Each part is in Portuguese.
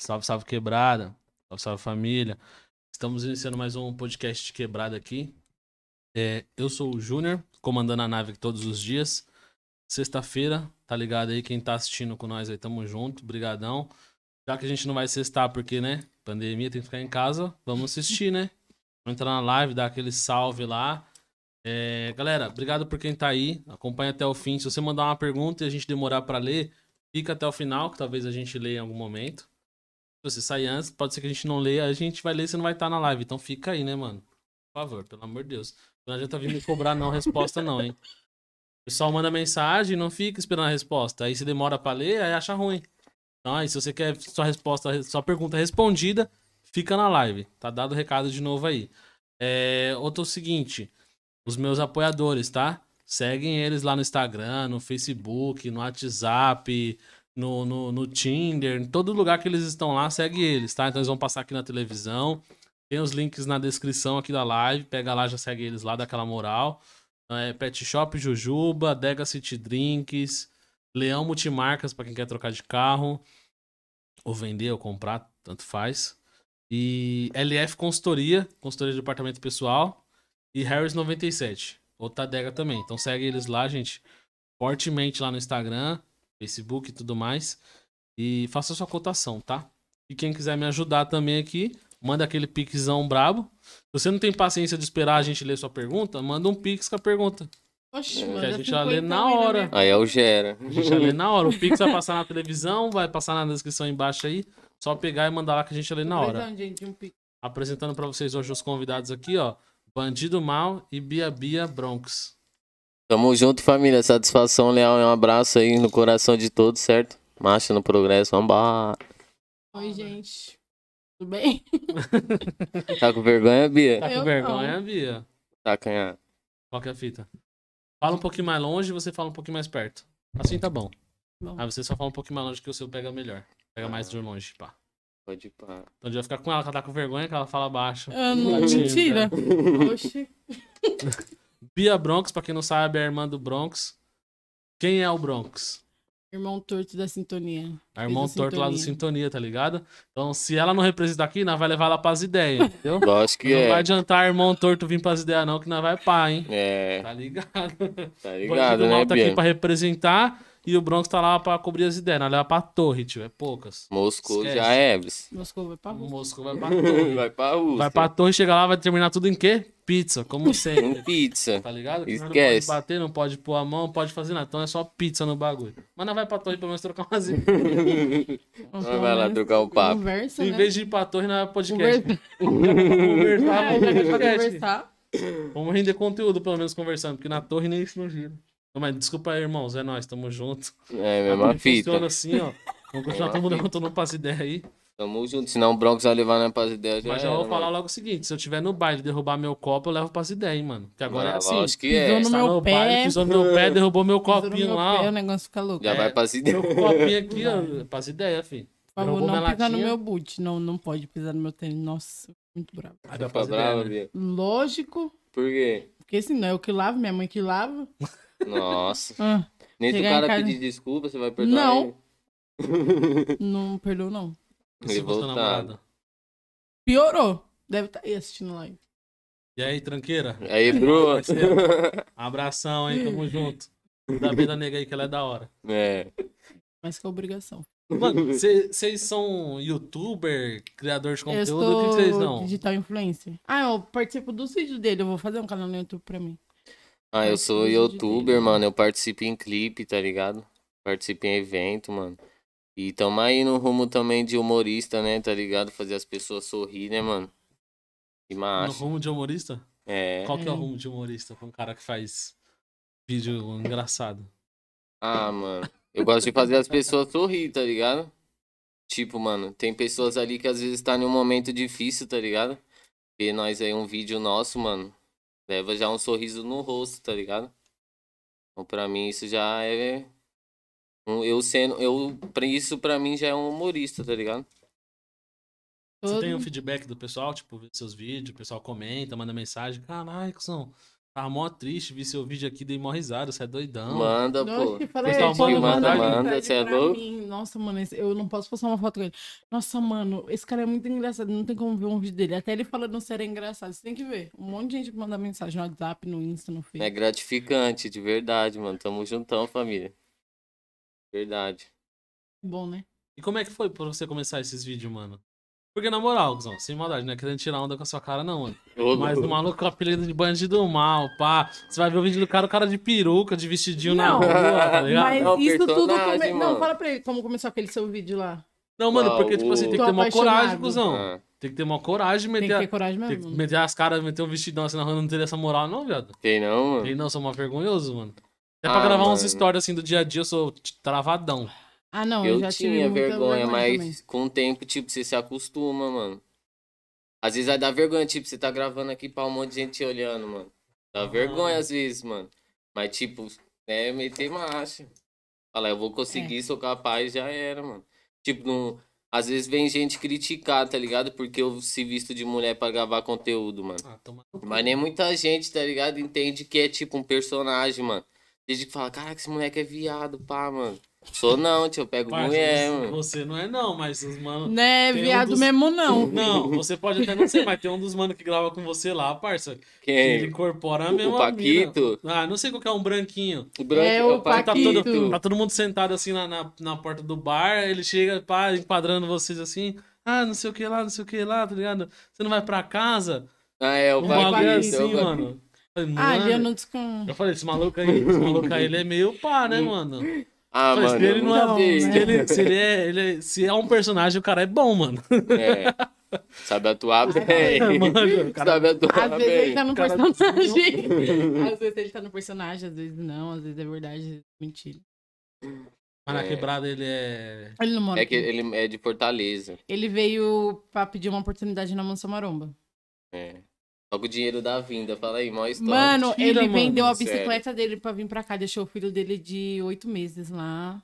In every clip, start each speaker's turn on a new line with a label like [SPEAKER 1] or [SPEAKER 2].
[SPEAKER 1] Salve, salve quebrada. Salve, salve família. Estamos iniciando mais um podcast de quebrada aqui. É, eu sou o Júnior, comandando a nave todos os dias. Sexta-feira, tá ligado aí? Quem tá assistindo com nós aí, tamo junto. Brigadão. Já que a gente não vai sextar porque, né? Pandemia, tem que ficar em casa. Vamos assistir, né? Vamos entrar na live, dar aquele salve lá. É, galera, obrigado por quem tá aí. Acompanha até o fim. Se você mandar uma pergunta e a gente demorar pra ler, fica até o final, que talvez a gente leia em algum momento. Se você sair antes, pode ser que a gente não leia, a gente vai ler e você não vai estar na live. Então fica aí, né, mano? Por favor, pelo amor de Deus. Não adianta vir me cobrar não resposta, não, hein? O pessoal manda mensagem, não fica esperando a resposta. Aí se demora pra ler, aí acha ruim. Então aí, se você quer sua resposta, sua pergunta respondida, fica na live. Tá dado o recado de novo aí. É, outro é o seguinte, os meus apoiadores, tá? Seguem eles lá no Instagram, no Facebook, no WhatsApp, no, no, no Tinder, em todo lugar que eles estão lá, segue eles, tá? Então eles vão passar aqui na televisão. Tem os links na descrição aqui da live. Pega lá, já segue eles lá, dá aquela moral. É, Pet Shop Jujuba, Dega City Drinks, Leão Multimarcas para quem quer trocar de carro. Ou vender, ou comprar, tanto faz. E LF Consultoria, consultoria de departamento pessoal. E Harris 97, outra adega também. Então segue eles lá, gente. Fortemente lá no Instagram. Facebook e tudo mais. E faça sua cotação, tá? E quem quiser me ajudar também aqui, manda aquele pixão brabo. Se você não tem paciência de esperar a gente ler sua pergunta, manda um pix com a pergunta.
[SPEAKER 2] É.
[SPEAKER 3] Oxe,
[SPEAKER 1] Que
[SPEAKER 3] mano.
[SPEAKER 1] a gente vai ler na hora.
[SPEAKER 2] Aí é o Gera.
[SPEAKER 1] A gente vai ler na hora. O pix vai passar na televisão, vai passar na descrição embaixo aí. Só pegar e mandar lá que a gente lê na hora.
[SPEAKER 3] um
[SPEAKER 1] Apresentando pra vocês hoje os convidados aqui, ó. Bandido Mal e Bia Bia Bronx.
[SPEAKER 2] Tamo junto, família. Satisfação, Leal. É um abraço aí no coração de todos, certo? Marcha no progresso, vambora.
[SPEAKER 3] Oi, gente. Tudo bem?
[SPEAKER 2] Tá com vergonha, Bia?
[SPEAKER 1] Tá com
[SPEAKER 3] Eu
[SPEAKER 1] vergonha, Bia?
[SPEAKER 2] Tá canhado.
[SPEAKER 1] Qual que é a fita? Fala um pouquinho mais longe e você fala um pouquinho mais perto. Assim tá bom.
[SPEAKER 3] Bom.
[SPEAKER 1] Aí você só fala um pouquinho mais longe que o seu pega melhor. Pega mais de longe, pá.
[SPEAKER 2] Pode pá.
[SPEAKER 1] Então já ficar com ela, que ela tá com vergonha, que ela fala baixo.
[SPEAKER 3] Ah, não,
[SPEAKER 1] Tadinho,
[SPEAKER 3] mentira. Oxe.
[SPEAKER 1] Bia Bronx, pra quem não sabe, é a irmã do Bronx. Quem é o Bronx?
[SPEAKER 3] Irmão torto da sintonia.
[SPEAKER 1] A irmã
[SPEAKER 3] Fez a
[SPEAKER 1] torto lá do
[SPEAKER 3] sintonia.
[SPEAKER 1] Sintonia, tá ligado? Então se ela não representar aqui, nós vai levar ela pras ideias, entendeu?
[SPEAKER 2] Lógico que
[SPEAKER 1] Não vai
[SPEAKER 2] é.
[SPEAKER 1] adiantar irmão torto vir pras ideias não, que nós vai pá, hein?
[SPEAKER 2] É,
[SPEAKER 1] Tá ligado?
[SPEAKER 2] tá
[SPEAKER 1] Bandido
[SPEAKER 2] ligado,
[SPEAKER 1] Mal
[SPEAKER 2] né,
[SPEAKER 1] tá aqui
[SPEAKER 2] Bia?
[SPEAKER 1] pra representar e o Bronx tá lá pra cobrir as ideias. Nós leva pra torre, tio. É poucas.
[SPEAKER 2] Moscou
[SPEAKER 1] Esquece.
[SPEAKER 2] já é, Bis.
[SPEAKER 3] Moscou vai pra
[SPEAKER 1] O
[SPEAKER 3] rua.
[SPEAKER 1] Moscou vai pra torre.
[SPEAKER 2] Vai pra Rússia.
[SPEAKER 1] Vai pra torre, chega lá, vai terminar tudo em quê? Pizza, como sempre.
[SPEAKER 2] Um pizza.
[SPEAKER 1] Tá ligado? Que nós
[SPEAKER 2] Esquece.
[SPEAKER 1] Não pode bater, não pode pôr a mão, não pode fazer nada. Então é só pizza no bagulho. Mas não vai pra torre pelo menos trocar umas ideias.
[SPEAKER 3] Mas,
[SPEAKER 2] Vai
[SPEAKER 3] pelo
[SPEAKER 2] lá
[SPEAKER 1] né?
[SPEAKER 3] menos,
[SPEAKER 2] trocar um papo.
[SPEAKER 3] Conversa,
[SPEAKER 1] Em
[SPEAKER 3] né?
[SPEAKER 1] vez de ir pra torre, não vai podcast.
[SPEAKER 3] Conversa.
[SPEAKER 1] Conversar,
[SPEAKER 3] É, já que é pra
[SPEAKER 1] podcast.
[SPEAKER 3] conversar.
[SPEAKER 1] Vamos render conteúdo, pelo menos, conversando, porque na torre nem isso não gira. Não, Mas desculpa aí, irmãos. É nóis, tamo junto.
[SPEAKER 2] É,
[SPEAKER 1] A
[SPEAKER 2] mesma
[SPEAKER 1] torre Funciona
[SPEAKER 2] fita.
[SPEAKER 1] assim, ó. Vamos continuar
[SPEAKER 2] Mesma
[SPEAKER 1] todo mundo
[SPEAKER 2] fita.
[SPEAKER 1] contando umas ideias aí.
[SPEAKER 2] Tamo junto, senão o Bronx vai levar na paz ideias.
[SPEAKER 1] Mas já
[SPEAKER 2] era,
[SPEAKER 1] vou falar
[SPEAKER 2] mano.
[SPEAKER 1] logo o seguinte: se eu tiver no baile e derrubar meu copo, eu levo pras ideias, hein, mano. Que agora é
[SPEAKER 2] Mas
[SPEAKER 1] assim.
[SPEAKER 2] Lógico que é.
[SPEAKER 1] Tá
[SPEAKER 3] Pisou No meu
[SPEAKER 1] no
[SPEAKER 3] pé.
[SPEAKER 1] baile, pisou no meu pé, derrubou meu
[SPEAKER 3] Pisou no
[SPEAKER 1] copinho
[SPEAKER 3] meu
[SPEAKER 1] lá.
[SPEAKER 3] pé,
[SPEAKER 1] ó.
[SPEAKER 3] o negócio fica louco.
[SPEAKER 2] Já
[SPEAKER 1] É.
[SPEAKER 2] vai pras ideias.
[SPEAKER 1] Meu copinho aqui, ó. é Pras ideias, filho.
[SPEAKER 3] Por favor,
[SPEAKER 1] derrubou
[SPEAKER 3] não
[SPEAKER 1] minha
[SPEAKER 3] pisar no
[SPEAKER 1] latinha.
[SPEAKER 3] meu boot. Não, não pode pisar no meu tênis. Nossa, muito bravo.
[SPEAKER 1] Aí vai
[SPEAKER 2] Fica
[SPEAKER 1] pras ideias,
[SPEAKER 2] tá brava,
[SPEAKER 1] né?
[SPEAKER 2] Bia.
[SPEAKER 3] Lógico,
[SPEAKER 2] Por quê?
[SPEAKER 3] porque senão eu que lavo, minha mãe que lava.
[SPEAKER 2] Nossa.
[SPEAKER 3] Ah,
[SPEAKER 2] Nem se o
[SPEAKER 3] Chegar em
[SPEAKER 2] cara
[SPEAKER 3] casa-
[SPEAKER 2] pedir desculpa, você vai perdoar
[SPEAKER 3] Não.
[SPEAKER 2] ele?
[SPEAKER 3] não perdoou, não.
[SPEAKER 1] E se fosse
[SPEAKER 2] Revoltado.
[SPEAKER 1] namorada?
[SPEAKER 3] Piorou. Deve estar aí assistindo live.
[SPEAKER 1] E aí, tranqueira?
[SPEAKER 2] Aí, Bruno.
[SPEAKER 1] Abração, hein? Tamo junto. Da bem da nega aí, que ela é da hora.
[SPEAKER 2] é.
[SPEAKER 3] Mas que é obrigação.
[SPEAKER 1] Mano, vocês são youtuber, criador de
[SPEAKER 3] eu
[SPEAKER 1] conteúdo? O
[SPEAKER 3] sou
[SPEAKER 1] que vocês não?
[SPEAKER 3] digital influencer. Ah, eu participo dos vídeos dele. Eu vou fazer um canal no YouTube pra mim.
[SPEAKER 2] Ah, eu sou
[SPEAKER 3] Participo de
[SPEAKER 2] youtuber, mano. Eu participo em clipe, tá ligado? Participo em evento, mano. E tamo aí no rumo também de humorista, né? Tá ligado? Fazer as pessoas sorrir, né, mano? Que
[SPEAKER 1] No
[SPEAKER 2] macho.
[SPEAKER 1] rumo de humorista?
[SPEAKER 2] É.
[SPEAKER 1] Qual que é o rumo de humorista? Pra um cara que faz vídeo engraçado.
[SPEAKER 2] Ah, mano. Eu gosto de fazer as pessoas sorrir, tá ligado? Tipo, mano, tem pessoas ali que às vezes tá num momento difícil, tá ligado? Vê nós aí um vídeo nosso, mano. Leva já um sorriso no rosto, tá ligado? Então pra mim isso já é. um- Eu sendo. Eu... pra Isso pra mim já é um humorista, tá ligado?
[SPEAKER 1] Você
[SPEAKER 3] Todo-
[SPEAKER 1] tem um feedback do pessoal, tipo, vê seus vídeos, o pessoal comenta, manda mensagem. Caralho, cuzão, Tava mó triste, vi seu vídeo aqui, dei mó risada, você é doidão.
[SPEAKER 2] Manda, pô.
[SPEAKER 3] Nossa, eu falei,
[SPEAKER 1] Pois tá,
[SPEAKER 3] eu
[SPEAKER 1] manda, manda,
[SPEAKER 2] manda, cê é louco?
[SPEAKER 3] Nossa, mano, esse- eu não posso postar uma foto com ele. Nossa, mano, esse cara é muito engraçado. Não tem como ver um vídeo dele. Até ele falando sério é engraçado. Você tem que ver. Um monte de gente manda mensagem no WhatsApp, no Insta, no
[SPEAKER 2] É
[SPEAKER 3] Facebook.
[SPEAKER 2] gratificante, de verdade, mano. Tamo juntão, família. Verdade.
[SPEAKER 3] Bom, né?
[SPEAKER 1] E como é que foi pra você começar esses vídeos, mano? Porque, na moral, Guzão, sem maldade, não é querendo tirar onda com a sua cara, não, mano.
[SPEAKER 2] Ô,
[SPEAKER 1] Mas o
[SPEAKER 2] louco.
[SPEAKER 1] maluco com apelido de bandido mal, pá. Você vai ver o vídeo do cara, o cara de peruca, de vestidinho na
[SPEAKER 3] Não,
[SPEAKER 1] rua, tá ligado?
[SPEAKER 3] Mas
[SPEAKER 2] É o
[SPEAKER 3] isso tudo.
[SPEAKER 2] personagem,
[SPEAKER 3] Come... Não,
[SPEAKER 2] mano.
[SPEAKER 3] fala pra ele como começou aquele seu vídeo lá.
[SPEAKER 1] Não, mano, porque, tipo assim, tem que ter uma
[SPEAKER 3] Tô apaixonado.
[SPEAKER 1] coragem, cuzão.
[SPEAKER 2] Ah,
[SPEAKER 1] Tem que ter uma coragem,
[SPEAKER 3] Tem que ter
[SPEAKER 1] meter,
[SPEAKER 3] coragem
[SPEAKER 1] a- tem é que
[SPEAKER 3] mesmo.
[SPEAKER 1] meter as caras, meter um vestidão assim na rua, não teria essa moral, não, viado.
[SPEAKER 2] tem não, mano?
[SPEAKER 1] E não, sou mal vergonhoso, mano. Até pra
[SPEAKER 2] Ah,
[SPEAKER 1] gravar
[SPEAKER 2] mano.
[SPEAKER 1] umas histórias assim do dia a dia, eu sou t- travadão.
[SPEAKER 3] Ah, não, eu,
[SPEAKER 2] Eu
[SPEAKER 3] já tive
[SPEAKER 2] tinha
[SPEAKER 3] muita
[SPEAKER 2] vergonha, mas
[SPEAKER 3] também.
[SPEAKER 2] com o tempo, tipo, você se acostuma, mano. Às vezes vai dar vergonha, tipo, você tá gravando aqui pra um monte de gente olhando, mano. Dá vergonha às vezes, mano. Mas, tipo, né, meter marcha. Falar, eu vou
[SPEAKER 3] É.
[SPEAKER 2] conseguir, sou capaz, já era, mano. Tipo, não... às vezes vem gente criticar, tá ligado? Porque eu se visto de mulher pra gravar conteúdo, mano.
[SPEAKER 1] Ah, toma no cu.
[SPEAKER 2] Mas nem muita gente, tá ligado? Entende que é tipo um personagem, mano. Tem gente que fala, caraca, esse moleque é viado, pá, mano. Sou não, tio, eu pego
[SPEAKER 1] Parça,
[SPEAKER 2] mulher,
[SPEAKER 1] você-
[SPEAKER 2] mano.
[SPEAKER 1] Você não é, não, mas os mano.
[SPEAKER 3] Né,
[SPEAKER 1] Tem um
[SPEAKER 3] viado
[SPEAKER 1] dos-
[SPEAKER 3] mesmo não.
[SPEAKER 1] Não, você pode até não ser, mas tem um dos mano que grava com você lá, parça. que Ele
[SPEAKER 2] Quem?
[SPEAKER 1] incorpora a
[SPEAKER 2] É. O
[SPEAKER 1] mesma.
[SPEAKER 2] Paquito?
[SPEAKER 1] mina. Ah, não sei qual que é um branquinho.
[SPEAKER 2] O branco
[SPEAKER 3] É o
[SPEAKER 1] Tá
[SPEAKER 3] Paquito.
[SPEAKER 1] todo, tá todo mundo sentado assim na, na, na porta do bar, ele chega, pá, enquadrando vocês assim. Ah, não sei o que lá, não sei o que lá, tá ligado? Você não vai pra casa?
[SPEAKER 2] Ah, é, o
[SPEAKER 1] Um
[SPEAKER 2] Paquito.
[SPEAKER 1] bagulho
[SPEAKER 2] é o
[SPEAKER 1] assim,
[SPEAKER 2] Paquito.
[SPEAKER 1] mano. Falei,
[SPEAKER 3] Ah, ali eu
[SPEAKER 1] mano.
[SPEAKER 3] não descanso.
[SPEAKER 1] Eu falei, esse maluco aí, esse maluco aí, ele é meio pá, né, mano?
[SPEAKER 2] Hum. Ah,
[SPEAKER 1] Mas
[SPEAKER 2] mano,
[SPEAKER 1] ele não é-
[SPEAKER 2] muito
[SPEAKER 1] Se ele, se ele é, ele é- se é um personagem, o cara é bom, mano.
[SPEAKER 2] É. Sabe atuar bem.
[SPEAKER 1] mano, o cara-
[SPEAKER 2] Sabe atuar
[SPEAKER 3] é Às vezes ele
[SPEAKER 2] bem.
[SPEAKER 3] tá no
[SPEAKER 1] Cara,
[SPEAKER 3] personagem. às vezes ele tá no personagem, às vezes não, às vezes é verdade, às vezes é mentira.
[SPEAKER 1] Mas na
[SPEAKER 2] É.
[SPEAKER 1] quebrada ele é.
[SPEAKER 3] Ele não mora
[SPEAKER 2] É que
[SPEAKER 3] aqui.
[SPEAKER 2] ele é de Fortaleza.
[SPEAKER 3] Ele veio pra pedir uma oportunidade na Mansão Maromba.
[SPEAKER 2] É. Só com o dinheiro da vinda. Fala aí, mó história.
[SPEAKER 3] Mano,
[SPEAKER 1] Mentira,
[SPEAKER 3] ele
[SPEAKER 1] mano.
[SPEAKER 3] vendeu a
[SPEAKER 2] Sério.
[SPEAKER 3] bicicleta dele pra vir pra cá, deixou o filho dele de oito meses lá.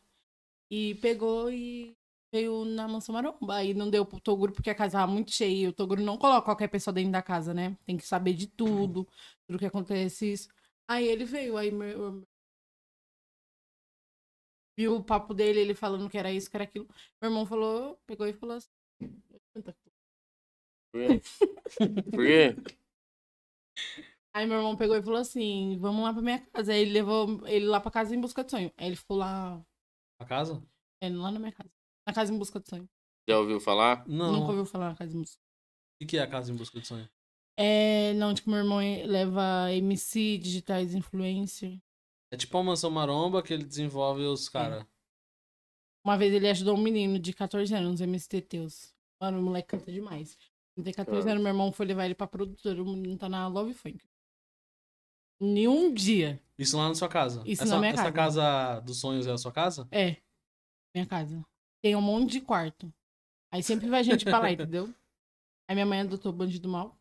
[SPEAKER 3] E pegou e veio na Mansão Maromba. Aí não deu pro Toguro porque a casa tava muito cheia. O Toguro não coloca qualquer pessoa dentro da casa, né? Tem que saber de tudo, tudo que acontece. Isso. Aí ele veio, aí meu- viu o papo dele, ele falando que era isso, que era aquilo. Meu irmão falou, pegou e falou assim.
[SPEAKER 2] Por quê? Por quê?
[SPEAKER 3] Aí meu irmão pegou e falou assim, vamos lá pra minha casa. Aí ele levou ele lá pra casa em busca de sonho. Aí ele ficou lá
[SPEAKER 1] A casa?
[SPEAKER 3] É, lá na minha casa. Na casa em busca do sonho.
[SPEAKER 2] Já ouviu falar?
[SPEAKER 1] Não.
[SPEAKER 3] Nunca ouviu falar na casa em busca.
[SPEAKER 1] O que é a casa em busca do sonho?
[SPEAKER 3] É, não, tipo, meu irmão eh, leva MC, digitais, influencer.
[SPEAKER 1] É tipo uma mansão maromba que ele desenvolve os caras.
[SPEAKER 3] Uma vez ele ajudou um menino de 14 anos, MST Teus. Mano, o moleque canta demais. Ele tem 14
[SPEAKER 1] Ah.
[SPEAKER 2] Cara.
[SPEAKER 3] anos, meu irmão foi levar ele pra produtora. O menino tá na Love Funk. Nenhum dia.
[SPEAKER 1] Isso lá na sua casa.
[SPEAKER 3] Isso
[SPEAKER 1] essa,
[SPEAKER 3] na minha
[SPEAKER 1] essa casa dos sonhos é a sua casa?
[SPEAKER 3] É. Minha casa. Tem um monte de quarto. Aí sempre vai gente pra lá, entendeu? Aí minha mãe adotou o bandido mal.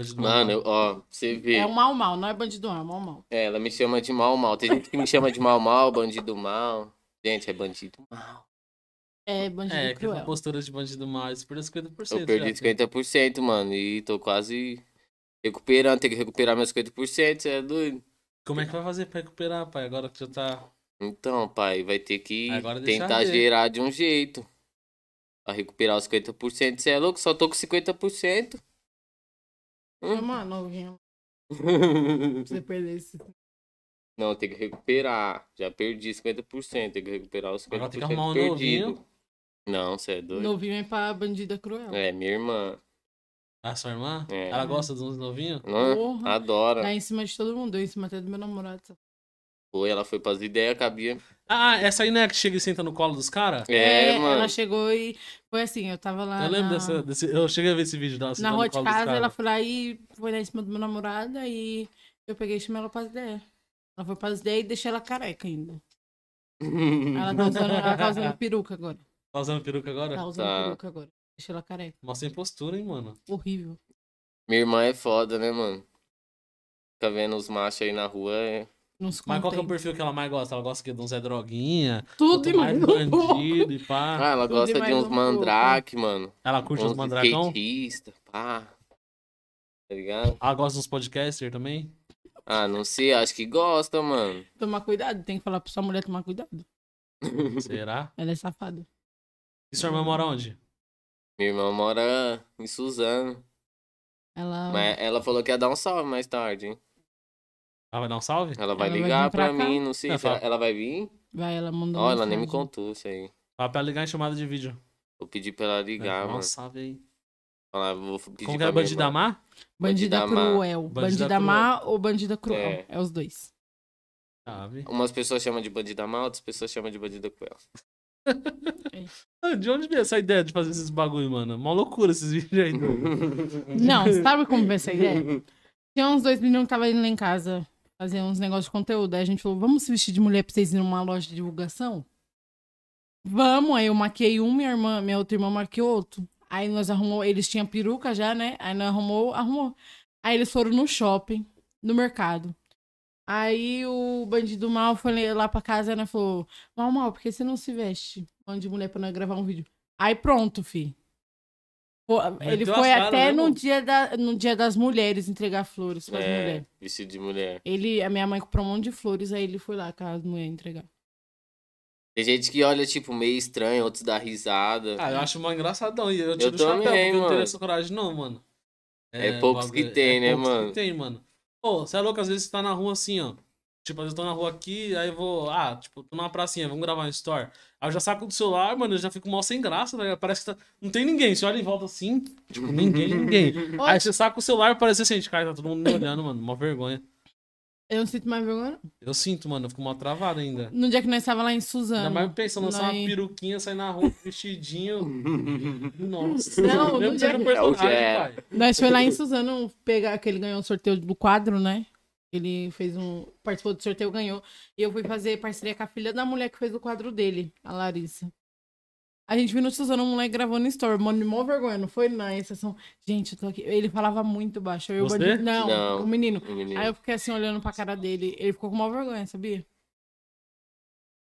[SPEAKER 1] Hoje não.
[SPEAKER 2] Mano, eu- ó, você vê.
[SPEAKER 3] É o mal mal, não é bandido mal, é o mal mal.
[SPEAKER 2] É, ela me chama de mal mal. Tem gente que me chama de mal mal, bandido mal. Gente, é bandido mal.
[SPEAKER 3] É bandido
[SPEAKER 1] É, que essa
[SPEAKER 3] cruel.
[SPEAKER 1] postura de bandido mal, isso perdeu 50%.
[SPEAKER 2] Eu perdi
[SPEAKER 1] já.
[SPEAKER 2] 50%, mano. E tô quase recuperando. Tem que recuperar meus 50%, você é doido?
[SPEAKER 1] Como é que vai fazer pra recuperar, pai? Agora que já tá.
[SPEAKER 2] Então, pai, vai ter que
[SPEAKER 1] Agora deixa
[SPEAKER 2] tentar
[SPEAKER 1] ver.
[SPEAKER 2] gerar de um jeito. Pra recuperar os 50%. Você é louco? Só tô com 50%. Hum.
[SPEAKER 3] É uma novinha. Você perder esse.
[SPEAKER 2] Não, tem que recuperar. Já perdi 50%. Tem que recuperar os 50%
[SPEAKER 1] Agora tem que arrumar um
[SPEAKER 2] perdido.
[SPEAKER 1] novinho.
[SPEAKER 2] Não, você é doido.
[SPEAKER 3] Novinho é pra bandida cruel.
[SPEAKER 2] É, minha irmã.
[SPEAKER 1] A sua irmã?
[SPEAKER 2] É.
[SPEAKER 1] Ela gosta de uns novinhos?
[SPEAKER 2] Não,
[SPEAKER 3] Porra.
[SPEAKER 2] Adora.
[SPEAKER 3] Dá em cima de todo mundo, deu em cima até do meu namorado. sabe?
[SPEAKER 2] Foi, ela foi pras ideias, cabia.
[SPEAKER 1] Ah, essa aí não é a que chega e senta no colo dos caras?
[SPEAKER 2] É, mano.
[SPEAKER 3] ela chegou e foi assim, eu tava lá.
[SPEAKER 1] Eu lembro
[SPEAKER 3] na...
[SPEAKER 1] dessa, desse. Eu cheguei a ver esse vídeo dela
[SPEAKER 3] Na
[SPEAKER 1] sentando
[SPEAKER 3] rua
[SPEAKER 1] no
[SPEAKER 3] de
[SPEAKER 1] colo dos
[SPEAKER 3] casa, ela
[SPEAKER 1] caras.
[SPEAKER 3] foi lá e foi lá em cima do meu namorado e eu peguei e chamei ela pras ideias. Ela foi pras ideias e deixei ela careca ainda. Ela tá usando, ela tá usando peruca agora.
[SPEAKER 1] Tá usando peruca agora?
[SPEAKER 3] Tá usando
[SPEAKER 2] Tá.
[SPEAKER 3] peruca agora. Deixei ela careca.
[SPEAKER 1] Nossa, sem postura, hein, mano?
[SPEAKER 3] Horrível.
[SPEAKER 2] Minha irmã é foda, né, mano? Fica vendo os machos aí na rua. É...
[SPEAKER 3] Não se
[SPEAKER 1] Mas qual que é o
[SPEAKER 3] contém.
[SPEAKER 1] perfil que ela mais gosta? Ela gosta que de uns Zé Droguinha,
[SPEAKER 3] Tudo
[SPEAKER 1] outro
[SPEAKER 3] e
[SPEAKER 1] mais
[SPEAKER 3] mais um pouco.
[SPEAKER 1] bandido e pá.
[SPEAKER 2] Ah, ela
[SPEAKER 3] tudo
[SPEAKER 2] gosta
[SPEAKER 3] mais
[SPEAKER 2] de uns
[SPEAKER 3] um
[SPEAKER 2] mandrake, mano.
[SPEAKER 1] Ela curte
[SPEAKER 2] uns
[SPEAKER 1] os mandragão?
[SPEAKER 2] skatistas, pá. Tá ligado?
[SPEAKER 1] Ela gosta dos podcasters também?
[SPEAKER 2] Ah, não sei, acho que gosta, mano.
[SPEAKER 3] Tomar cuidado, tem que falar pra sua mulher tomar cuidado.
[SPEAKER 1] Será?
[SPEAKER 3] Ela é safada.
[SPEAKER 1] E sua irmã mora onde?
[SPEAKER 2] Minha irmã mora em Suzano.
[SPEAKER 3] Ela.
[SPEAKER 2] Mas ela falou que ia dar um salve mais tarde, hein?
[SPEAKER 1] Ela vai dar um salve?
[SPEAKER 2] Ela vai
[SPEAKER 3] Ela vai
[SPEAKER 2] ligar
[SPEAKER 3] vir pra
[SPEAKER 2] pra,
[SPEAKER 3] cá?
[SPEAKER 2] mim, não sei
[SPEAKER 1] Ela
[SPEAKER 2] se ela,
[SPEAKER 1] fala-
[SPEAKER 2] ela vai vir.
[SPEAKER 3] Vai, ela mandou.
[SPEAKER 2] Ó, ela nem me
[SPEAKER 3] mensagem.
[SPEAKER 2] contou isso aí.
[SPEAKER 1] Fala pra ela ligar em chamada de vídeo.
[SPEAKER 2] Vou pedir pra ela
[SPEAKER 1] Né?
[SPEAKER 2] ligar,
[SPEAKER 1] Dá um
[SPEAKER 2] mano.
[SPEAKER 1] salve aí.
[SPEAKER 2] Falar, vou pedir
[SPEAKER 1] Como que
[SPEAKER 2] pra
[SPEAKER 1] é
[SPEAKER 2] minha
[SPEAKER 1] bandida
[SPEAKER 2] irmã.
[SPEAKER 1] má?
[SPEAKER 3] Bandida,
[SPEAKER 2] Bandida má.
[SPEAKER 3] cruel.
[SPEAKER 1] Bandida
[SPEAKER 3] Bandida, má ou bandida cruel.
[SPEAKER 2] É.
[SPEAKER 3] É, os dois.
[SPEAKER 1] Chave.
[SPEAKER 2] Umas pessoas chamam de bandida mal, outras pessoas chamam de bandida cruel.
[SPEAKER 1] Ah, De onde veio essa ideia de fazer esses bagulho, mano? Mó loucura esses vídeos aí.
[SPEAKER 3] Não, sabe como veio essa ideia? Tinha uns dois meninos que estavam indo lá em casa fazer uns negócios de conteúdo. Aí a gente falou, vamos se vestir de mulher pra vocês irem numa loja de divulgação? Vamos, aí eu maquei um, minha irmã, minha outra irmã maquiou outro. Aí nós arrumou, eles tinham peruca já, né? Aí nós arrumou, arrumou. Aí eles foram no shopping, no mercado. Aí o bandido mal foi lá pra casa, né? Falou, mal, mal, por que você não se veste? Mano de mulher pra nós gravar um vídeo. Aí pronto, fi. Pô, Ele
[SPEAKER 1] Meteu a
[SPEAKER 3] foi
[SPEAKER 1] cara, né,
[SPEAKER 3] até no
[SPEAKER 1] mano?
[SPEAKER 3] dia, da, no dia das mulheres entregar flores pras mulheres.
[SPEAKER 2] É, vestido de mulher.
[SPEAKER 3] Ele, a minha mãe comprou um monte de flores, aí ele foi lá com as mulheres entregar.
[SPEAKER 2] Tem gente que olha, tipo, meio estranho, outros dá risada.
[SPEAKER 1] Ah, eu acho mó engraçadão. E eu tiro
[SPEAKER 2] Eu
[SPEAKER 1] o chapéu,
[SPEAKER 2] também,
[SPEAKER 1] porque eu não
[SPEAKER 2] mano.
[SPEAKER 1] teria essa coragem, não, mano.
[SPEAKER 2] É poucos
[SPEAKER 1] bagulho-
[SPEAKER 2] que tem, né,
[SPEAKER 1] poucos
[SPEAKER 2] mano?
[SPEAKER 1] que tem, mano. Pô, você é louco, às vezes você tá na rua assim, ó. Tipo, às vezes eu tô na rua aqui, aí eu vou. Ah, tipo, tô numa pracinha, vamos gravar um store. Aí eu já saco do celular, mano, eu já fico mal sem graça, velho. Parece que tá. Não tem ninguém. Você olha em volta assim, tipo, ninguém, ninguém. aí você saca o celular, parece assim, gente, cara, tá todo mundo me olhando, mano. Mó vergonha.
[SPEAKER 3] Eu não sinto mais vergonha. não.
[SPEAKER 1] Eu sinto, mano, eu fico mó travado ainda.
[SPEAKER 3] No dia que nós estávamos lá em Suzano.
[SPEAKER 1] Ainda mais pensando, lançar uma
[SPEAKER 3] nós-
[SPEAKER 1] peruquinha, sair na rua vestidinho. Nossa.
[SPEAKER 3] Não,
[SPEAKER 1] Eu
[SPEAKER 3] não
[SPEAKER 1] lembro que era um
[SPEAKER 3] é-
[SPEAKER 1] personagem,
[SPEAKER 2] É o
[SPEAKER 1] pai.
[SPEAKER 3] Nós foi lá em Suzano pegar, que ele ganhou o sorteio do quadro, né? Ele fez um. participou do sorteio, ganhou. E eu fui fazer parceria com a filha da mulher que fez o quadro dele, a Larissa. A gente viu no Suzano um moleque gravando em story, mano, de mó vergonha, não foi na exceção. Gente, eu tô aqui. Ele falava muito baixo. Eu e o
[SPEAKER 1] Você?
[SPEAKER 3] bandido- Não,
[SPEAKER 2] Não.
[SPEAKER 3] o menino.
[SPEAKER 2] O Um menino.
[SPEAKER 3] Aí eu fiquei assim olhando pra cara dele. Ele ficou com uma vergonha, sabia?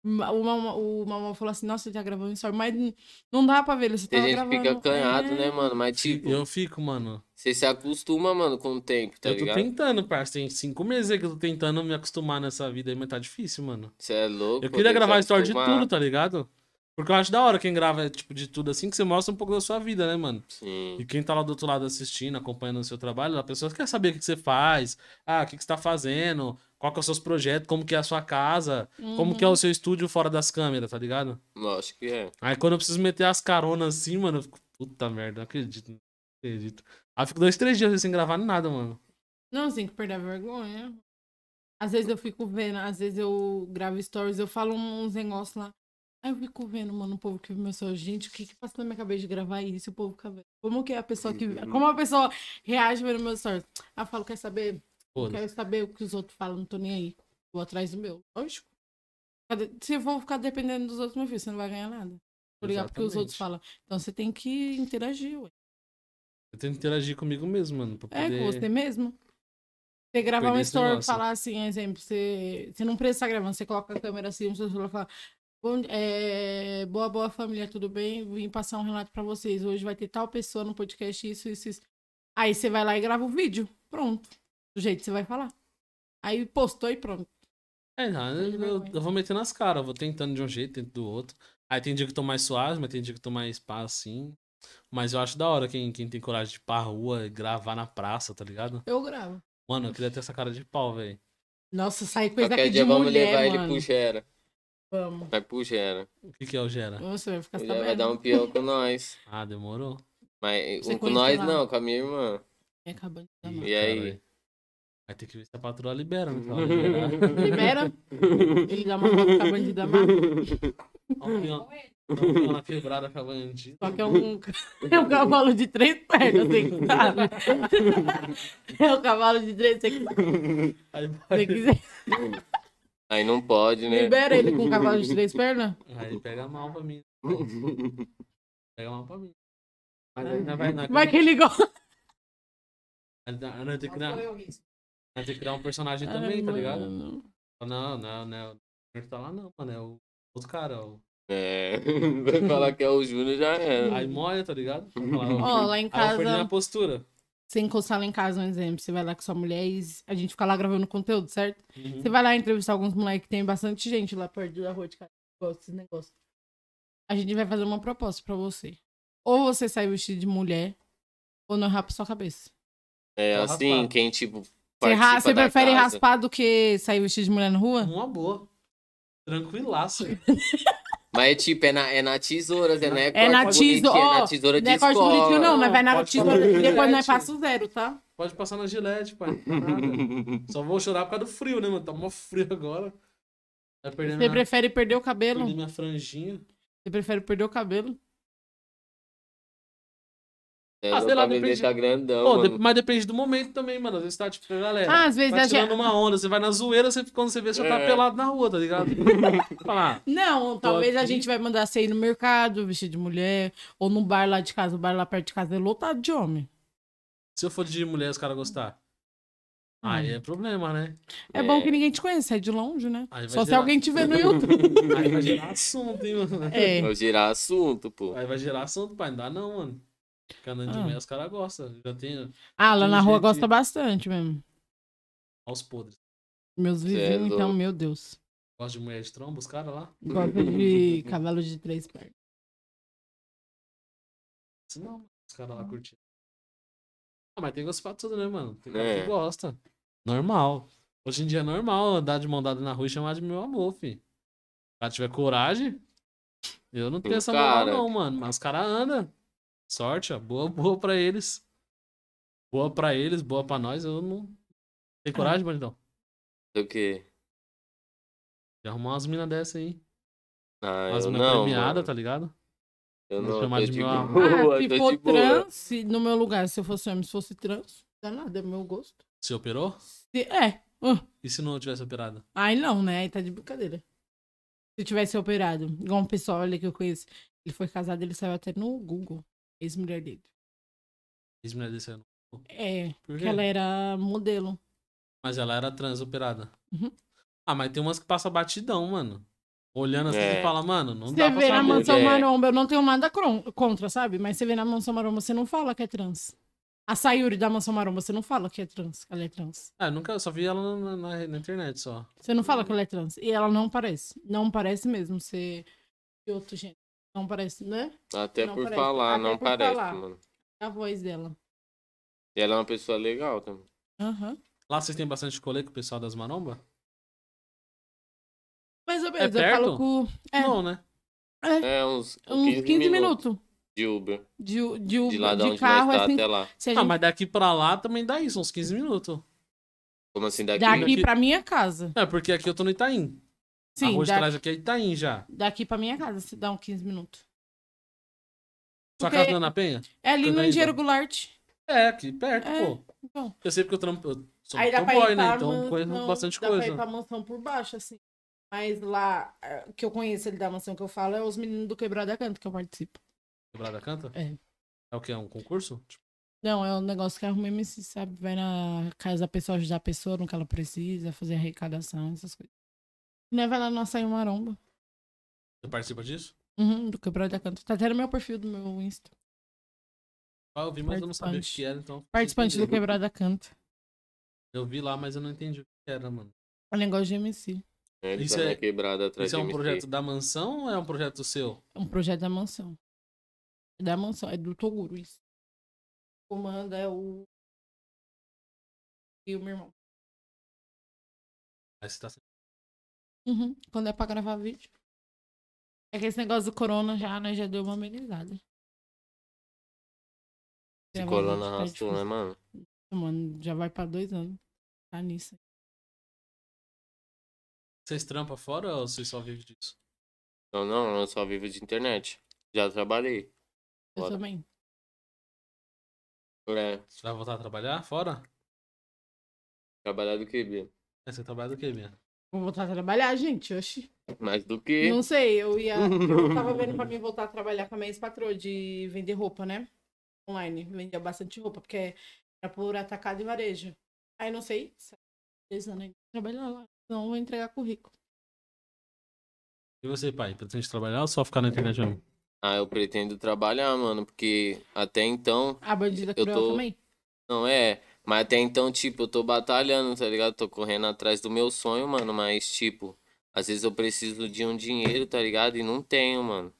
[SPEAKER 3] Ma- O mamão o Mamão falou assim: Nossa, ele tá gravando story, mas n- não dá pra ver ele. Você
[SPEAKER 2] Tem
[SPEAKER 3] tava
[SPEAKER 2] gente que
[SPEAKER 3] gravando.
[SPEAKER 2] fica acanhado,
[SPEAKER 3] É.
[SPEAKER 2] né, mano? Mas, tipo,
[SPEAKER 1] Eu fico, mano.
[SPEAKER 2] você se acostuma, mano, com o tempo, tá
[SPEAKER 1] eu tô
[SPEAKER 2] ligado?
[SPEAKER 1] tentando, parça. Tem cinco meses aí que eu tô tentando me acostumar nessa vida aí, mas tá difícil, mano.
[SPEAKER 2] Você é louco.
[SPEAKER 1] Eu queria
[SPEAKER 2] tem que se
[SPEAKER 1] gravar story de
[SPEAKER 2] acostumar.
[SPEAKER 1] tudo, tá ligado? Porque eu acho da hora quem grava, tipo, de tudo assim, que você mostra um pouco da sua vida, né, mano?
[SPEAKER 2] Sim.
[SPEAKER 1] E quem tá lá do outro lado assistindo, acompanhando o seu trabalho, a pessoa quer saber o que que você faz, ah, o que que você tá fazendo, qual que é os seus projetos, como que é a sua casa,
[SPEAKER 3] Uhum.
[SPEAKER 1] como que é o seu estúdio fora das câmeras, tá ligado?
[SPEAKER 2] Lógico que é.
[SPEAKER 1] Aí quando eu preciso meter as caronas assim, mano, eu fico, puta merda, não acredito, não acredito. Aí eu fico dois, três dias sem gravar nada, mano.
[SPEAKER 3] Não, tem que perder a vergonha. Às vezes eu fico vendo, às vezes eu gravo stories, eu falo um, uns negócios lá. Aí eu fico vendo, mano, o povo que viu meu story. Gente, o que que passa na minha cabeça de gravar isso? E O povo fica vendo. Como que a pessoa que.
[SPEAKER 2] Uhum.
[SPEAKER 3] Como a pessoa reage vendo meus stories? Aí eu falo, quer saber? Não
[SPEAKER 1] Foda-se.
[SPEAKER 3] quero saber o que os outros falam, não tô nem aí. Vou atrás do meu. Lógico. Cadê- Se eu for ficar dependendo dos outros, meu filho, você não vai ganhar nada. Vou ligar porque os
[SPEAKER 1] Exatamente.
[SPEAKER 3] outros falam. Então você tem que interagir, ué.
[SPEAKER 1] Eu tento interagir comigo mesmo, mano, pra
[SPEAKER 3] É,
[SPEAKER 1] poder...
[SPEAKER 3] com você mesmo. Você gravar um
[SPEAKER 1] Perder esse
[SPEAKER 3] story e
[SPEAKER 1] negócio.
[SPEAKER 3] falar assim, exemplo, você, você não precisa estar gravando, você coloca a câmera assim, o seu celular fala. "Bom- é, boa, boa família, tudo bem? Vim passar um relato pra vocês. Hoje vai ter tal pessoa no podcast, isso, isso, isso. Aí você vai lá e grava o vídeo. Pronto. Do jeito que você vai falar. Aí postou e pronto.
[SPEAKER 1] É, não, eu,
[SPEAKER 3] Ele vai
[SPEAKER 1] eu-
[SPEAKER 3] aguentar.
[SPEAKER 1] eu vou metendo as caras, eu vou tentando de um jeito, tento do outro. Aí tem dia que eu tô mais suave, mas tem dia que eu tô mais pá, assim. Mas eu acho da hora quem, quem tem coragem de ir pra rua e gravar na praça, tá ligado?
[SPEAKER 3] Eu gravo.
[SPEAKER 1] Mano, eu queria ter essa cara de pau, velho.
[SPEAKER 3] Nossa, sai coisa
[SPEAKER 2] Qualquer
[SPEAKER 3] aqui de
[SPEAKER 2] dia vamos
[SPEAKER 3] mulher,
[SPEAKER 2] levar ele
[SPEAKER 3] mano.
[SPEAKER 2] pro Gera.
[SPEAKER 3] Vamos.
[SPEAKER 2] Vai pro Gera.
[SPEAKER 1] O que que é o Gera?
[SPEAKER 3] Você vai ficar
[SPEAKER 2] Ele vai dar
[SPEAKER 3] Tá
[SPEAKER 2] um
[SPEAKER 3] sabendo.
[SPEAKER 2] peão com nós.
[SPEAKER 1] Ah, demorou.
[SPEAKER 2] Mas
[SPEAKER 3] Você
[SPEAKER 2] um com nós
[SPEAKER 3] conhece lá?
[SPEAKER 2] não, com a minha irmã.
[SPEAKER 3] É, Acabando de dar
[SPEAKER 1] Ih,
[SPEAKER 3] mal.
[SPEAKER 2] E aí?
[SPEAKER 1] caralho. Vai ter que ver se a patroa libera, né? Se ela liberar.
[SPEAKER 3] Libera. Ele dá uma foto com a bandida má.
[SPEAKER 1] Ó, o peão- ó, o peão na quebrada com a bandida.
[SPEAKER 3] Só que é um, é um cavalo de três pernas, tem que saber. É um cavalo de três, você que sabe.
[SPEAKER 1] Aí
[SPEAKER 3] Você
[SPEAKER 1] vai-
[SPEAKER 3] quiser.
[SPEAKER 2] Aí não pode, né?
[SPEAKER 3] Libera ele com um cavalo de três pernas.
[SPEAKER 1] Aí pega mal pra mim. Pega mal pra mim. Mas aí nós vai, nós
[SPEAKER 3] Vai que ele gosta.
[SPEAKER 1] Aí nós- nós tem que criar, nós tem que criar um personagem também, tá
[SPEAKER 3] Ai,
[SPEAKER 1] ligado?
[SPEAKER 3] mano.
[SPEAKER 1] Não, não, não. O Júnior tá lá não, mano. É o outro cara. o-
[SPEAKER 2] É. Vai falar que é o Júnior já é.
[SPEAKER 1] Aí molha, tá ligado? Vai falar, ó,
[SPEAKER 3] Ó, lá em
[SPEAKER 1] Aí eu perdi
[SPEAKER 3] casa.
[SPEAKER 1] minha postura.
[SPEAKER 3] Você encostar lá em casa, um exemplo, você vai lá com sua mulher e a gente fica lá gravando conteúdo, certo? Você vai lá entrevistar alguns moleques, tem bastante gente lá perto da rua de casa que gosta desse negócio. A gente vai fazer uma proposta pra você. Ou você sai vestido de mulher, ou não rapa sua cabeça.
[SPEAKER 2] É
[SPEAKER 1] Só
[SPEAKER 2] assim,
[SPEAKER 1] raspar.
[SPEAKER 2] quem, tipo,
[SPEAKER 3] Você, ra-
[SPEAKER 2] participa
[SPEAKER 3] você
[SPEAKER 2] da
[SPEAKER 3] prefere
[SPEAKER 2] casa.
[SPEAKER 3] raspar do que sair vestido de mulher na rua?
[SPEAKER 1] Uma boa. Tranquilaço.
[SPEAKER 2] Mas é tipo, é na, é na tesoura, né? Não é, corte
[SPEAKER 3] na
[SPEAKER 2] bonitinho,
[SPEAKER 3] tesoura,
[SPEAKER 2] É
[SPEAKER 3] ó,
[SPEAKER 2] na tesoura de
[SPEAKER 3] Não é corte
[SPEAKER 2] escola.
[SPEAKER 3] bonitinho, não, mas vai na
[SPEAKER 1] Pode
[SPEAKER 3] tesoura.
[SPEAKER 1] falar.
[SPEAKER 3] Depois nós
[SPEAKER 1] Gillette.
[SPEAKER 3] passa o zero, tá?
[SPEAKER 1] Pode passar na gilete, pai. Tá nada. Só vou chorar por causa do frio, né, mano? Tá mó frio agora. Tá perdendo
[SPEAKER 3] Você
[SPEAKER 1] minha,
[SPEAKER 3] prefere perder o cabelo?
[SPEAKER 1] perdi minha franjinha.
[SPEAKER 3] Você prefere perder o cabelo?
[SPEAKER 2] É,
[SPEAKER 1] Ah,
[SPEAKER 2] meu
[SPEAKER 1] sei lá,
[SPEAKER 2] cabelo
[SPEAKER 1] depende-
[SPEAKER 2] tá grandão,
[SPEAKER 1] Pô, de-
[SPEAKER 2] mano.
[SPEAKER 1] mas depende do momento também, mano. Às vezes tá, tipo, a galera.
[SPEAKER 3] Ah, às vezes
[SPEAKER 1] tá
[SPEAKER 3] a
[SPEAKER 1] tirando
[SPEAKER 3] gente-
[SPEAKER 1] uma onda. Você vai na zoeira, você, quando você vê, você tá
[SPEAKER 2] É.
[SPEAKER 1] pelado na rua, tá ligado? "Ah, Falar.
[SPEAKER 3] Não, talvez a
[SPEAKER 1] aqui.
[SPEAKER 3] gente vai mandar você ir no mercado, vestido de mulher, ou num bar lá de casa, o bar lá perto de casa é lotado de homem.
[SPEAKER 1] Se eu for de mulher, os caras gostar. Aí é problema, né?
[SPEAKER 3] É,
[SPEAKER 2] É. Ah,
[SPEAKER 3] bom que ninguém te conhece, é de longe, né?
[SPEAKER 1] Aí vai
[SPEAKER 3] Só se
[SPEAKER 1] gerar-
[SPEAKER 3] alguém te vê no YouTube.
[SPEAKER 1] Aí vai gerar assunto, hein, mano?
[SPEAKER 3] É.
[SPEAKER 2] Vou girar assunto, pô.
[SPEAKER 1] Aí vai gerar assunto, pai. Não dá não, mano. Ficar andando de
[SPEAKER 3] Ah.
[SPEAKER 1] meia, os caras gostam. Já tem
[SPEAKER 3] Ah, lá
[SPEAKER 1] Tem
[SPEAKER 3] na rua
[SPEAKER 1] gente-
[SPEAKER 3] gosta bastante mesmo.
[SPEAKER 1] aos podres.
[SPEAKER 3] Meus
[SPEAKER 2] é
[SPEAKER 3] vizinhos, então,
[SPEAKER 2] louco.
[SPEAKER 3] meu Deus.
[SPEAKER 1] Gosta de mulher de tromba, os caras lá?
[SPEAKER 3] Gosta de cavalo de três pernas.
[SPEAKER 1] Isso não, mano. os caras lá curtindo. Ah, mas tem gosto pra tudo, né, mano? Tem cara
[SPEAKER 2] É.
[SPEAKER 1] que gosta. Normal. Hoje em dia é normal andar de mão dada na rua e chamar de meu amor, fi. Se o cara tiver coragem, eu não tenho essa moral
[SPEAKER 2] Cara.
[SPEAKER 1] não, mano. Mas os caras andam. Sorte, ó. Boa, boa pra eles. Boa pra eles, boa pra nós. Eu não... Tem coragem, bandidão?
[SPEAKER 2] O quê?
[SPEAKER 1] De arrumar umas minas dessas aí.
[SPEAKER 2] Ah,
[SPEAKER 1] As
[SPEAKER 2] eu
[SPEAKER 1] minas
[SPEAKER 2] não,
[SPEAKER 1] premiadas,
[SPEAKER 2] mano.
[SPEAKER 1] tá ligado?
[SPEAKER 2] Eu
[SPEAKER 1] Vou
[SPEAKER 2] não,
[SPEAKER 1] chamar
[SPEAKER 2] tô
[SPEAKER 1] de
[SPEAKER 2] de
[SPEAKER 1] meu
[SPEAKER 2] boa,
[SPEAKER 1] amor.
[SPEAKER 3] Ah, se
[SPEAKER 2] tô de
[SPEAKER 3] for
[SPEAKER 2] boa.
[SPEAKER 3] trans, se- no meu lugar, se eu fosse homem, se fosse trans, não dá nada, é meu gosto.
[SPEAKER 1] Se operou?
[SPEAKER 3] Se- é. ah,
[SPEAKER 1] E se não tivesse operado?
[SPEAKER 3] Ai, não, né? Aí tá de brincadeira. Se tivesse operado, igual um pessoal ali que eu conheço, ele foi casado, ele saiu até no Google, ex-mulher dele.
[SPEAKER 1] As mulheres desse ano.
[SPEAKER 3] É,
[SPEAKER 1] Por
[SPEAKER 3] que
[SPEAKER 1] quê?
[SPEAKER 3] ela era modelo.
[SPEAKER 1] Mas ela era trans operada.
[SPEAKER 3] Uhum.
[SPEAKER 1] Ah, mas tem umas que passa batidão, mano. Olhando assim,
[SPEAKER 2] É.
[SPEAKER 1] você fala, mano, não
[SPEAKER 3] Você
[SPEAKER 1] dá pra
[SPEAKER 3] vê na
[SPEAKER 1] saber. né?
[SPEAKER 3] Mansão
[SPEAKER 2] É.
[SPEAKER 3] Maromba, eu não tenho nada cron- contra, sabe? Mas você vê na Mansão Maromba, você não fala que é trans. A Sayuri da Mansão Maromba, você não fala que é trans, que ela é trans.
[SPEAKER 1] Ah, eu nunca, eu só vi ela na, na- na internet só.
[SPEAKER 3] Você não fala que ela é trans. E ela não parece. Não parece mesmo ser de outro gênero. Não parece, né?
[SPEAKER 2] Até
[SPEAKER 3] Não
[SPEAKER 2] por
[SPEAKER 3] parece.
[SPEAKER 2] falar,
[SPEAKER 3] Até
[SPEAKER 2] não
[SPEAKER 3] por
[SPEAKER 2] parece,
[SPEAKER 3] falar.
[SPEAKER 2] mano.
[SPEAKER 3] A voz dela.
[SPEAKER 2] E ela é uma pessoa legal também.
[SPEAKER 3] Aham.
[SPEAKER 1] Lá vocês têm bastante colê com o pessoal das maromba?
[SPEAKER 3] Mais ou menos, eu
[SPEAKER 1] É perto?
[SPEAKER 3] falo com É.
[SPEAKER 1] Não, né?
[SPEAKER 2] É, uns,
[SPEAKER 3] uns 15, minutos
[SPEAKER 2] de Uber.
[SPEAKER 3] de, u- de, u-
[SPEAKER 2] De lá de,
[SPEAKER 3] de
[SPEAKER 2] onde
[SPEAKER 3] carro,
[SPEAKER 2] nós tá
[SPEAKER 3] assim.
[SPEAKER 2] até lá.
[SPEAKER 3] Se a
[SPEAKER 1] Ah,
[SPEAKER 3] gente
[SPEAKER 1] mas daqui pra lá também dá isso, uns 15 minutos.
[SPEAKER 2] Como assim, daqui?
[SPEAKER 3] daqui pra minha casa.
[SPEAKER 1] É, porque aqui eu tô no Itaim. a
[SPEAKER 3] Sim,
[SPEAKER 1] rua de
[SPEAKER 3] da-
[SPEAKER 1] trás aqui é Itaim já.
[SPEAKER 3] daqui pra minha casa, se dá uns 15 minutos.
[SPEAKER 1] Sua
[SPEAKER 3] Porque-
[SPEAKER 1] casa não é na Penha?
[SPEAKER 3] É ali no
[SPEAKER 1] Tudo aí,
[SPEAKER 3] Engenheiro
[SPEAKER 1] então.
[SPEAKER 3] Goulart.
[SPEAKER 1] É, aqui perto,
[SPEAKER 3] É,
[SPEAKER 1] pô.
[SPEAKER 3] então.
[SPEAKER 1] Eu sei porque eu trampo. Eu sou
[SPEAKER 3] Aí dá pra
[SPEAKER 1] motoboy,
[SPEAKER 3] ir
[SPEAKER 1] né?
[SPEAKER 3] pra
[SPEAKER 1] Então conheço
[SPEAKER 3] mansão-
[SPEAKER 1] bastante
[SPEAKER 3] dá pra ir
[SPEAKER 1] coisa.
[SPEAKER 3] pra mansão por baixo, assim. Mas lá, eh, que eu conheço ele da mansão que eu falo, é os meninos do Quebrada Canto que eu participo.
[SPEAKER 1] Quebrada canta?
[SPEAKER 3] É.
[SPEAKER 1] É o quê? É um concurso? Tipo,
[SPEAKER 3] Não, é um negócio que arruma MC, sabe? Vai na casa da pessoa, ajudar a pessoa no que ela precisa, fazer arrecadação, essas coisas. Né, vai lá no açaí maromba.
[SPEAKER 1] você participa disso?
[SPEAKER 3] Uhum, do Quebrada Canto. Tá até no meu perfil do meu Insta.
[SPEAKER 1] Ah, eu vi, mas eu não sabia o que
[SPEAKER 3] Participante.
[SPEAKER 1] era, então.
[SPEAKER 3] Participante do Quebrada Canto.
[SPEAKER 1] Eu vi lá, mas eu não entendi o que era, mano.
[SPEAKER 3] É um negócio de MC.
[SPEAKER 2] Né? Ele
[SPEAKER 1] Isso
[SPEAKER 2] tá
[SPEAKER 1] é-
[SPEAKER 2] na quebrada atrás
[SPEAKER 1] Isso é
[SPEAKER 2] de
[SPEAKER 1] um
[SPEAKER 2] MC.
[SPEAKER 1] projeto da mansão ou é um projeto seu?
[SPEAKER 3] É um projeto da mansão. É da mansão, é do Toguro isso. Comanda é o. E o meu irmão.
[SPEAKER 1] Aí você tá sendo
[SPEAKER 3] Uhum, Quando é pra gravar vídeo. É que esse negócio do corona já, né? Já deu uma amenizada.
[SPEAKER 2] Esse
[SPEAKER 3] Gravar
[SPEAKER 2] corona
[SPEAKER 3] vídeo tá
[SPEAKER 2] arrastou, né,
[SPEAKER 3] difícil,
[SPEAKER 2] mano?
[SPEAKER 3] Mano, já vai pra dois anos. Tá nisso.
[SPEAKER 1] Vocês trampam fora ou vocês só vivem disso?
[SPEAKER 2] Não, não, eu só vivo de internet. Já trabalhei.
[SPEAKER 3] Eu
[SPEAKER 2] Bora.
[SPEAKER 3] também.
[SPEAKER 2] É,
[SPEAKER 1] Você vai voltar a trabalhar fora?
[SPEAKER 2] trabalhar do que, Bia?
[SPEAKER 1] É, você trabalha do quê, Bia?
[SPEAKER 3] Vou voltar a trabalhar, gente. Oxi.
[SPEAKER 2] Mais do que.
[SPEAKER 3] Não sei, eu ia. Eu tava vendo pra mim voltar a trabalhar com a minha ex-patroa de vender roupa, né? Online. Vendia bastante roupa, porque era por atacado e varejo. Aí não sei. se- é Dois anos ainda trabalhando lá. Não vou entregar currículo.
[SPEAKER 1] E você, pai? Pretende trabalhar ou só ficar na internet mesmo?
[SPEAKER 2] Ah, eu pretendo trabalhar, mano, porque até então
[SPEAKER 3] A bandida
[SPEAKER 2] Eu
[SPEAKER 3] cruel
[SPEAKER 2] tô-
[SPEAKER 3] também.
[SPEAKER 2] Não é. Mas até então, tipo, eu tô batalhando, tá ligado? Tô correndo atrás do meu sonho, mano. Mas, tipo, às vezes eu preciso de um dinheiro, tá ligado? E não tenho, mano.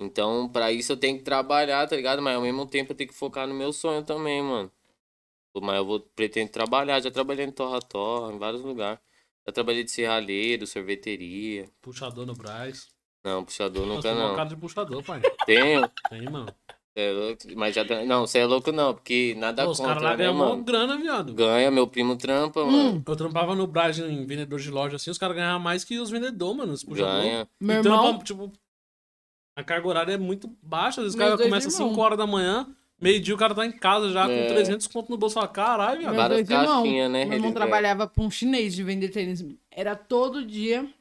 [SPEAKER 2] Então, pra isso eu tenho que trabalhar, tá ligado? Mas ao mesmo tempo eu tenho que focar no meu sonho também, mano. Mas eu vou pretendo trabalhar. Já trabalhei em Torra Torra, em vários lugares. Já trabalhei de serralheiro, sorveteria.
[SPEAKER 1] Puxador no Braz.
[SPEAKER 2] Não, puxador
[SPEAKER 1] Nós
[SPEAKER 2] nunca
[SPEAKER 1] temos uma
[SPEAKER 2] não.
[SPEAKER 1] cara de puxador, pai.
[SPEAKER 2] Tenho.
[SPEAKER 1] Tem, mano.
[SPEAKER 2] Cê é louco, Mas já. tra- Não, você é louco não, porque nada
[SPEAKER 1] Pô, os
[SPEAKER 2] contra,
[SPEAKER 1] caras lá
[SPEAKER 2] né,
[SPEAKER 1] ganham mó
[SPEAKER 2] mano?
[SPEAKER 1] grana, viado.
[SPEAKER 2] Ganha, meu primo trampa, mano.
[SPEAKER 3] Hum,
[SPEAKER 1] Eu trampava no Braz em vendedor de loja assim, os caras ganhavam mais que os vendedores, mano. Os puxadores.
[SPEAKER 2] Ganha.
[SPEAKER 3] meu
[SPEAKER 1] então,
[SPEAKER 3] irmão.
[SPEAKER 1] vamos, tipo, a carga horária é muito baixa. Às vezes o
[SPEAKER 3] Meus
[SPEAKER 1] cara
[SPEAKER 3] dois
[SPEAKER 1] começa às
[SPEAKER 3] irmãos.
[SPEAKER 1] 5 horas da manhã, meio-dia o cara tá em casa já
[SPEAKER 2] É.
[SPEAKER 1] com 300 conto no bolso. Fala, caralho, viado.
[SPEAKER 3] Meu
[SPEAKER 2] Várias
[SPEAKER 3] dois irmãos.
[SPEAKER 2] caixinhas, né?
[SPEAKER 3] Meu irmão
[SPEAKER 2] Ele-
[SPEAKER 3] trabalhava pra um chinês de vender tênis. Era todo dia.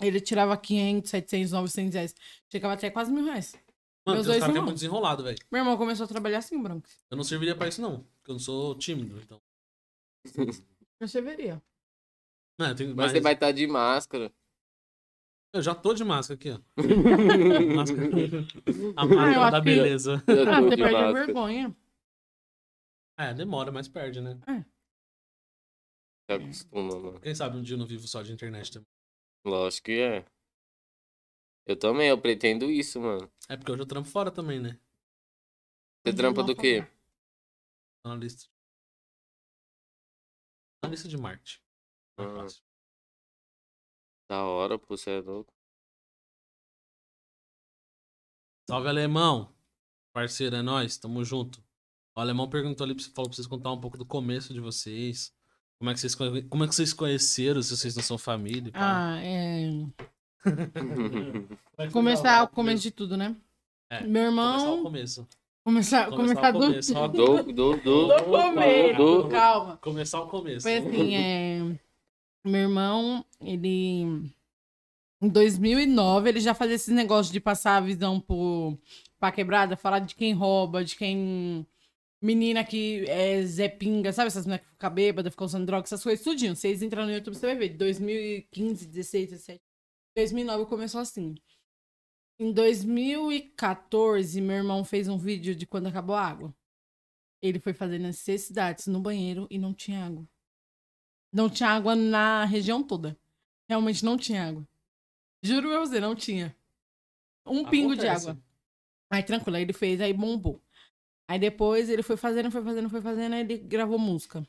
[SPEAKER 3] Ele tirava 500, 700, 900 reais. Chegava até quase mil reais.
[SPEAKER 1] Mano,
[SPEAKER 3] meus
[SPEAKER 1] tem
[SPEAKER 3] dois
[SPEAKER 1] uns caras que é
[SPEAKER 3] irmãos.
[SPEAKER 1] muito desenrolado, velho.
[SPEAKER 3] Meu irmão começou a trabalhar assim, branco.
[SPEAKER 1] Eu não serviria pra isso, não. Porque eu não sou tímido, então.
[SPEAKER 3] Perceberia.
[SPEAKER 1] Não, eu, tenho
[SPEAKER 2] Mas
[SPEAKER 1] mais...
[SPEAKER 2] você vai estar de máscara.
[SPEAKER 1] eu já tô de máscara aqui, ó. máscara. A máscara
[SPEAKER 3] Ah, eu
[SPEAKER 1] da
[SPEAKER 3] acho que-
[SPEAKER 1] beleza.
[SPEAKER 2] Eu
[SPEAKER 3] Ah,
[SPEAKER 2] tô
[SPEAKER 3] você
[SPEAKER 2] de
[SPEAKER 3] perde a
[SPEAKER 2] máscara.
[SPEAKER 3] vergonha.
[SPEAKER 1] É, demora, mas perde, né?
[SPEAKER 2] Se acostuma, mano.
[SPEAKER 1] Quem sabe um dia eu não vivo só de internet também.
[SPEAKER 2] Lógico que é. Eu também, eu pretendo isso, mano.
[SPEAKER 1] É porque hoje eu trampo fora também, né?
[SPEAKER 2] Você
[SPEAKER 3] Não
[SPEAKER 2] trampa do
[SPEAKER 3] falar.
[SPEAKER 2] quê?
[SPEAKER 1] Analista. Analista de marketing. Mais
[SPEAKER 2] Ah.
[SPEAKER 1] fácil.
[SPEAKER 2] Da hora, pô, você é louco.
[SPEAKER 1] Salve, alemão. Parceiro, é nóis. Tamo junto. O alemão perguntou ali, falou pra vocês contar um pouco do começo de vocês. Como é que vocês, conhe- como é que vocês conheceram, se vocês não são família? e pá.
[SPEAKER 3] Ah, é. Começar o começo de tudo, né?
[SPEAKER 1] É,
[SPEAKER 3] Meu
[SPEAKER 1] Começar o
[SPEAKER 3] irmão.
[SPEAKER 1] começo.
[SPEAKER 3] Começar, começar,
[SPEAKER 1] o
[SPEAKER 3] do,
[SPEAKER 1] começo. ó,
[SPEAKER 2] do, do, do.
[SPEAKER 3] do começo.
[SPEAKER 2] do-
[SPEAKER 3] Calma.
[SPEAKER 1] Começar o começo.
[SPEAKER 3] Foi assim, é... Meu irmão, ele... Em 2009, ele já fazia esses negócios de passar a visão pro... pra quebrada, falar de quem rouba, de quem... Menina que é Zé Pinga, sabe? Essas meninas que ficam bêbadas, ficam usando droga, essas coisas, tudinho. Vocês entram no YouTube, você vai ver. De 2015, 16, 17... 2009 começou assim. Em 2014, meu irmão fez um vídeo de quando acabou a água. Ele foi fazer necessidades no banheiro e não tinha água. Não tinha água na região toda. Realmente não tinha água. Juro pra você, não tinha. Um pingo de
[SPEAKER 1] Acontece.
[SPEAKER 3] água. Aí tranquilo, aí ele fez, aí bombou. Aí depois ele foi fazendo, foi fazendo, foi fazendo, aí ele gravou música.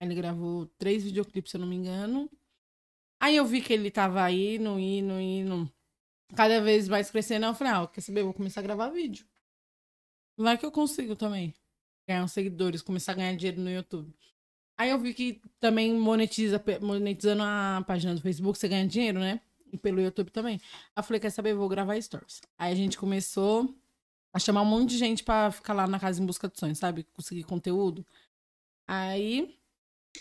[SPEAKER 3] Aí Ele gravou três videoclipes, se eu não me engano. Aí eu vi que ele tava indo, indo, indo. Cada vez mais crescendo. Aí eu falei, ah, quer saber? Eu vou começar a gravar vídeo. Vai que eu consigo também. Ganhar uns seguidores, começar a ganhar dinheiro no YouTube. Aí eu vi que também monetiza, pe- monetizando a página do Facebook, você ganha dinheiro, né? E pelo YouTube também. Aí eu falei, quer saber? Eu vou gravar stories. Aí a gente começou a chamar um monte de gente pra ficar lá na casa em busca de sonhos, sabe? Conseguir conteúdo. Aí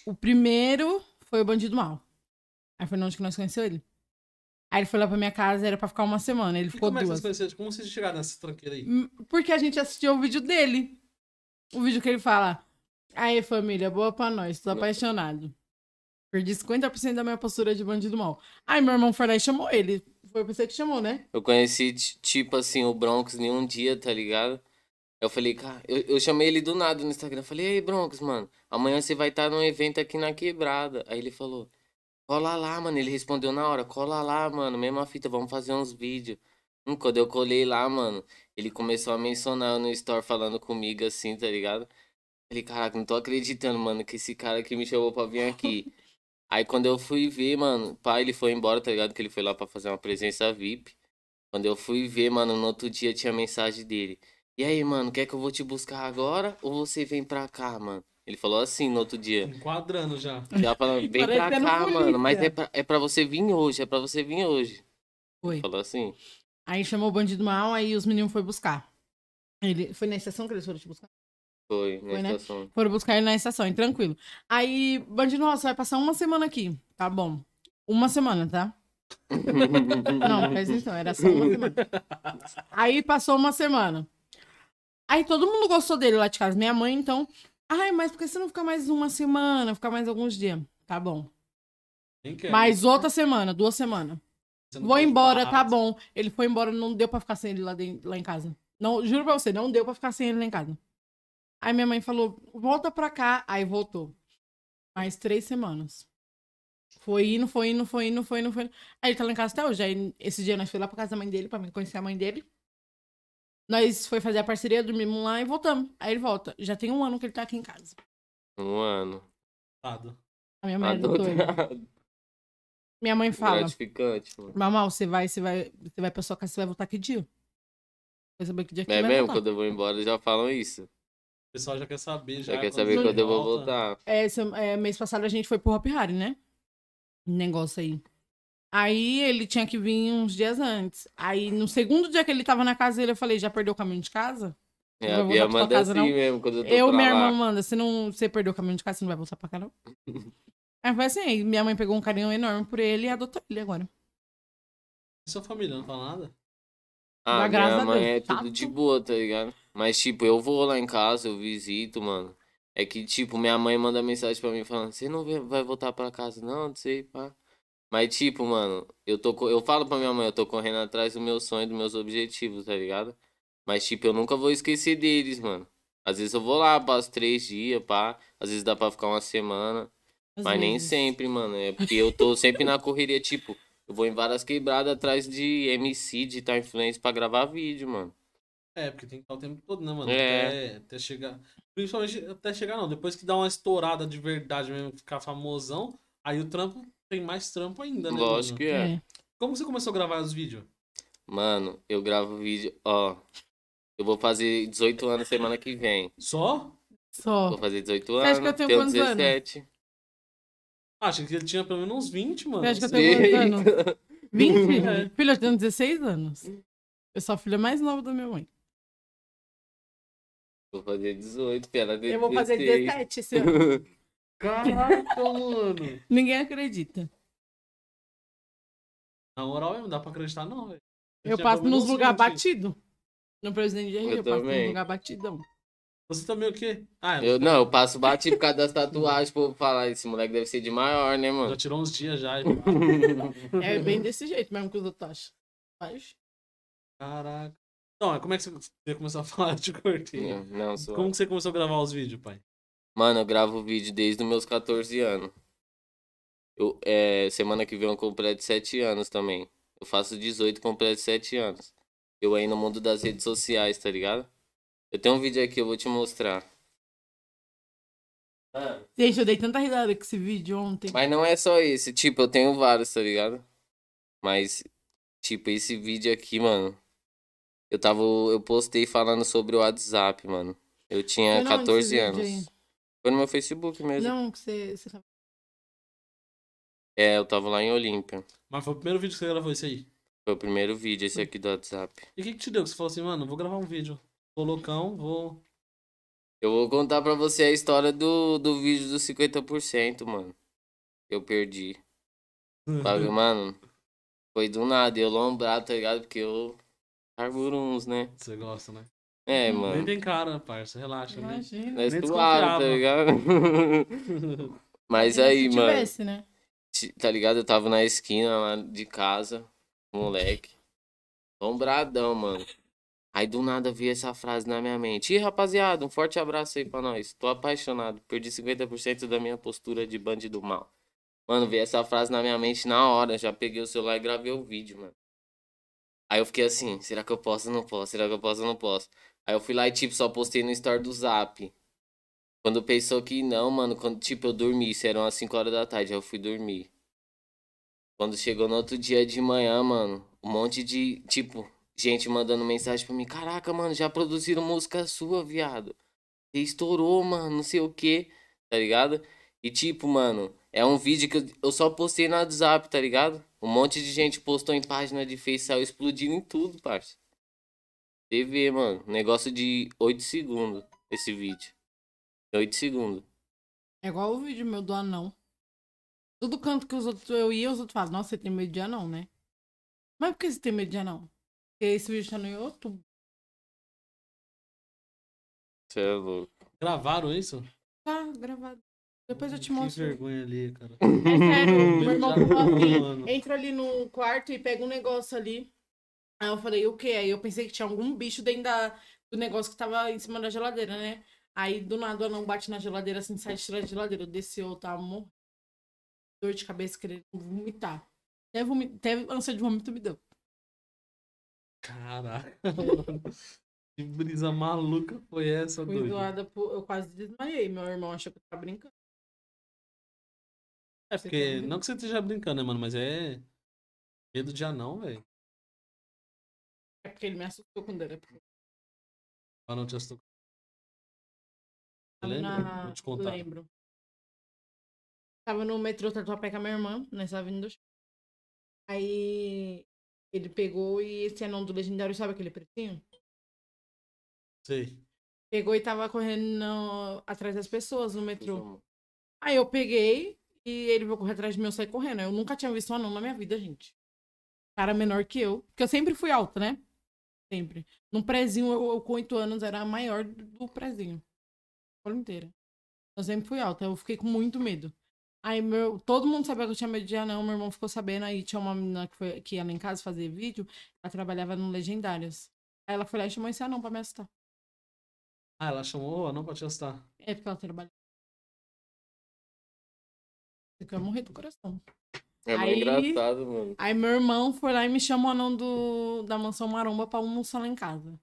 [SPEAKER 3] o primeiro foi o Bandido Mal. Aí foi onde que nós conhecemos ele. Aí ele foi lá pra minha casa, era pra ficar uma semana. Ele
[SPEAKER 1] E
[SPEAKER 3] ficou
[SPEAKER 1] como é que
[SPEAKER 3] duas.
[SPEAKER 1] vocês conheceram? Como vocês chegaram nessa tranqueira aí?
[SPEAKER 3] Hum, Porque a gente assistiu o vídeo dele. O vídeo que ele fala. Aê, família, boa pra nós, tô apaixonado. Perdi 50% da minha postura de bandido mal. Aí meu irmão foi lá e chamou ele. Foi você que chamou, né?
[SPEAKER 2] Eu conheci, ti- tipo assim, o Bronx em um dia, tá ligado? Eu falei, cara, eu, eu chamei ele do nada no Instagram. Falei, ei, Bronx, mano, amanhã você vai estar num evento aqui na Quebrada. Aí ele falou, cola lá, mano. Ele respondeu na hora, cola lá, mano, mesma fita, vamos fazer uns vídeos. Hum, quando eu colei lá, mano, ele começou a mencionar no Store falando comigo assim, tá ligado? Falei, caraca, não tô acreditando, mano, que esse cara que me chamou pra vir aqui. Aí quando eu fui ver, mano, pá, ele foi embora, tá ligado? Que ele foi lá pra fazer uma presença VIP. Quando eu fui ver, mano, no outro dia tinha mensagem dele. E aí, mano, quer que eu vou te buscar agora ou você vem pra cá, mano? Ele falou assim no outro dia.
[SPEAKER 1] Enquadrando já.
[SPEAKER 2] Já falando, vem pra
[SPEAKER 3] Parecendo
[SPEAKER 2] cá, mano, mas
[SPEAKER 3] polícia.
[SPEAKER 2] é pra, é pra você vir hoje, é pra você vir hoje.
[SPEAKER 3] Foi.
[SPEAKER 2] Falou assim.
[SPEAKER 3] Aí chamou o bandido mal, aí os meninos foram buscar. Ele... Foi na estação que eles foram te buscar?
[SPEAKER 2] Foi, na
[SPEAKER 3] Foi, né?
[SPEAKER 2] estação.
[SPEAKER 3] Foram buscar ele na estação, aí tranquilo. Aí, bandido mal, você vai passar uma semana aqui. Tá bom. Uma semana, tá? Não, presta atenção, era só uma semana. Aí passou uma semana. Aí todo mundo gostou dele lá de casa. Minha mãe, então. Ai, mas por que você não fica mais uma semana? Fica mais alguns dias. Tá bom.
[SPEAKER 1] Nem quero.
[SPEAKER 3] Mais outra semana, duas semanas.
[SPEAKER 1] Você não
[SPEAKER 3] Vou
[SPEAKER 1] pode
[SPEAKER 3] embora,
[SPEAKER 1] parar.
[SPEAKER 3] tá bom. Ele foi embora, não deu pra ficar sem ele lá, dentro, lá em casa. Não, juro pra você, não deu pra ficar sem ele lá em casa. Aí minha mãe falou, volta pra cá. Aí voltou. Mais três semanas. Foi indo, foi indo, foi indo, foi indo, foi indo. Aí ele tá lá em casa até hoje. Aí esse dia nós fomos lá pra casa da mãe dele, pra mim conhecer a mãe dele. Nós foi fazer a parceria, dormimos lá e voltamos. Aí ele volta. Já tem um ano que ele tá aqui em casa.
[SPEAKER 2] Um ano.
[SPEAKER 1] Tado.
[SPEAKER 3] A minha mãe
[SPEAKER 1] Tá
[SPEAKER 3] é doida.
[SPEAKER 2] Adotado.
[SPEAKER 3] Minha mãe fala,
[SPEAKER 2] Gratificante, mano.
[SPEAKER 3] Mamal, você vai, você vai, você vai pra sua casa, você vai voltar que dia? Vai saber que dia que
[SPEAKER 2] É
[SPEAKER 3] você vai
[SPEAKER 2] mesmo,
[SPEAKER 3] voltar.
[SPEAKER 2] quando eu vou embora já falam isso.
[SPEAKER 1] O pessoal já quer saber. Já,
[SPEAKER 2] Já quer
[SPEAKER 1] quando
[SPEAKER 2] saber
[SPEAKER 1] ele
[SPEAKER 2] quando eu vou
[SPEAKER 1] volta.
[SPEAKER 2] voltar.
[SPEAKER 3] É, se- é, mês passado a gente foi pro Hop Hari, né? Um negócio aí. Aí ele tinha que vir uns dias antes. Aí no segundo dia que ele tava na casa dele, eu falei, já perdeu o caminho de casa?
[SPEAKER 2] É,
[SPEAKER 3] Não
[SPEAKER 2] a
[SPEAKER 3] vai
[SPEAKER 2] Bia
[SPEAKER 3] voltar pra sua
[SPEAKER 2] manda
[SPEAKER 3] casa,
[SPEAKER 2] assim
[SPEAKER 3] não?
[SPEAKER 2] mesmo, quando eu tô
[SPEAKER 3] Eu,
[SPEAKER 2] pra
[SPEAKER 3] minha
[SPEAKER 2] lá.
[SPEAKER 3] irmã, manda, você não, você perdeu o caminho de casa, você não vai voltar pra cá, não? Aí foi assim, aí minha mãe pegou um carinho enorme por ele e adotou ele agora.
[SPEAKER 1] E sua família não fala nada?
[SPEAKER 2] Ah,
[SPEAKER 3] Dá
[SPEAKER 2] minha
[SPEAKER 3] graças a
[SPEAKER 2] mãe
[SPEAKER 3] Deus,
[SPEAKER 2] é tudo de
[SPEAKER 3] chato.
[SPEAKER 2] boa, tá ligado? Mas, tipo, eu vou lá em casa, eu visito, mano. É que, tipo, minha mãe manda mensagem pra mim falando, você não vai- vai voltar pra casa, não, não sei, pá. Mas, tipo, mano, eu tô, co- eu falo pra minha mãe, eu tô correndo atrás do meu sonho, dos meus objetivos, tá ligado? Mas, tipo, eu nunca vou esquecer deles, mano. Às vezes eu vou lá, passo três dias, pá. Às vezes dá pra ficar uma semana.
[SPEAKER 3] Às
[SPEAKER 2] Mas nem
[SPEAKER 3] vezes.
[SPEAKER 2] sempre, mano. É porque eu tô sempre na correria, tipo, eu vou em várias quebradas atrás de MC, de tal influência pra gravar vídeo, mano.
[SPEAKER 1] É, porque tem que estar o tempo todo, né, mano?
[SPEAKER 2] É.
[SPEAKER 1] Até, até chegar. Principalmente até chegar, não. Depois que dá uma estourada de verdade mesmo, ficar famosão, aí o trampo tem mais trampo ainda, né? mano?
[SPEAKER 2] Lógico que é.
[SPEAKER 3] É.
[SPEAKER 1] Como você começou a gravar os vídeos?
[SPEAKER 2] Mano, eu gravo vídeo, ó. Eu vou fazer 18 anos semana que vem.
[SPEAKER 1] Só?
[SPEAKER 3] Só.
[SPEAKER 2] Vou fazer 18
[SPEAKER 3] Você
[SPEAKER 2] anos.
[SPEAKER 3] acha que eu tenho quantos anos?
[SPEAKER 2] 17.
[SPEAKER 1] Ah, achei que ele tinha pelo menos uns 20, mano. é
[SPEAKER 3] Você acha que eu
[SPEAKER 1] Sei.
[SPEAKER 3] tenho quantos anos?
[SPEAKER 2] Eita.
[SPEAKER 3] 20?
[SPEAKER 1] É.
[SPEAKER 3] Filho, eu tenho 16 anos. Eu sou a filha mais nova da minha mãe.
[SPEAKER 2] Vou fazer 18, pera.
[SPEAKER 3] Eu vou fazer
[SPEAKER 2] 16.
[SPEAKER 3] 17 esse ano.
[SPEAKER 1] Caraca, mano.
[SPEAKER 3] Ninguém acredita.
[SPEAKER 1] Na moral, eu não dá pra acreditar, não, velho.
[SPEAKER 3] Eu
[SPEAKER 1] tinha
[SPEAKER 3] passo
[SPEAKER 1] pelo menos uns
[SPEAKER 3] nos lugares
[SPEAKER 1] 20.
[SPEAKER 3] batidos. No presidente de RG, eu,
[SPEAKER 2] Eu
[SPEAKER 3] passo
[SPEAKER 2] também.
[SPEAKER 3] nos lugares batidão.
[SPEAKER 1] Você também o quê? Ah,
[SPEAKER 2] Eu, não, eu passo bate por causa das tatuagens, pô, falar, esse moleque deve ser de maior, né,
[SPEAKER 1] já
[SPEAKER 2] mano?
[SPEAKER 1] tirou uns dias já. e-
[SPEAKER 3] É bem desse jeito mesmo que os outros acham. Mas,
[SPEAKER 1] Caraca. Não, mas como é que você- você começou a falar de cortei?
[SPEAKER 2] Não, não, sou.
[SPEAKER 1] Como que você começou a gravar os vídeos, pai?
[SPEAKER 2] Mano, eu gravo vídeo desde os meus 14 anos. Eu, é, semana que vem eu completo 7 anos também. Eu faço 18, completo 7 anos. Eu aí no mundo das redes sociais, tá ligado? Eu tenho um vídeo aqui, eu vou te mostrar.
[SPEAKER 3] gente, eu dei tanta risada com esse vídeo ontem.
[SPEAKER 2] Mas não é só esse, tipo, eu tenho vários, tá ligado? Mas, tipo, esse vídeo aqui, mano. Eu tava. Eu postei falando sobre o WhatsApp, mano. Eu tinha
[SPEAKER 3] Foi na onde
[SPEAKER 2] 14
[SPEAKER 3] esse vídeo
[SPEAKER 2] anos. Foi no meu Facebook
[SPEAKER 3] aí?
[SPEAKER 2] mesmo.
[SPEAKER 3] Não, que você, você tá-
[SPEAKER 2] É, eu tava lá em Olímpia.
[SPEAKER 1] Mas foi o primeiro vídeo que você gravou esse aí.
[SPEAKER 2] Foi o primeiro vídeo, esse aqui do WhatsApp.
[SPEAKER 1] E o que, que te deu? Que você falou assim, mano, vou gravar um vídeo. Tô loucão, vou.
[SPEAKER 2] Eu vou contar pra você a história do, do vídeo dos 50%, mano. Eu perdi.
[SPEAKER 1] Uhum.
[SPEAKER 2] Sabe, mano? Foi do nada, eu lombrado, tá ligado? Porque eu carburo uns, né?
[SPEAKER 1] Você gosta, né?
[SPEAKER 2] É,
[SPEAKER 1] Nem
[SPEAKER 2] mano.
[SPEAKER 1] tem cara, né, parça? Relaxa, né?
[SPEAKER 3] Imagina.
[SPEAKER 2] Nós
[SPEAKER 1] nem
[SPEAKER 2] suado, tá ligado? Mas
[SPEAKER 3] Imagina
[SPEAKER 2] aí,
[SPEAKER 3] se
[SPEAKER 2] mano,
[SPEAKER 3] tivesse, né?
[SPEAKER 2] ti- tá ligado? Eu tava na esquina lá de casa, moleque. Lombradão, mano. Aí do nada veio essa frase na minha mente. Ih, rapaziada, um forte abraço aí pra nós. Tô apaixonado. Perdi 50% da minha postura de bandido mal. Mano, veio essa frase na minha mente na hora. Já peguei o celular e gravei o vídeo, mano. Aí eu fiquei assim, será que eu posso ou não posso? Será que eu posso ou não posso? Aí eu fui lá e, tipo, só postei no story do Zap. Quando pensou que não, mano, quando, tipo, eu dormi, isso eram as 5 horas da tarde, aí eu fui dormir. Quando chegou no outro dia de manhã, mano, um monte de, tipo, gente mandando mensagem pra mim. Caraca, mano, já produziram música sua, viado. Você estourou, mano, não sei o quê, tá ligado? E tipo, mano, é um vídeo que eu, eu só postei no WhatsApp, tá ligado? Um monte de gente postou em página de Face, saiu explodindo em tudo, parça. TV, mano, negócio de 8 segundos, esse vídeo. 8 segundos.
[SPEAKER 3] É igual o vídeo meu do anão. Todo canto que os outros eu ia, os outros falam, nossa, você tem medo de anão, né? Mas por que você tem medo de anão? Porque esse vídeo tá no YouTube.
[SPEAKER 2] Você é louco.
[SPEAKER 1] Gravaram isso?
[SPEAKER 3] Tá gravado. Depois eu te
[SPEAKER 1] Que
[SPEAKER 3] mostro.
[SPEAKER 1] vergonha ali, cara.
[SPEAKER 3] É sério, meu
[SPEAKER 1] Meu
[SPEAKER 3] irmão
[SPEAKER 1] Deus.
[SPEAKER 3] falou assim,
[SPEAKER 1] Mano.
[SPEAKER 3] entra ali no quarto e pega um negócio ali. Aí eu falei, o quê? Aí eu pensei que tinha algum bicho dentro da- do negócio que tava em cima da geladeira, né? Aí do nada o anão bate na geladeira assim, sai tirando a geladeira. Eu desci, eu tava morrendo. Dor de cabeça querendo vomitar. Até, vomi... Até ânsia de vômito me deu.
[SPEAKER 1] Caraca, mano. Que brisa maluca foi essa,
[SPEAKER 3] Fui
[SPEAKER 1] doido?
[SPEAKER 3] zoada por. Eu quase desmaiei. Meu irmão achou que eu tava brincando.
[SPEAKER 1] É porque,
[SPEAKER 3] Você
[SPEAKER 1] não que você esteja brincando, né, mano, mas é medo de anão, velho.
[SPEAKER 3] É porque ele me assustou quando era pequeno.
[SPEAKER 1] Anão te assustou. Você lembra?
[SPEAKER 3] Na-
[SPEAKER 1] né, Vou te contar.
[SPEAKER 3] Lembro. Tava no metrô Tatuapé com a minha irmã, nessa avenida do Chá. Aí ele pegou e esse anão do Legendário, sabe aquele pretinho?
[SPEAKER 1] Sei.
[SPEAKER 3] Pegou e tava correndo no- atrás das pessoas no metrô.
[SPEAKER 2] Então,
[SPEAKER 3] Aí eu peguei e ele veio correr atrás de mim, eu saí correndo. Eu nunca tinha visto um anão na minha vida, gente. Cara menor que eu. Porque eu sempre fui alta, né? Sempre. Num prezinho, eu, eu com oito anos era a maior do- do prezinho. A escola inteira. Eu sempre fui alta, eu fiquei com muito medo. Aí meu, todo mundo sabia que eu tinha medo de anão, meu irmão ficou sabendo. Aí tinha uma menina que, foi, que ia lá em casa fazer vídeo, ela trabalhava no Legendários. Aí ela foi lá e chamou esse anão pra me assustar.
[SPEAKER 1] Ah, ela chamou o anão pra te assustar.
[SPEAKER 3] É porque ela trabalhava. Eu ia morrer do coração.
[SPEAKER 2] É
[SPEAKER 3] Aí-
[SPEAKER 2] muito engraçado, mano.
[SPEAKER 3] Aí meu irmão foi lá e me chamou anão do, da mansão Maromba pra almoçar lá em casa.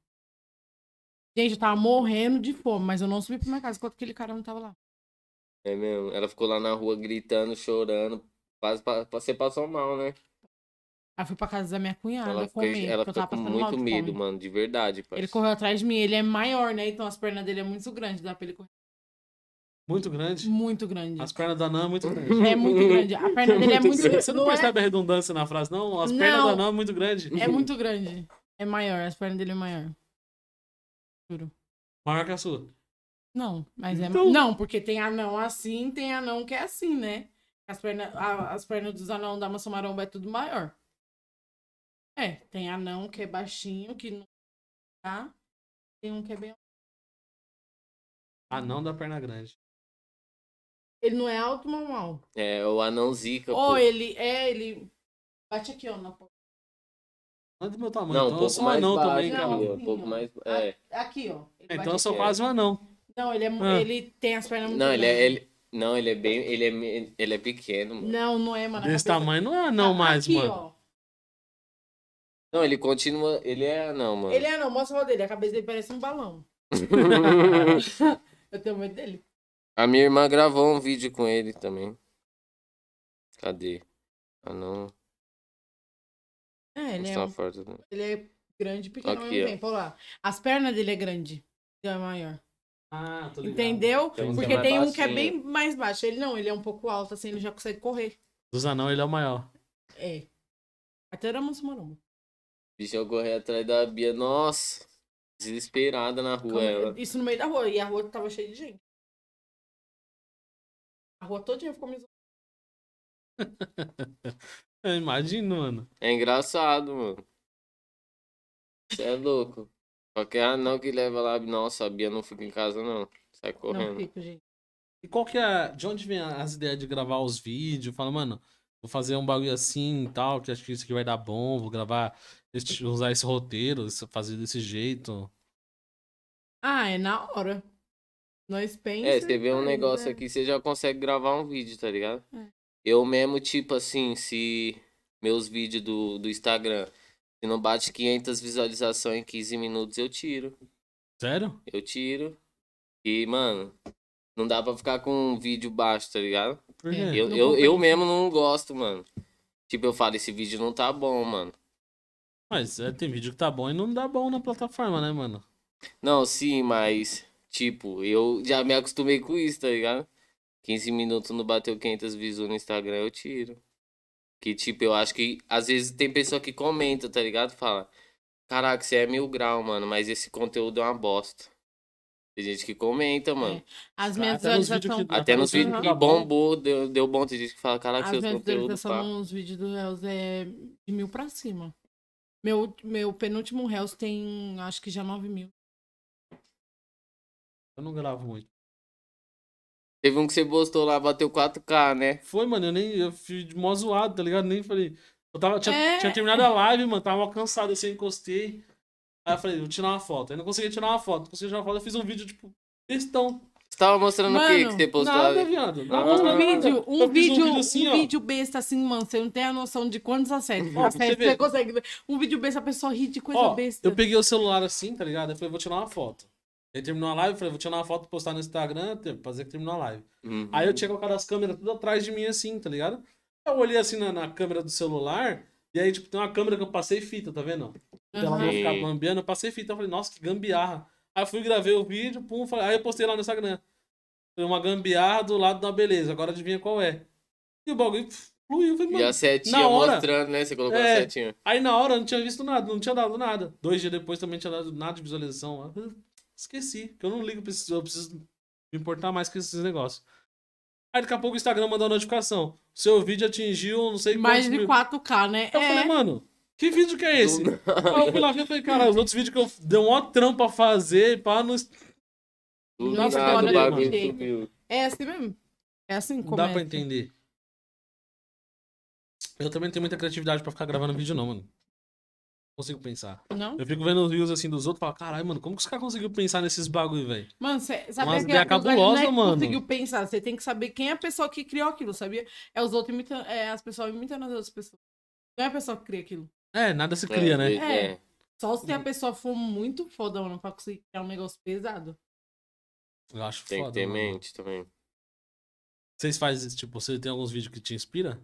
[SPEAKER 3] Gente, eu tava morrendo de fome, mas eu não subi pra minha casa enquanto aquele cara não tava lá.
[SPEAKER 2] É mesmo. Ela ficou lá na rua gritando, chorando. Quase pa- pa- Você passou mal, né?
[SPEAKER 3] Aí eu fui pra casa da minha cunhada
[SPEAKER 2] Ela fica,
[SPEAKER 3] Ah, comer,
[SPEAKER 2] ela
[SPEAKER 3] porque eu
[SPEAKER 2] fica
[SPEAKER 3] tava
[SPEAKER 2] com
[SPEAKER 3] passando mal
[SPEAKER 2] muito
[SPEAKER 3] de
[SPEAKER 2] medo,
[SPEAKER 3] fome.
[SPEAKER 2] mano, de verdade, pai.
[SPEAKER 3] Ele correu atrás de mim, ele é maior, né? Então as pernas dele é muito grande, dá pra ele correr.
[SPEAKER 1] Muito grande.
[SPEAKER 3] Muito grande.
[SPEAKER 1] As pernas da anã é muito grande.
[SPEAKER 3] É muito grande. A perna dele é muito grande.
[SPEAKER 1] Você não
[SPEAKER 3] Não é-
[SPEAKER 1] percebe a redundância na frase, não? As pernas
[SPEAKER 3] Não.
[SPEAKER 1] da anã é muito grande.
[SPEAKER 3] É muito grande. É maior, as pernas dele é maior.
[SPEAKER 1] Maior que a sua.
[SPEAKER 3] Não, mas é.
[SPEAKER 1] Então-
[SPEAKER 3] Não, porque tem anão assim, tem anão que é assim, né? As pernas, a- as pernas dos anão da maçã maromba é tudo maior. É, tem anão que é baixinho, que não tá. Tem um que é bem.
[SPEAKER 1] Anão da Ah, perna grande.
[SPEAKER 3] Ele não é alto, normal.
[SPEAKER 2] É, o anão zica, pô.
[SPEAKER 3] Ou ele é, ele. Bate aqui, ó. Na... porta.
[SPEAKER 1] Não é do meu tamanho,
[SPEAKER 2] Não, um
[SPEAKER 1] então eu
[SPEAKER 2] pouco
[SPEAKER 1] sou um
[SPEAKER 2] mais
[SPEAKER 1] anão
[SPEAKER 2] baixo,
[SPEAKER 1] também,
[SPEAKER 3] né?
[SPEAKER 1] cara.
[SPEAKER 2] ó,
[SPEAKER 3] Não.
[SPEAKER 2] Um pouco mais... É.
[SPEAKER 3] Aqui, ó. Ele bate
[SPEAKER 1] Então eu sou
[SPEAKER 3] aqui.
[SPEAKER 1] quase um anão.
[SPEAKER 3] Não, ele, é, mu-
[SPEAKER 1] Ah.
[SPEAKER 3] ele tem as pernas muito
[SPEAKER 2] Não, ele é...
[SPEAKER 3] grandes.
[SPEAKER 2] Ele... Não, ele é bem... Ele é, me- ele é pequeno, mano.
[SPEAKER 3] Não, não é, mano. a
[SPEAKER 1] Desse
[SPEAKER 3] cabeça- Tá
[SPEAKER 1] tamanho não é anão mais,
[SPEAKER 3] aqui,
[SPEAKER 1] mano.
[SPEAKER 3] Ó.
[SPEAKER 2] Não, ele continua... Ele é anão, mano.
[SPEAKER 3] Ele é anão, mostra a mão dele. A cabeça dele parece um balão. Eu tenho medo dele.
[SPEAKER 2] A minha irmã gravou um vídeo com ele também. Cadê? Ah, Anão...
[SPEAKER 3] É, ele é
[SPEAKER 2] Mostrar a foto né? dele.
[SPEAKER 3] Ele é grande e pequeno ao
[SPEAKER 2] Aqui,
[SPEAKER 3] mesmo
[SPEAKER 2] ó.
[SPEAKER 3] tempo. Olha lá. As pernas dele é grande. Então é maior.
[SPEAKER 1] Ah, tô ligado.
[SPEAKER 3] Entendeu?
[SPEAKER 2] Tem
[SPEAKER 1] um que é
[SPEAKER 3] Porque
[SPEAKER 1] mais
[SPEAKER 3] tem um que é
[SPEAKER 2] baixinho.
[SPEAKER 3] bem mais baixo. Ele não, ele é um pouco alto, assim, ele já consegue correr.
[SPEAKER 1] Dos anão ele é o maior.
[SPEAKER 3] É. Até era manso maromba.
[SPEAKER 2] Bicho, eu corri atrás da Bia. Nossa, desesperada na rua ela.
[SPEAKER 3] Isso no meio da rua. E a rua tava cheia de gente. A rua todinha ficou me zoando.
[SPEAKER 1] Eu imagino, mano.
[SPEAKER 2] É engraçado, mano. Você é louco. Qualquer anão que leva lá, nossa, a Bia não fica em casa, não. Sai
[SPEAKER 3] Não
[SPEAKER 2] correndo.
[SPEAKER 3] fico, gente.
[SPEAKER 1] E qual que é. De onde vem as ideias de gravar os vídeos? Fala, mano, vou fazer um bagulho assim e tal, que acho que isso aqui vai dar bom, vou gravar, este- usar esse roteiro, isso- fazer desse jeito.
[SPEAKER 3] Ah, é na hora. Nós pensa.
[SPEAKER 2] É, você vê um
[SPEAKER 3] mas
[SPEAKER 2] negócio
[SPEAKER 3] é-
[SPEAKER 2] aqui, você já consegue gravar um vídeo, tá ligado?
[SPEAKER 3] É.
[SPEAKER 2] Eu mesmo, tipo assim, se meus vídeos do, do Instagram, se não bate 500 visualizações em 15 minutos, eu tiro.
[SPEAKER 1] Sério?
[SPEAKER 2] Eu tiro. E, mano, não dá pra ficar com um vídeo baixo, tá ligado?
[SPEAKER 1] Por
[SPEAKER 3] É,
[SPEAKER 1] quê?
[SPEAKER 2] Eu,
[SPEAKER 3] não
[SPEAKER 2] eu, eu
[SPEAKER 3] compensa.
[SPEAKER 2] mesmo não gosto, mano. Tipo, eu falo, esse vídeo não tá bom, mano.
[SPEAKER 1] Mas é, tem vídeo que tá bom e não dá bom na plataforma, né, mano?
[SPEAKER 2] Não, sim, mas, tipo, eu já me acostumei com isso, tá ligado? 15 minutos não bateu 500 views no Instagram, eu tiro. Que, tipo, eu acho que às vezes tem pessoa que comenta, tá ligado? Fala, caraca, você é mil grau, mano, mas esse conteúdo é uma bosta. Tem gente que comenta, mano.
[SPEAKER 3] As minhas
[SPEAKER 1] Até nos vídeos que-
[SPEAKER 3] visualizações.
[SPEAKER 2] Até nos vídeos que
[SPEAKER 1] Tá bom.
[SPEAKER 2] bombou, deu, deu bom, tem gente que fala, caraca,
[SPEAKER 3] As
[SPEAKER 2] seus
[SPEAKER 3] minhas
[SPEAKER 2] conteúdos, pá.
[SPEAKER 3] visualizações nos vídeos do Reels é de mil pra cima. Meu, meu penúltimo Reels tem, acho que já 9 mil.
[SPEAKER 1] Eu não gravo muito.
[SPEAKER 2] Teve um que você postou lá, bateu 4K, né?
[SPEAKER 1] Foi, mano, eu nem. Eu fui mó zoado, tá ligado? Nem falei. Eu tava, tinha,
[SPEAKER 3] É.
[SPEAKER 1] tinha terminado a live, mano, tava mó cansado, assim, eu encostei. Aí eu falei, vou tirar uma foto. Aí não consegui tirar uma foto, não consegui tirar uma foto, eu fiz um vídeo, tipo, Estão.
[SPEAKER 2] Você tava mostrando o que que
[SPEAKER 3] Mano,
[SPEAKER 2] você postou?
[SPEAKER 1] Nada,
[SPEAKER 2] ali?
[SPEAKER 1] viado. Nada,
[SPEAKER 3] Um
[SPEAKER 1] nada,
[SPEAKER 3] vídeo,
[SPEAKER 1] nada.
[SPEAKER 3] um
[SPEAKER 1] Ah, Eu fiz
[SPEAKER 3] vídeo, um,
[SPEAKER 1] assim, ó.
[SPEAKER 3] vídeo besta assim, mano. Você não tem a noção de quantos acessos.
[SPEAKER 1] Ó, pra você
[SPEAKER 3] acessos
[SPEAKER 1] ver.
[SPEAKER 3] você consegue ver. Um vídeo besta, a pessoa ri de coisa
[SPEAKER 1] Ó,
[SPEAKER 3] besta.
[SPEAKER 1] eu peguei o celular assim, tá ligado? Eu falei, vou tirar uma foto. Aí terminou a live, eu falei, vou tirar uma foto, postar no Instagram, te- fazer que terminou a live.
[SPEAKER 2] Uhum.
[SPEAKER 1] Aí eu tinha colocado as câmeras tudo atrás de mim assim, tá ligado? Eu olhei assim na, na câmera do celular, e aí, tipo, tem uma câmera que eu passei fita, tá vendo? Pra ela não
[SPEAKER 2] Aham.
[SPEAKER 1] ficar bambeando, eu passei fita, eu falei, nossa, que gambiarra. Aí eu fui, gravei o vídeo, pum, falei- aí eu postei lá no Instagram. Foi uma gambiarra do lado da beleza, agora adivinha qual é. E o bagulho pf, fluiu, foi,
[SPEAKER 2] E assim-
[SPEAKER 1] mano.
[SPEAKER 2] a setinha
[SPEAKER 1] na hora-
[SPEAKER 2] mostrando, né? Você colocou
[SPEAKER 1] É.
[SPEAKER 2] a setinha.
[SPEAKER 1] Aí na hora eu não tinha visto nada, não tinha dado nada. Dois dias depois também não tinha dado nada de visualização. lá. Esqueci, que eu não ligo pra esses, eu preciso me importar mais com esses negócios. Aí daqui a pouco o Instagram mandou uma notificação. Seu vídeo atingiu não sei
[SPEAKER 3] Mais
[SPEAKER 1] quantos
[SPEAKER 3] de
[SPEAKER 1] mil.
[SPEAKER 3] 4K, né?
[SPEAKER 1] Eu falei,
[SPEAKER 3] É.
[SPEAKER 1] mano, que vídeo que é esse? Aí eu fui lá ver e falei, cara, os outros vídeos que eu dei um maior trampo pra fazer, pá, não
[SPEAKER 2] Do
[SPEAKER 3] Nossa,
[SPEAKER 2] nada,
[SPEAKER 1] olha
[SPEAKER 2] o
[SPEAKER 1] ali,
[SPEAKER 2] bagulho
[SPEAKER 3] mano.
[SPEAKER 2] subiu.
[SPEAKER 3] É assim mesmo. É assim
[SPEAKER 1] não
[SPEAKER 3] como
[SPEAKER 1] dá pra entender. Eu também não tenho muita criatividade pra ficar gravando vídeo, não, mano. Não consigo pensar.
[SPEAKER 3] Não?
[SPEAKER 1] Eu fico vendo os reels assim dos outros e falo, caralho, mano, como que os caras conseguiu pensar nesses bagulho, velho?
[SPEAKER 3] Mano, cê, sabe
[SPEAKER 1] Umas
[SPEAKER 3] aquela
[SPEAKER 1] ideias
[SPEAKER 3] coisa,
[SPEAKER 1] cabulosas,
[SPEAKER 3] não é que
[SPEAKER 1] mano.
[SPEAKER 3] conseguiu pensar. Você tem que saber quem é a pessoa que criou aquilo, sabia? É os outros imitando, é as pessoas imitando as outras pessoas. Não é a pessoa que cria aquilo.
[SPEAKER 1] É, nada se
[SPEAKER 2] É,
[SPEAKER 1] cria, né?
[SPEAKER 2] é.
[SPEAKER 3] É. Só se a pessoa for muito foda, mano, pra conseguir criar um negócio
[SPEAKER 2] é
[SPEAKER 3] pesado.
[SPEAKER 1] Eu acho
[SPEAKER 2] Tem que
[SPEAKER 1] foda.
[SPEAKER 2] ter
[SPEAKER 1] mano.
[SPEAKER 2] mente também.
[SPEAKER 1] Vocês fazem, esse tipo, você tem alguns vídeos que te inspira?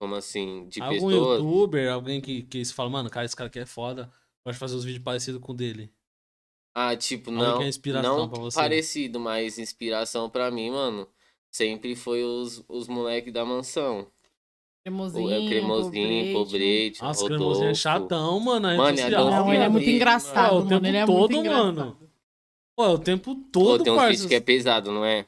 [SPEAKER 2] Como assim? De
[SPEAKER 1] Algum
[SPEAKER 2] pessoas?
[SPEAKER 1] youtuber, alguém que, que você fala, mano, cara, esse cara aqui é foda, pode fazer uns vídeos parecidos com o dele.
[SPEAKER 2] Ah, tipo,
[SPEAKER 1] Alguém
[SPEAKER 2] não.
[SPEAKER 1] que é inspiração
[SPEAKER 2] não
[SPEAKER 1] pra você?
[SPEAKER 2] parecido, mas inspiração pra mim, mano. Sempre foi os, os moleques da mansão. O,
[SPEAKER 3] Cremosinho,
[SPEAKER 2] é o
[SPEAKER 3] Pobrete.
[SPEAKER 2] Cremosinho, Pobrete,
[SPEAKER 1] Nossa, o
[SPEAKER 2] Rodolfo.
[SPEAKER 1] cremosinho é chatão, mano.
[SPEAKER 2] Mano,
[SPEAKER 1] é
[SPEAKER 2] é
[SPEAKER 1] social.
[SPEAKER 3] Não, ele é muito
[SPEAKER 2] Mano,
[SPEAKER 1] É,
[SPEAKER 3] engraçado,
[SPEAKER 1] o
[SPEAKER 3] mano.
[SPEAKER 1] tempo
[SPEAKER 3] ele é
[SPEAKER 1] todo,
[SPEAKER 3] muito
[SPEAKER 1] mano.
[SPEAKER 3] engraçado.
[SPEAKER 1] Pô, é o tempo
[SPEAKER 2] Pô,
[SPEAKER 1] todo,
[SPEAKER 2] tem uns vídeos
[SPEAKER 1] parça.
[SPEAKER 2] que é pesado, não é?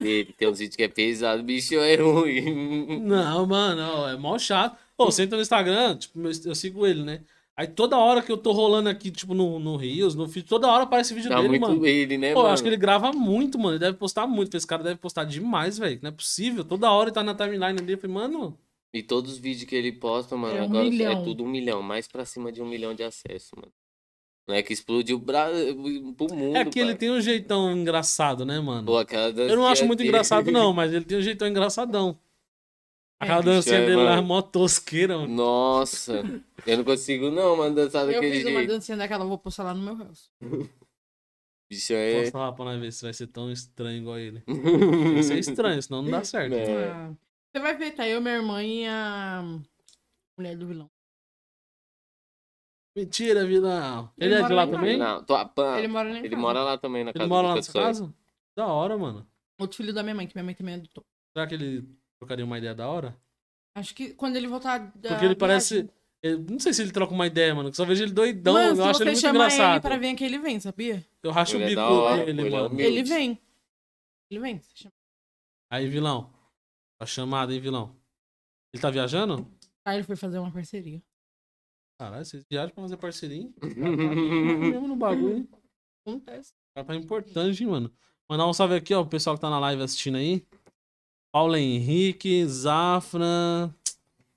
[SPEAKER 2] Ele tem uns vídeos que é pesado, bicho é ruim.
[SPEAKER 1] Não, mano, ó, é mó chato. Pô, você entra no Instagram, tipo, meu- eu sigo ele, né? Aí toda hora que eu tô rolando aqui, tipo, no, no Rios, no feed, toda hora aparece vídeo
[SPEAKER 2] Tá
[SPEAKER 1] dele,
[SPEAKER 2] muito
[SPEAKER 1] mano.
[SPEAKER 2] ele, né,
[SPEAKER 1] Pô, eu
[SPEAKER 2] mano?
[SPEAKER 1] acho que ele grava muito, mano. Ele deve postar muito. Esse cara deve postar demais, velho. que Não é possível. Toda hora ele tá na timeline ali. Eu falei, mano,
[SPEAKER 2] E todos os vídeos que ele posta, mano,
[SPEAKER 3] É um
[SPEAKER 2] agora
[SPEAKER 3] milhão.
[SPEAKER 2] é tudo um milhão, mais pra cima de um milhão de acessos, mano. Não é que explodiu bra... pro mundo.
[SPEAKER 1] é que ele
[SPEAKER 2] pai.
[SPEAKER 1] tem um jeitão engraçado, né, mano?
[SPEAKER 2] Pô, aquela
[SPEAKER 1] Eu não acho
[SPEAKER 2] dancinha
[SPEAKER 1] muito
[SPEAKER 2] dele.
[SPEAKER 1] engraçado, não, mas ele tem um jeitão engraçadão.
[SPEAKER 3] É,
[SPEAKER 1] Aquela
[SPEAKER 2] bicho,
[SPEAKER 1] dancinha
[SPEAKER 2] é,
[SPEAKER 1] dele lá é
[SPEAKER 2] mano.
[SPEAKER 1] mó tosqueira, mano.
[SPEAKER 2] Nossa, eu não consigo não, mano, dançar
[SPEAKER 3] Eu
[SPEAKER 2] daquele
[SPEAKER 3] fiz uma
[SPEAKER 2] jeito.
[SPEAKER 3] dancinha daquela, eu vou postar lá no meu house.
[SPEAKER 2] Bicho é.
[SPEAKER 1] Posta lá pra nós ver se vai ser tão estranho igual ele. Tem que ser estranho, senão não dá certo.
[SPEAKER 2] É.
[SPEAKER 3] Ah, Você vai ver, tá eu, minha irmã e a mulher do vilão.
[SPEAKER 1] Mentira, Vilão. Ele,
[SPEAKER 3] Ele
[SPEAKER 1] é de
[SPEAKER 3] mora
[SPEAKER 1] lá
[SPEAKER 3] lá em
[SPEAKER 1] também?
[SPEAKER 2] Não, tua pã.
[SPEAKER 3] Ele
[SPEAKER 2] Ah, Ele,
[SPEAKER 3] mora lá em casa.
[SPEAKER 2] mora lá também na
[SPEAKER 1] Ele
[SPEAKER 2] casa
[SPEAKER 1] mora
[SPEAKER 2] do
[SPEAKER 1] lá na
[SPEAKER 2] Cassio.
[SPEAKER 1] sua casa? Da hora, mano.
[SPEAKER 3] Outro filho da minha mãe, que minha mãe também é adotou.
[SPEAKER 1] Será que ele trocaria uma ideia da hora?
[SPEAKER 3] Acho que quando ele voltar da
[SPEAKER 1] Porque ele
[SPEAKER 3] viagem-
[SPEAKER 1] parece. eu não sei se ele troca uma ideia, mano. que Só vejo ele doidão.
[SPEAKER 3] Mano, se
[SPEAKER 1] eu acho
[SPEAKER 3] você
[SPEAKER 1] ele muito
[SPEAKER 3] chama
[SPEAKER 1] engraçado.
[SPEAKER 3] ele pra vir aqui, ele vem, sabia?
[SPEAKER 1] Eu racho o
[SPEAKER 2] Ele é
[SPEAKER 1] bico
[SPEAKER 2] da hora,
[SPEAKER 1] dele,
[SPEAKER 2] ele é
[SPEAKER 1] mano.
[SPEAKER 2] humilde.
[SPEAKER 3] Ele vem. Ele vem. você chama.
[SPEAKER 1] Aí, vilão. Tá chamado, hein, vilão? Ele tá viajando?
[SPEAKER 3] Ah, ele foi fazer uma parceria.
[SPEAKER 1] Caralho, vocês viajam pra fazer parceria, hein? mesmo no bagulho, hein?
[SPEAKER 3] Acontece.
[SPEAKER 1] Cara, tá importante, hein, mano. Mandar um salve aqui, ó, pro pessoal que tá na live assistindo aí. Paulo Henrique, Zafra,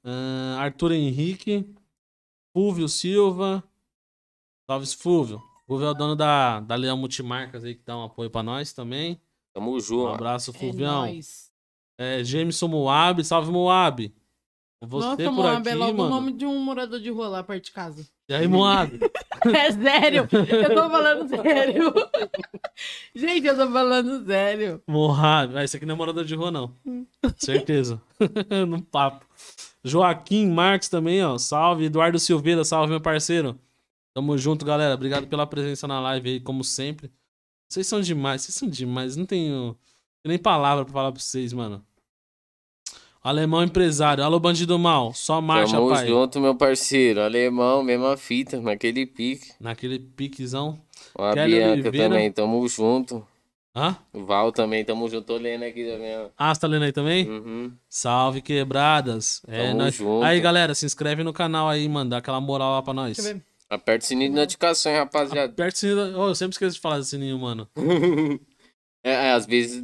[SPEAKER 1] ah, Arthur Henrique, Fúvio Silva. Salve, Fúvio. Fúvio é o dono da, da Leão Multimarcas aí, que dá um apoio pra nós também.
[SPEAKER 2] Tamo
[SPEAKER 1] Um
[SPEAKER 2] junto.
[SPEAKER 1] abraço,
[SPEAKER 3] É
[SPEAKER 1] Fulvião.
[SPEAKER 3] nóis.
[SPEAKER 1] É, Jameson Moab, salve Moab. Você
[SPEAKER 3] Nossa,
[SPEAKER 1] por
[SPEAKER 3] Moab,
[SPEAKER 1] aqui,
[SPEAKER 3] é logo o
[SPEAKER 1] mano.
[SPEAKER 3] nome de um morador de rua lá perto de casa.
[SPEAKER 1] E aí, Moab?
[SPEAKER 3] É sério, eu tô falando sério. Gente, eu tô falando sério.
[SPEAKER 1] Moab. Ah, esse aqui não é morador de rua, não. Certeza. no papo. Joaquim Marques também, ó. Salve. Eduardo Silveira, salve, meu parceiro. Tamo junto, galera. Obrigado pela presença na live aí, como sempre. Vocês são demais, vocês são demais. Não tenho tenho nem palavra pra falar pra vocês, mano. Alemão empresário. Alô, bandido mal. Só marcha,
[SPEAKER 2] Tamo
[SPEAKER 1] pai.
[SPEAKER 2] junto, meu parceiro. Alemão, mesma fita, naquele pique.
[SPEAKER 1] Naquele piquezão.
[SPEAKER 2] Ó, A
[SPEAKER 1] Kelly
[SPEAKER 2] Bianca
[SPEAKER 1] Oliveira.
[SPEAKER 2] também, tamo junto.
[SPEAKER 1] Hã?
[SPEAKER 2] O Val também, tamo junto. Tô lendo aqui também, ó.
[SPEAKER 1] Ah, você tá lendo aí também?
[SPEAKER 2] Uhum.
[SPEAKER 1] Salve, quebradas. É,
[SPEAKER 2] Tamo
[SPEAKER 1] nós...
[SPEAKER 2] junto.
[SPEAKER 1] Aí, galera, se inscreve no canal aí, mano. Dá aquela moral lá pra nós.
[SPEAKER 3] Deixa eu ver.
[SPEAKER 2] Aperta o sininho de notificação, hein, rapaziada.
[SPEAKER 1] Aperta o sininho. da- Ô, eu sempre esqueço de falar do sininho, mano.
[SPEAKER 2] É, é, às vezes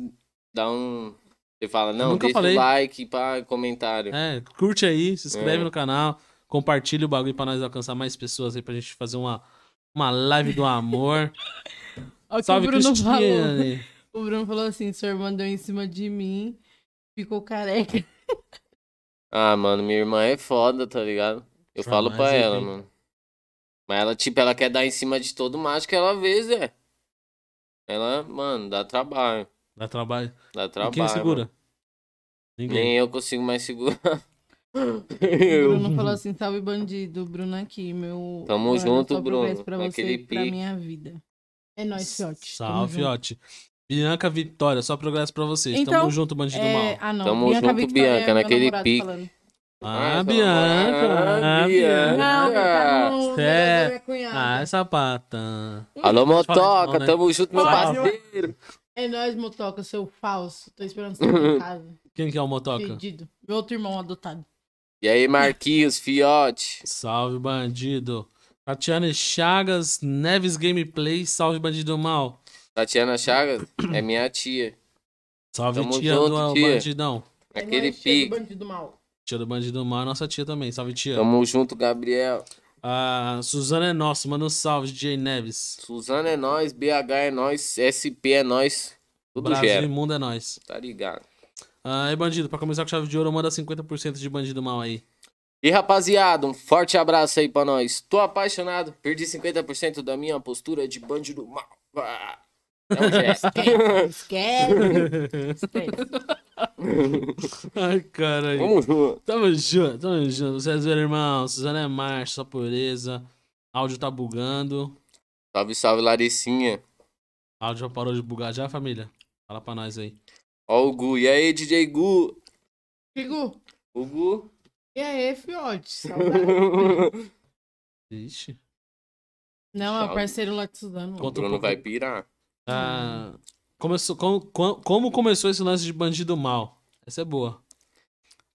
[SPEAKER 2] dá um. Você fala, não,
[SPEAKER 1] nunca
[SPEAKER 2] deixa
[SPEAKER 1] falei.
[SPEAKER 2] o like, pá, comentário.
[SPEAKER 1] É, curte aí, se inscreve
[SPEAKER 2] É.
[SPEAKER 1] no canal, compartilha o bagulho pra nós alcançar mais pessoas aí, pra gente fazer uma, uma live do amor.
[SPEAKER 3] Olha o que
[SPEAKER 1] Salve, né?
[SPEAKER 3] o Bruno falou.
[SPEAKER 1] Cristiane.
[SPEAKER 3] O Bruno falou assim: sua irmã deu em cima de mim, ficou careca.
[SPEAKER 2] Ah, mano, minha irmã é foda, tá ligado? Eu
[SPEAKER 1] Sua
[SPEAKER 2] falo
[SPEAKER 1] irmã é
[SPEAKER 2] pra ela,
[SPEAKER 1] zica, hein?
[SPEAKER 2] mano. Mas ela, tipo, ela quer dar em cima de todo macho que ela vê, Zé. Ela, mano, dá trabalho.
[SPEAKER 1] Dá trabalho.
[SPEAKER 2] Dá
[SPEAKER 1] E
[SPEAKER 2] trabalho.
[SPEAKER 1] quem segura?
[SPEAKER 2] mano.
[SPEAKER 1] Ninguém.
[SPEAKER 2] Nem eu consigo mais segurar.
[SPEAKER 3] O
[SPEAKER 2] Eu.
[SPEAKER 3] Bruno falou assim: salve bandido, Bruno aqui, meu.
[SPEAKER 2] Tamo
[SPEAKER 3] mano,
[SPEAKER 2] junto,
[SPEAKER 3] só
[SPEAKER 2] Bruno,
[SPEAKER 3] progresso Pra você
[SPEAKER 2] naquele
[SPEAKER 3] e pra
[SPEAKER 2] pique.
[SPEAKER 3] minha vida. É nóis, Fiote. Tamo
[SPEAKER 1] Salve,
[SPEAKER 3] junto.
[SPEAKER 1] Fiote. Bianca Vitória, só progresso pra vocês.
[SPEAKER 3] Então,
[SPEAKER 1] Tamo junto, bandido
[SPEAKER 3] É...
[SPEAKER 1] mal.
[SPEAKER 3] Ah, não.
[SPEAKER 2] Tamo junto,
[SPEAKER 3] Victoria é
[SPEAKER 2] Bianca,
[SPEAKER 3] meu
[SPEAKER 2] naquele
[SPEAKER 3] namorado
[SPEAKER 2] pique.
[SPEAKER 3] falando.
[SPEAKER 1] Ah,
[SPEAKER 2] Ah,
[SPEAKER 1] Bianca. Ah,
[SPEAKER 2] Bianca. Ah,
[SPEAKER 3] Não, ele tá no- no.
[SPEAKER 1] Cê-
[SPEAKER 3] da minha cunhada.
[SPEAKER 1] Ah, sapata. Fala
[SPEAKER 2] Alô,
[SPEAKER 1] isso não,
[SPEAKER 2] motoca,
[SPEAKER 1] né?
[SPEAKER 2] tamo junto, meu
[SPEAKER 3] Fala isso.
[SPEAKER 2] parceiro.
[SPEAKER 3] É nóis, Motoca, seu falso. Tô esperando você aqui em casa.
[SPEAKER 1] Quem que é o motoca?
[SPEAKER 3] Pedido. Meu outro irmão adotado.
[SPEAKER 2] E aí, Marquinhos, fiote.
[SPEAKER 1] Salve, bandido. Tatiane Chagas, Neves Gameplay, salve, bandido mal.
[SPEAKER 2] Tatiana Chagas é minha tia.
[SPEAKER 1] Salve,
[SPEAKER 2] Tamo
[SPEAKER 1] tia
[SPEAKER 2] junto,
[SPEAKER 1] do
[SPEAKER 2] tia.
[SPEAKER 1] bandidão.
[SPEAKER 3] Tá
[SPEAKER 2] É Aquele
[SPEAKER 3] É nóis, cheio do
[SPEAKER 2] pique.
[SPEAKER 3] bandido mal.
[SPEAKER 1] Tia do bandido mal, é nossa tia também. Salve, tia.
[SPEAKER 2] Tamo junto, Gabriel.
[SPEAKER 1] A Suzana é nossa, manda um salve, DJ Neves.
[SPEAKER 2] Suzana é nós, BH é nós, SP é nós. Tudo
[SPEAKER 1] Brasil
[SPEAKER 2] gera,
[SPEAKER 1] e mundo é nóis.
[SPEAKER 2] tá ligado?
[SPEAKER 1] Aí, bandido, pra começar com chave de ouro, manda 50% de bandido mal aí.
[SPEAKER 2] E rapaziada, um forte abraço aí pra nós. Tô apaixonado, perdi 50% da minha postura de bandido mal. Ah, É um gesto.
[SPEAKER 3] Esquece. Esquece.
[SPEAKER 1] Ai, caralho.
[SPEAKER 2] Vamos junto.
[SPEAKER 1] Tamo junto, tamo junto. Vocês viram, irmão? Suzana é marcha, só pureza. Áudio tá bugando.
[SPEAKER 2] Salve, salve, Laricinha.
[SPEAKER 1] Áudio já parou de bugar já, família? Fala pra nós aí.
[SPEAKER 2] Ó o Gu. E aí, DJ Gu?
[SPEAKER 3] Figu.
[SPEAKER 2] O Gu?
[SPEAKER 3] E aí, fiote? Saudade.
[SPEAKER 1] um Ixi.
[SPEAKER 3] Não, é o
[SPEAKER 2] Salve.
[SPEAKER 3] parceiro lá de Suzano.
[SPEAKER 2] O
[SPEAKER 1] Conta um
[SPEAKER 2] Bruno
[SPEAKER 1] pouco.
[SPEAKER 2] vai pirar.
[SPEAKER 1] Ah, começou, como, como- como começou esse lance de bandido mal? Essa é boa.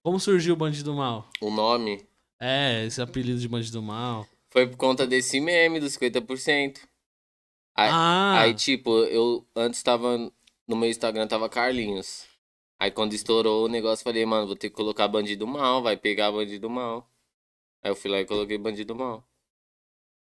[SPEAKER 1] Como surgiu o bandido mal?
[SPEAKER 2] O nome
[SPEAKER 1] É, esse apelido de bandido mal.
[SPEAKER 2] foi por conta desse meme dos 50%. Aí-
[SPEAKER 1] Ah,
[SPEAKER 2] Aí, tipo, eu antes tava. No meu Instagram tava Carlinhos. Aí quando estourou o negócio, falei, mano, vou ter que colocar bandido mal, vai pegar bandido mal. Aí eu fui lá e coloquei bandido mal.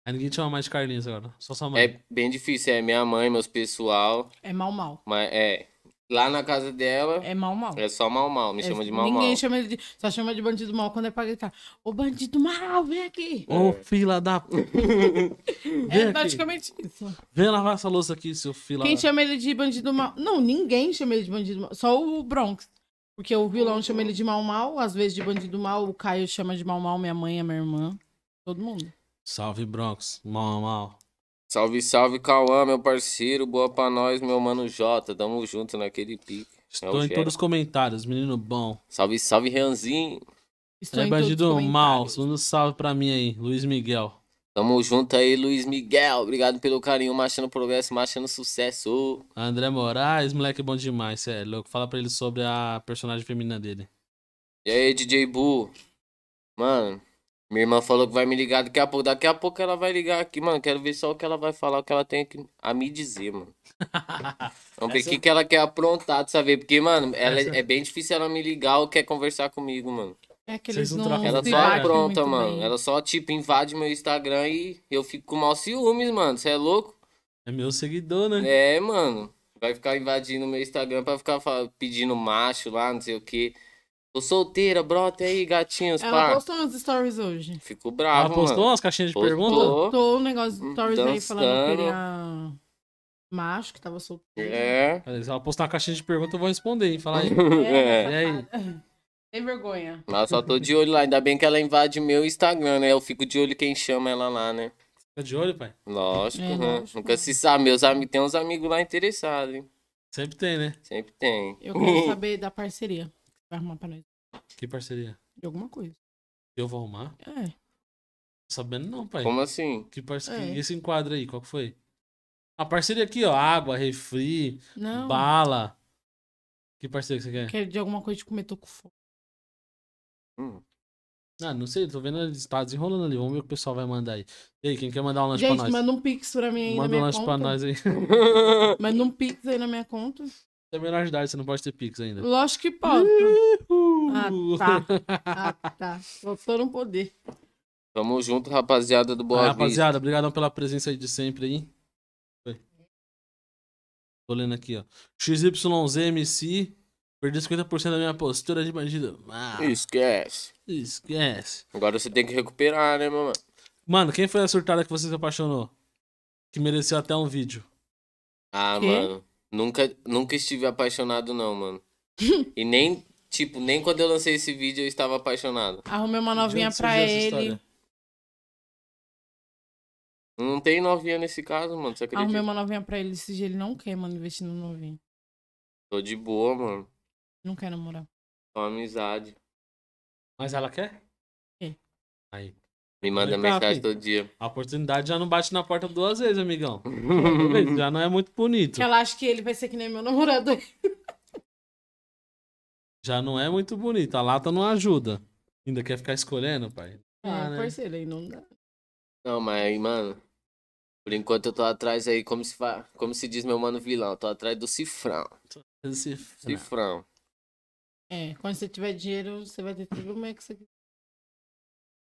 [SPEAKER 1] aí ninguém te chama mais de Carlinhos agora. Só sua mãe.
[SPEAKER 2] É bem difícil, é minha mãe, meus pessoal.
[SPEAKER 3] É mal, mal.
[SPEAKER 2] Mas é. Lá na casa dela
[SPEAKER 3] É mal, mal.
[SPEAKER 2] é só mal mal, me
[SPEAKER 3] É,
[SPEAKER 2] chama de mal mal.
[SPEAKER 3] Ninguém chama ele de. Só chama de bandido mal quando é pra gritar. Ô bandido mal, vem aqui.
[SPEAKER 2] é.
[SPEAKER 1] Ô, fila da. p- Vem,
[SPEAKER 3] É
[SPEAKER 1] aqui.
[SPEAKER 3] praticamente isso.
[SPEAKER 1] Vem lavar essa louça aqui, seu fila.
[SPEAKER 3] Quem chama ele de bandido mal? Não, ninguém chama ele de bandido mal. Só o Bronx. Porque o vilão chama ele de mal mal, às vezes de bandido mal, o Caio chama de mal mal, minha mãe, a minha irmã. Todo mundo.
[SPEAKER 1] Salve, Bronx. Mal, mal.
[SPEAKER 2] Salve, salve, Cauã, meu parceiro. Boa pra nós, meu mano Jota. Tamo junto naquele pique. É o
[SPEAKER 1] Estou em
[SPEAKER 2] Jé.
[SPEAKER 1] todos os comentários, menino bom.
[SPEAKER 2] Salve, salve, Ranzinho.
[SPEAKER 3] Estou
[SPEAKER 1] é
[SPEAKER 3] em todos os
[SPEAKER 1] bandido mal.
[SPEAKER 3] comentários.
[SPEAKER 1] Manda um salve pra mim aí, Luiz Miguel.
[SPEAKER 2] Tamo junto aí, Luiz Miguel. Obrigado pelo carinho, marchando progresso, marchando sucesso.
[SPEAKER 1] André Moraes, moleque bom demais, cê é louco. Fala pra ele sobre a personagem feminina dele.
[SPEAKER 2] E aí, DJ Bu? Mano, minha irmã falou que vai me ligar daqui a pouco. Daqui a pouco ela vai ligar aqui, mano. Quero ver só o que ela vai falar, o que ela tem que- a me dizer, mano. Vamos ver o
[SPEAKER 1] Essa-
[SPEAKER 2] que, que ela quer aprontar, de saber. Porque, mano, ela,
[SPEAKER 1] Essa-
[SPEAKER 2] é bem difícil ela me ligar ou quer conversar comigo, mano.
[SPEAKER 3] É que eles
[SPEAKER 1] Vocês não
[SPEAKER 3] não,
[SPEAKER 1] trocam
[SPEAKER 2] Ela
[SPEAKER 3] se
[SPEAKER 2] só
[SPEAKER 1] Verdade.
[SPEAKER 3] batem
[SPEAKER 2] apronta,
[SPEAKER 3] muito
[SPEAKER 2] mano.
[SPEAKER 3] bem.
[SPEAKER 2] Ela só, tipo, invade meu Instagram e eu fico com maus ciúmes, mano. Você é louco?
[SPEAKER 1] É meu seguidor, né?
[SPEAKER 2] É, mano. Vai ficar invadindo meu Instagram pra ficar fa- pedindo macho lá, não sei o quê. Tô solteira, brota aí, gatinhos,
[SPEAKER 3] Ela
[SPEAKER 2] pá.
[SPEAKER 3] postou umas stories hoje.
[SPEAKER 2] Fico
[SPEAKER 1] Ela
[SPEAKER 2] bravo,
[SPEAKER 1] postou
[SPEAKER 2] mano.
[SPEAKER 1] umas caixinhas de pergunta?
[SPEAKER 2] Postou.
[SPEAKER 3] Postou um negócio de
[SPEAKER 2] Hum,
[SPEAKER 3] stories aí falando que
[SPEAKER 2] dançando.
[SPEAKER 3] queria macho, que tava solteiro.
[SPEAKER 2] É.
[SPEAKER 1] Peraí, Se ela postar uma caixinha de pergunta, eu vou responder, hein? Fala aí.
[SPEAKER 2] É.
[SPEAKER 3] né?
[SPEAKER 1] E aí?
[SPEAKER 3] Tem vergonha.
[SPEAKER 2] Mas só tô de olho lá. Ainda bem que ela invade meu Instagram, né? Eu fico de olho quem chama ela lá, né?
[SPEAKER 1] Fica de olho, pai.
[SPEAKER 2] Lógico,
[SPEAKER 3] É,
[SPEAKER 2] né?
[SPEAKER 3] lógico.
[SPEAKER 2] Nunca se sabe. Meus amigos, tem uns amigos lá interessados, hein?
[SPEAKER 1] Sempre tem, né?
[SPEAKER 2] Sempre tem.
[SPEAKER 3] Eu quero saber da parceria. que Vai arrumar pra nós
[SPEAKER 1] Que parceria?
[SPEAKER 3] de alguma coisa.
[SPEAKER 1] Eu vou arrumar? Não
[SPEAKER 3] É.
[SPEAKER 1] tô sabendo não, pai.
[SPEAKER 2] Como assim?
[SPEAKER 1] Que parceria?
[SPEAKER 3] É.
[SPEAKER 1] E esse enquadro aí, qual que foi? A parceria aqui, ó. Água, refri,
[SPEAKER 3] Não.
[SPEAKER 1] bala. Que parceria que você quer?
[SPEAKER 3] Quero de alguma coisa de comer, tô com fome.
[SPEAKER 2] Hum.
[SPEAKER 1] Ah, não sei. Tô vendo eles tá desenrolando ali. Vamos ver o que o pessoal vai mandar aí. E aí, quem quer mandar um lanche pra
[SPEAKER 3] Gente,
[SPEAKER 1] nós?
[SPEAKER 3] manda um pix pra mim aí na
[SPEAKER 1] Manda um
[SPEAKER 3] minha
[SPEAKER 1] lanche
[SPEAKER 3] conta.
[SPEAKER 1] pra nós aí.
[SPEAKER 3] Manda um pix aí na minha conta.
[SPEAKER 1] Você é menor de idade, você não pode ter pix ainda.
[SPEAKER 3] Lógico que pode.
[SPEAKER 1] Uh!
[SPEAKER 3] Ah,
[SPEAKER 1] Uhul.
[SPEAKER 3] tá. Ah, tá. Voltou no poder.
[SPEAKER 2] Tamo junto, rapaziada do Boa
[SPEAKER 1] Ah,
[SPEAKER 2] Vista.
[SPEAKER 1] rapaziada, obrigadão pela presença aí de sempre aí. Tô lendo aqui, ó. XYZMC. Perdi 50% da minha postura de bandido. Ah,
[SPEAKER 2] Esquece.
[SPEAKER 1] esquece.
[SPEAKER 2] Agora você tem que recuperar, né, mamãe?
[SPEAKER 1] Mano, quem foi a surtada que você se apaixonou? Que mereceu até um vídeo.
[SPEAKER 2] Ah,
[SPEAKER 3] Quê?
[SPEAKER 2] mano. Nunca, nunca estive apaixonado, não, mano. e nem, tipo, nem quando eu lancei esse vídeo eu estava apaixonado.
[SPEAKER 3] Arrumei uma novinha
[SPEAKER 1] De onde
[SPEAKER 3] pra
[SPEAKER 1] surgiu essa
[SPEAKER 3] ele.
[SPEAKER 1] história?
[SPEAKER 2] Não tem novinha nesse caso, mano. Você acredita?
[SPEAKER 3] Arrumei uma novinha pra ele. Esse dia ele não quer, mano, investir no novinho.
[SPEAKER 2] Tô de boa, mano.
[SPEAKER 3] Não quer namorar.
[SPEAKER 2] Só amizade.
[SPEAKER 1] Mas ela quer?
[SPEAKER 3] Quer.
[SPEAKER 1] Aí.
[SPEAKER 2] Me manda
[SPEAKER 1] Vem cá,
[SPEAKER 2] mensagem
[SPEAKER 1] fi.
[SPEAKER 2] todo dia.
[SPEAKER 1] A oportunidade já não bate na porta duas vezes, amigão. Duas vezes, já não é muito bonito.
[SPEAKER 3] Que ela acha que ele vai ser que nem meu namorado.
[SPEAKER 1] Já não é muito bonito. A lata não ajuda. Ainda quer ficar escolhendo, pai? Ah,
[SPEAKER 3] Ah,
[SPEAKER 1] né?
[SPEAKER 3] parceiro, aí não dá.
[SPEAKER 2] Não, mas aí, mano. Por enquanto eu tô atrás aí, como se, fa... como se diz meu mano vilão. Tô atrás do cifrão.
[SPEAKER 1] Esse-
[SPEAKER 2] Cifrão.
[SPEAKER 3] É, quando você tiver dinheiro, você vai ter tudo como é que você quiser.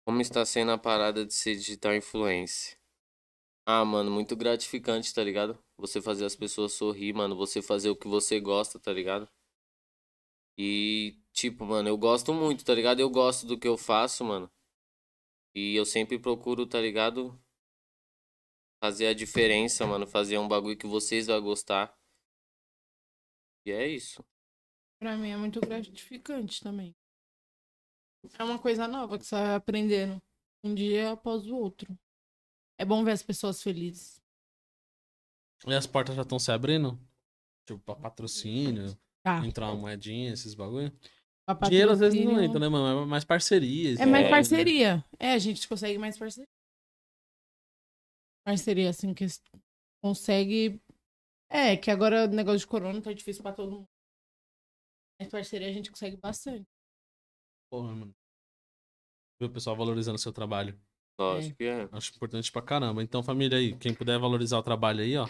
[SPEAKER 2] Como está sendo a parada de ser digital influencer? Ah, mano, muito gratificante, tá ligado? Você fazer as pessoas sorrir, mano. Você fazer o que você gosta, tá ligado? E, tipo, mano, eu gosto muito, tá ligado? Eu gosto do que eu faço, mano. E eu sempre procuro, tá ligado? Fazer a diferença, mano. Fazer um bagulho que vocês vão gostar. E é isso.
[SPEAKER 3] Pra mim é muito gratificante também. É uma coisa nova que você vai aprendendo. Um dia após o outro. É bom ver as pessoas felizes.
[SPEAKER 1] E as portas já estão se abrindo? Tipo, pra patrocínio,
[SPEAKER 3] Tá.
[SPEAKER 1] entrar uma moedinha, esses bagulho.
[SPEAKER 3] pra
[SPEAKER 1] Dinheiro às vezes não
[SPEAKER 3] patrocínio-
[SPEAKER 1] entra, né, mano? É mais parcerias.
[SPEAKER 3] É
[SPEAKER 1] né?
[SPEAKER 3] mais parceria. É, a gente consegue mais parceria. Parceria, assim, que s- consegue. É, que agora o negócio de corona tá difícil pra todo mundo. Mas parceria a gente consegue bastante.
[SPEAKER 1] Porra, mano. Viu, pessoal, valorizando o seu trabalho.
[SPEAKER 2] Lógico que é.
[SPEAKER 1] Acho importante pra caramba. Então, família aí, quem puder valorizar o trabalho aí, ó.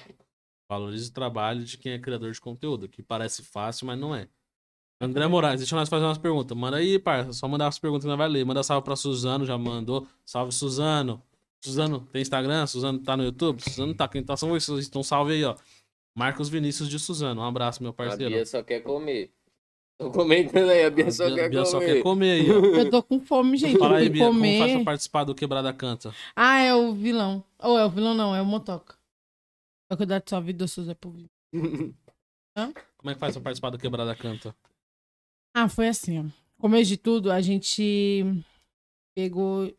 [SPEAKER 1] Valorize o trabalho de quem é criador de conteúdo, que parece fácil, mas não é. André Moraes, deixa nós fazer umas perguntas. Manda aí, parça. Só mandar as perguntas que nós vai ler. Manda salve pra Suzano, já mandou. Salve, Suzano. Suzano tem Instagram? Suzano tá no YouTube? Suzano tá aqui. Então, são vocês. Então, salve aí, ó. Marcos Vinícius de Suzano. Um abraço, meu
[SPEAKER 2] A
[SPEAKER 1] parceiro.
[SPEAKER 2] Bia só quer comer. Tô comentando aí, a Bia só quer
[SPEAKER 1] Bia só
[SPEAKER 2] comer.
[SPEAKER 1] quer comer aí, ó.
[SPEAKER 3] Eu tô com fome, gente.
[SPEAKER 1] Fala aí,
[SPEAKER 3] eu fui
[SPEAKER 1] Bia, como faz pra
[SPEAKER 3] comer.
[SPEAKER 1] participar do Quebrada Canta?
[SPEAKER 3] Ah, é o vilão. Ou é o vilão, não, é o motoca. É Vai cuidar de sua vida, seu Zé Povinho.
[SPEAKER 1] Como é que faz pra participar do Quebrada Canta?
[SPEAKER 3] Ah, foi assim, ó. Começo de tudo, a gente pegou.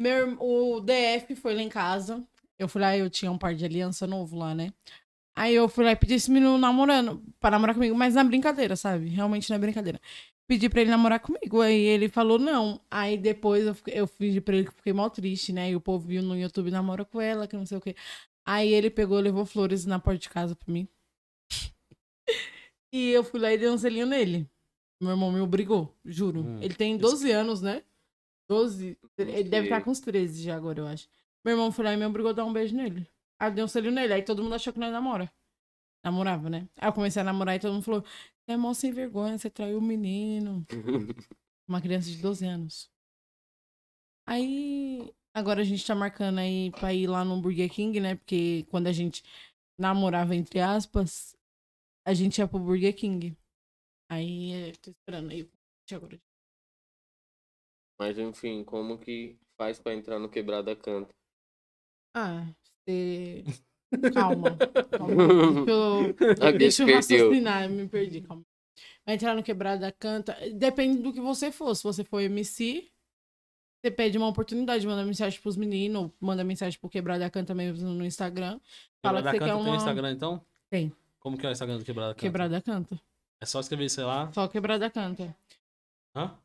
[SPEAKER 3] Meu, irm- o DF foi lá em casa. Eu fui lá, eu tinha um par de aliança novo lá, né? Aí eu fui lá e pedi esse menino namorando, pra namorar comigo, mas na brincadeira, sabe? Realmente na brincadeira. Pedi pra ele namorar comigo, aí ele falou não. Aí depois eu, fiquei- eu pedi pra ele que eu fiquei mal triste, né? E o povo viu no YouTube, namora com ela, que não sei o quê. Aí ele pegou, levou flores na porta de casa pra mim. E eu fui lá e dei um selinho nele. Meu irmão me obrigou, juro.
[SPEAKER 1] Hum.
[SPEAKER 3] Ele tem 12 anos, né? 12. Ele deve estar
[SPEAKER 2] sei.
[SPEAKER 3] com uns 13 já agora, eu acho. Meu irmão foi lá e me obrigou a dar um beijo nele. Aí eu dei um selinho nele. Aí todo mundo achou que nós namora. Namorava, né? Aí eu comecei a namorar e todo mundo falou: Você é mó sem vergonha, você traiu o menino. Uma criança de 12 anos. Aí, agora a gente tá marcando aí pra ir lá no Burger King, né? Porque quando a gente namorava, entre aspas, a gente ia pro Burger King. Aí, é, tô esperando aí. Agora.
[SPEAKER 2] Mas enfim, como que faz pra entrar no quebrada canta?
[SPEAKER 3] Ah, você... Calma, calma. Deixa eu-
[SPEAKER 2] A Bia
[SPEAKER 3] Deixa
[SPEAKER 2] se
[SPEAKER 3] eu
[SPEAKER 2] perdeu.
[SPEAKER 3] raciocinar, eu me perdi, calma. Vai entrar no Quebrada Canta. Depende do que você for. Se você for MC, você pede uma oportunidade, manda mensagem pros meninos, ou manda mensagem pro Quebrada Canta mesmo no Instagram. Fala
[SPEAKER 1] Quebrada
[SPEAKER 3] que você
[SPEAKER 1] Canta
[SPEAKER 3] quer
[SPEAKER 1] tem
[SPEAKER 3] uma-
[SPEAKER 1] Instagram, então?
[SPEAKER 3] Tem.
[SPEAKER 1] Como que é o Instagram do Quebrada Canta?
[SPEAKER 3] Quebrada Canta.
[SPEAKER 1] É só escrever, sei lá.
[SPEAKER 3] Só Quebrada Canta.
[SPEAKER 1] Hã?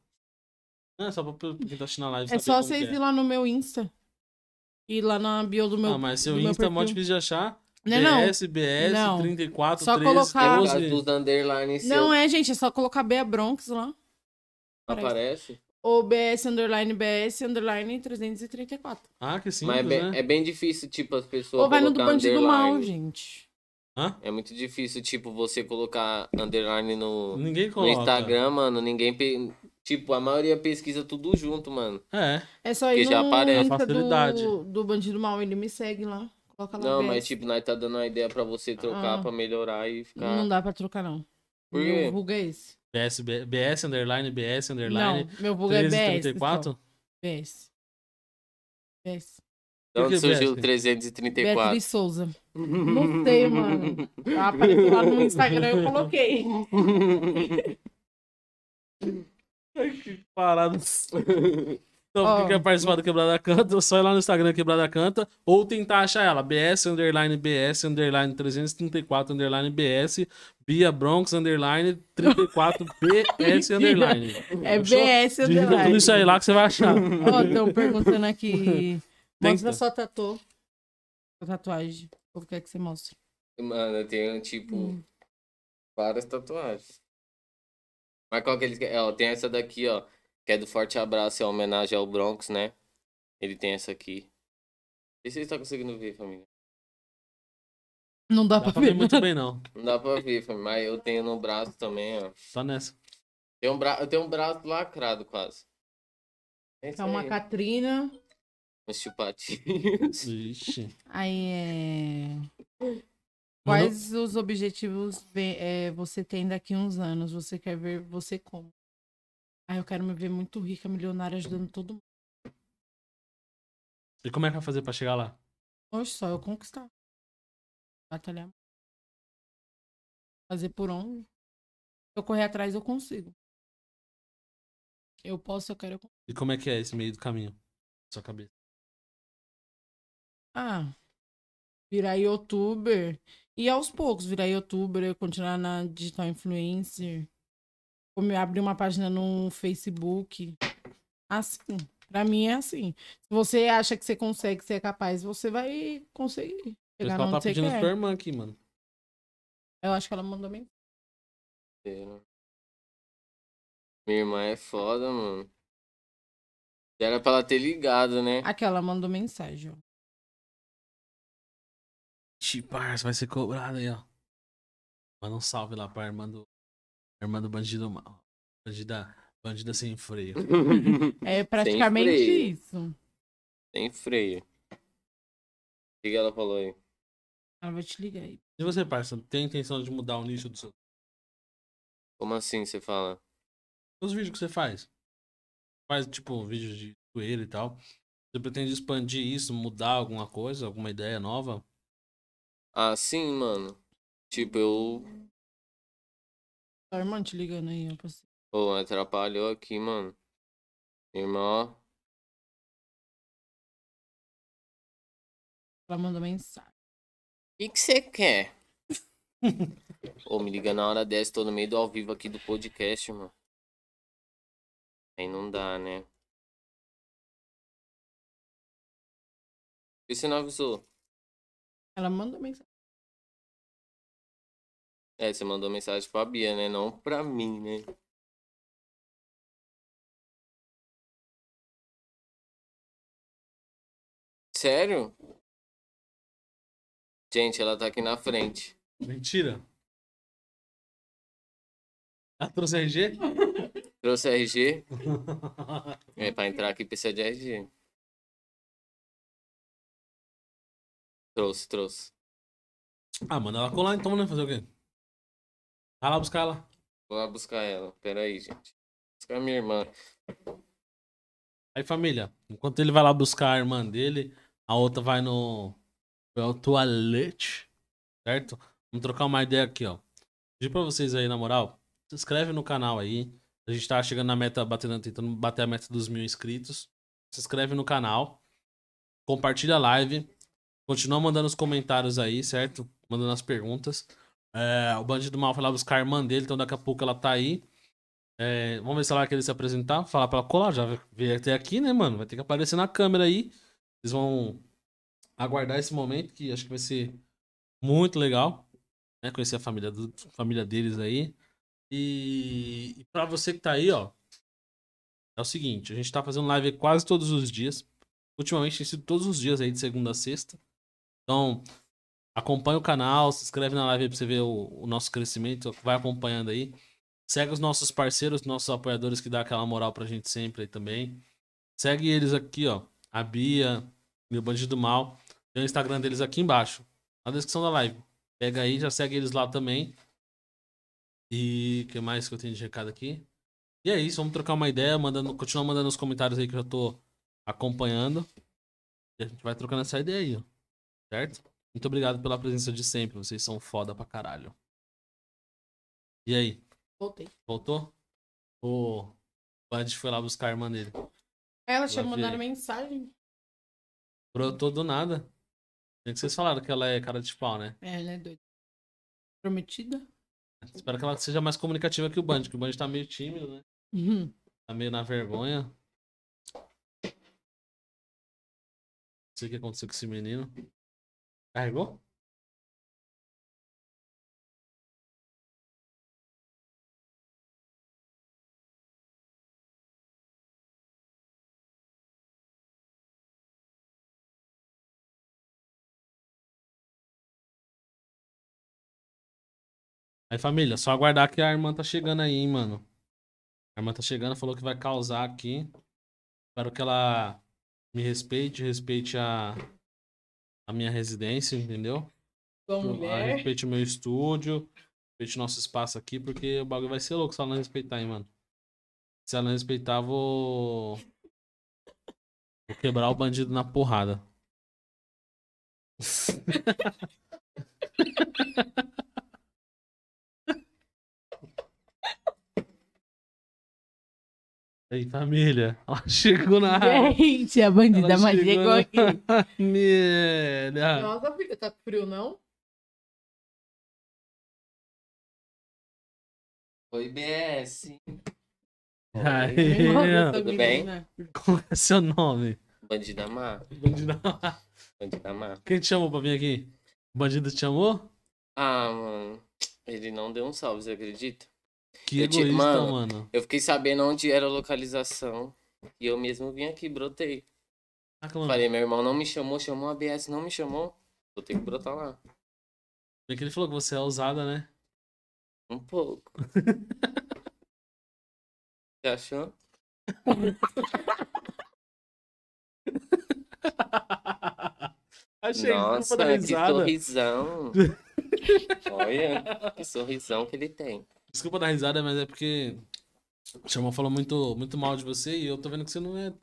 [SPEAKER 1] Não, é só pra pra quem tá assistindo a live.
[SPEAKER 3] É
[SPEAKER 1] saber
[SPEAKER 3] só
[SPEAKER 1] como
[SPEAKER 3] vocês
[SPEAKER 1] que é.
[SPEAKER 3] ir lá no meu Insta. Ir lá na bio do meu.
[SPEAKER 1] Ah, mas seu
[SPEAKER 3] do meu
[SPEAKER 1] Insta é mó
[SPEAKER 3] perfil.
[SPEAKER 1] difícil de achar.
[SPEAKER 3] Não, não.
[SPEAKER 1] BS, BS,
[SPEAKER 3] Não.
[SPEAKER 1] 34,
[SPEAKER 3] Só
[SPEAKER 1] 13,
[SPEAKER 3] colocar-
[SPEAKER 2] Por
[SPEAKER 1] 12.
[SPEAKER 2] causa um dos underline seu,
[SPEAKER 3] Ah, Não é, gente. É só colocar Bea Bronx lá.
[SPEAKER 2] aparece?
[SPEAKER 3] Ou BS underline BS underline 334.
[SPEAKER 1] Ah, que simples,
[SPEAKER 2] Mas é bem,
[SPEAKER 1] né?
[SPEAKER 2] é bem difícil, tipo, as pessoas
[SPEAKER 3] Ou vai no do
[SPEAKER 2] colocar
[SPEAKER 3] Bandido Mal,
[SPEAKER 2] underline.
[SPEAKER 3] gente.
[SPEAKER 1] Hã?
[SPEAKER 2] É muito difícil, tipo, você colocar underline no, no
[SPEAKER 1] Ninguém coloca.
[SPEAKER 2] Instagram, mano. Ninguém... pe- Tipo, a maioria pesquisa tudo junto, mano.
[SPEAKER 1] É.
[SPEAKER 3] É só
[SPEAKER 2] Porque
[SPEAKER 3] ir
[SPEAKER 2] já
[SPEAKER 3] no
[SPEAKER 2] aparece.
[SPEAKER 3] Insta
[SPEAKER 1] Facilidade.
[SPEAKER 3] do, do Bandido Mal, ele me segue lá. Coloca lá
[SPEAKER 2] Não,
[SPEAKER 3] o
[SPEAKER 2] mas
[SPEAKER 3] BS.
[SPEAKER 2] tipo, nós tá dando uma ideia pra você trocar,
[SPEAKER 3] Ah.
[SPEAKER 2] pra melhorar e ficar.
[SPEAKER 3] Não dá pra trocar, não.
[SPEAKER 2] Por quê?
[SPEAKER 3] Meu vulgo é esse.
[SPEAKER 1] BS, B- BS, underline, BS,
[SPEAKER 3] Não,
[SPEAKER 1] underline,
[SPEAKER 3] meu vulgo é BS. pessoal.
[SPEAKER 1] 1334?
[SPEAKER 3] BS. BS.
[SPEAKER 2] De
[SPEAKER 1] Por que
[SPEAKER 2] onde surgiu o
[SPEAKER 1] BS?
[SPEAKER 2] 334?
[SPEAKER 3] Beatriz Souza. Não sei, mano. Ah, Apareceu lá no Instagram, eu coloquei.
[SPEAKER 1] Parado. Então,
[SPEAKER 3] Ó.
[SPEAKER 1] quem quer participar do Quebrada Canta, é só ir lá no Instagram Quebrada Canta ou tentar achar ela. BS, underline, BS, underline, 334, underline, BS, Bia Bronx, underline, 34, BS, underline.
[SPEAKER 3] É
[SPEAKER 1] Fechou?
[SPEAKER 3] BS
[SPEAKER 1] Digita tudo
[SPEAKER 3] underline.
[SPEAKER 1] isso aí lá que você vai achar.
[SPEAKER 3] Ó, estão perguntando aqui.
[SPEAKER 1] Tem
[SPEAKER 3] Mostra
[SPEAKER 1] que-
[SPEAKER 3] sua tatu. Sua tatuagem. O que quer que você mostre?
[SPEAKER 2] Mano, eu tenho, tipo,
[SPEAKER 3] Hum.
[SPEAKER 2] várias tatuagens. Mas qual que eles querem? Ó, tem essa daqui, ó. Que é do Forte Abraço, é uma homenagem ao Bronx, né? Ele tem essa aqui. E vocês estão tá conseguindo ver, família?
[SPEAKER 3] Não dá,
[SPEAKER 1] Dá
[SPEAKER 3] pra
[SPEAKER 1] pra
[SPEAKER 3] ver.
[SPEAKER 1] ver muito bem, não.
[SPEAKER 2] Não dá pra ver, família. Mas eu tenho no braço também, ó.
[SPEAKER 1] Só nessa.
[SPEAKER 2] Tem um bra... Eu tenho um braço lacrado, quase. É isso
[SPEAKER 3] É uma
[SPEAKER 2] aí.
[SPEAKER 3] Catrina.
[SPEAKER 2] Um chupatinhos.
[SPEAKER 1] Ixi.
[SPEAKER 3] Aí é.
[SPEAKER 1] Mandou-
[SPEAKER 3] Quais os objetivos ve- é, você tem daqui a uns anos? Você quer ver você como? Ah, eu quero me ver muito rica, milionária, ajudando todo mundo.
[SPEAKER 1] E como é que vai fazer pra chegar lá?
[SPEAKER 3] Hoje só eu conquistar. Batalhar. Fazer por onde? Se eu correr atrás, eu consigo. Eu posso, eu quero. Eu... con-
[SPEAKER 1] E como é que é esse meio do caminho? Na Sua cabeça.
[SPEAKER 3] Ah, virar youtuber. E aos poucos, virar youtuber, continuar na digital influencer. Ou me abrir uma página no Facebook. Assim. Pra mim é assim. Se você acha que você consegue, você é capaz, você vai conseguir.
[SPEAKER 1] O
[SPEAKER 3] Chegar
[SPEAKER 1] pessoal
[SPEAKER 3] onde
[SPEAKER 1] tá
[SPEAKER 3] você
[SPEAKER 1] pedindo
[SPEAKER 3] quer.
[SPEAKER 1] sua irmã aqui, mano.
[SPEAKER 3] Eu acho que ela mandou mensagem.
[SPEAKER 2] Inteiro. Minha irmã é foda, mano. Era pra ela ter ligado, né?
[SPEAKER 3] Aquela mandou mensagem, ó.
[SPEAKER 1] Ixi, parça, vai ser cobrado aí, ó. Manda um salve lá pra irmã do. Irmã do bandido mal. Bandida. Bandida sem freio.
[SPEAKER 3] É praticamente
[SPEAKER 2] freio.
[SPEAKER 3] isso.
[SPEAKER 2] Sem freio. O que que ela falou aí?
[SPEAKER 3] Ela vai te ligar aí.
[SPEAKER 1] E você, parça, tem intenção de mudar o nicho dos seus
[SPEAKER 2] Como assim você fala?
[SPEAKER 1] os vídeos que você faz? Faz, tipo, vídeos de coelho e tal. Você pretende expandir isso, mudar alguma coisa, alguma ideia nova?
[SPEAKER 2] Ah, sim, mano. Tipo, eu.
[SPEAKER 3] Sua irmã te ligando aí, ó. pra você.
[SPEAKER 2] Pô, atrapalhou aqui, mano. Minha irmã, ó.
[SPEAKER 3] Ela mandou mensagem.
[SPEAKER 2] O que que você quer? Ô, me liga na hora dessa, tô no meio do ao vivo aqui do podcast, mano. Aí não dá, né? Por que você não avisou?
[SPEAKER 3] Ela mandou mensagem.
[SPEAKER 2] É, você mandou mensagem pra Bia, né? Não pra mim, né? Sério? Gente, ela tá aqui na frente.
[SPEAKER 1] Mentira! Ela trouxe RG?
[SPEAKER 2] Trouxe RG? É, pra entrar aqui precisa de RG. Trouxe, trouxe.
[SPEAKER 1] ah, manda ela colar então, né? Fazer o quê? Vai lá buscar ela.
[SPEAKER 2] Vou lá buscar ela. Pera aí, gente. Buscar minha irmã.
[SPEAKER 1] Aí, família, enquanto ele vai lá buscar a irmã dele, a outra vai no. Vai ao toalete, certo? Vamos trocar uma ideia aqui, ó. Pedir pra vocês aí, na moral, se inscreve no canal aí. A gente tá chegando na meta, batendo, tentando bater a meta dos mil inscritos. Se inscreve no canal. Compartilha a live. Continua mandando os comentários aí, certo? Mandando as perguntas. É, o bandido mal foi lá buscar a irmã dele, então daqui a pouco ela tá aí. É, vamos ver se ela vai querer se apresentar. Falar pra ela colar, já veio até aqui, né, mano? Vai ter que aparecer na câmera aí. Vocês vão aguardar esse momento que acho que vai ser muito legal. Né? Conhecer a família, do- família deles aí. E, e pra você que tá aí, ó. É o seguinte, a gente tá fazendo live quase todos os dias. Ultimamente tem sido todos os dias aí, de segunda a sexta. Então, acompanha o canal, se inscreve na live aí pra você ver o- o nosso crescimento. Vai acompanhando aí. Segue os nossos parceiros, nossos apoiadores que dá aquela moral pra gente sempre aí também. Segue eles aqui, ó. A Bia, meu bandido mal. Tem o Instagram deles aqui embaixo, na descrição da live. Pega aí, já segue eles lá também. E o que mais que eu tenho de recado aqui? E é isso, vamos trocar uma ideia, mandando, continuar mandando os comentários aí que eu já tô acompanhando. E a gente vai trocando essa ideia aí, ó. Certo? Muito obrigado pela presença de sempre, vocês são foda pra caralho. E aí,
[SPEAKER 3] Voltei.
[SPEAKER 1] voltou? O Bud foi lá buscar a irmã dele.
[SPEAKER 3] Aí ela chegou
[SPEAKER 1] Lá
[SPEAKER 3] mandaram
[SPEAKER 1] vem.
[SPEAKER 3] mensagem.
[SPEAKER 1] Brotou do nada. Tem que vocês falaram que ela é cara de pau, né?
[SPEAKER 3] É, ela é doida. Prometida?
[SPEAKER 1] Espero que ela seja mais comunicativa que o Band, que o Band tá meio tímido, né?
[SPEAKER 3] Uhum.
[SPEAKER 1] Tá meio na vergonha. Não sei o que aconteceu com esse menino. Carregou? Aí, família, só aguardar que a irmã tá chegando aí, hein, mano. A irmã tá chegando, falou que vai causar aqui. Espero que ela me respeite, respeite a, a minha residência, entendeu?
[SPEAKER 3] Igual
[SPEAKER 1] Ela
[SPEAKER 3] mulher.
[SPEAKER 1] respeite o meu estúdio, respeite o nosso espaço aqui, porque o bagulho vai ser louco se ela não respeitar, hein, mano. Se ela não respeitar, vou. Vou quebrar o bandido na porrada. Ei, família, ela chegou na área.
[SPEAKER 3] Gente, a bandida,
[SPEAKER 1] Ela
[SPEAKER 3] mas
[SPEAKER 1] chegou
[SPEAKER 3] chegou
[SPEAKER 1] na-
[SPEAKER 3] aqui.
[SPEAKER 1] Família.
[SPEAKER 3] Nossa, filha, tá frio, não?
[SPEAKER 2] Oi, BS.
[SPEAKER 1] Aê,
[SPEAKER 3] Nossa, tá
[SPEAKER 2] Tudo
[SPEAKER 3] menina.
[SPEAKER 1] qual é seu nome?
[SPEAKER 2] Bandida má.
[SPEAKER 1] Bandidão.
[SPEAKER 2] Bandida má.
[SPEAKER 1] Quem te chamou pra vir aqui? O bandido te chamou?
[SPEAKER 2] Ah, mano. Ele não deu um salve, você acredita?
[SPEAKER 1] Que
[SPEAKER 2] Eu te-
[SPEAKER 1] egoísta,
[SPEAKER 2] mano.
[SPEAKER 1] mano.
[SPEAKER 2] Eu fiquei sabendo onde era a localização. E eu mesmo vim aqui, brotei.
[SPEAKER 1] Caraca, mano.
[SPEAKER 2] Falei, meu irmão não me chamou, chamou a BS, não me chamou. Vou ter que brotar lá.
[SPEAKER 1] Bem que ele falou que você é ousada, né?
[SPEAKER 2] Um pouco. Você achou?
[SPEAKER 1] Achei
[SPEAKER 2] Nossa,
[SPEAKER 1] que da
[SPEAKER 2] que
[SPEAKER 1] risada.
[SPEAKER 2] sorrisão. Olha, que sorrisão que ele tem.
[SPEAKER 1] Desculpa dar risada, mas é porque o Xamã falou muito, muito mal de você e eu tô vendo que você não é.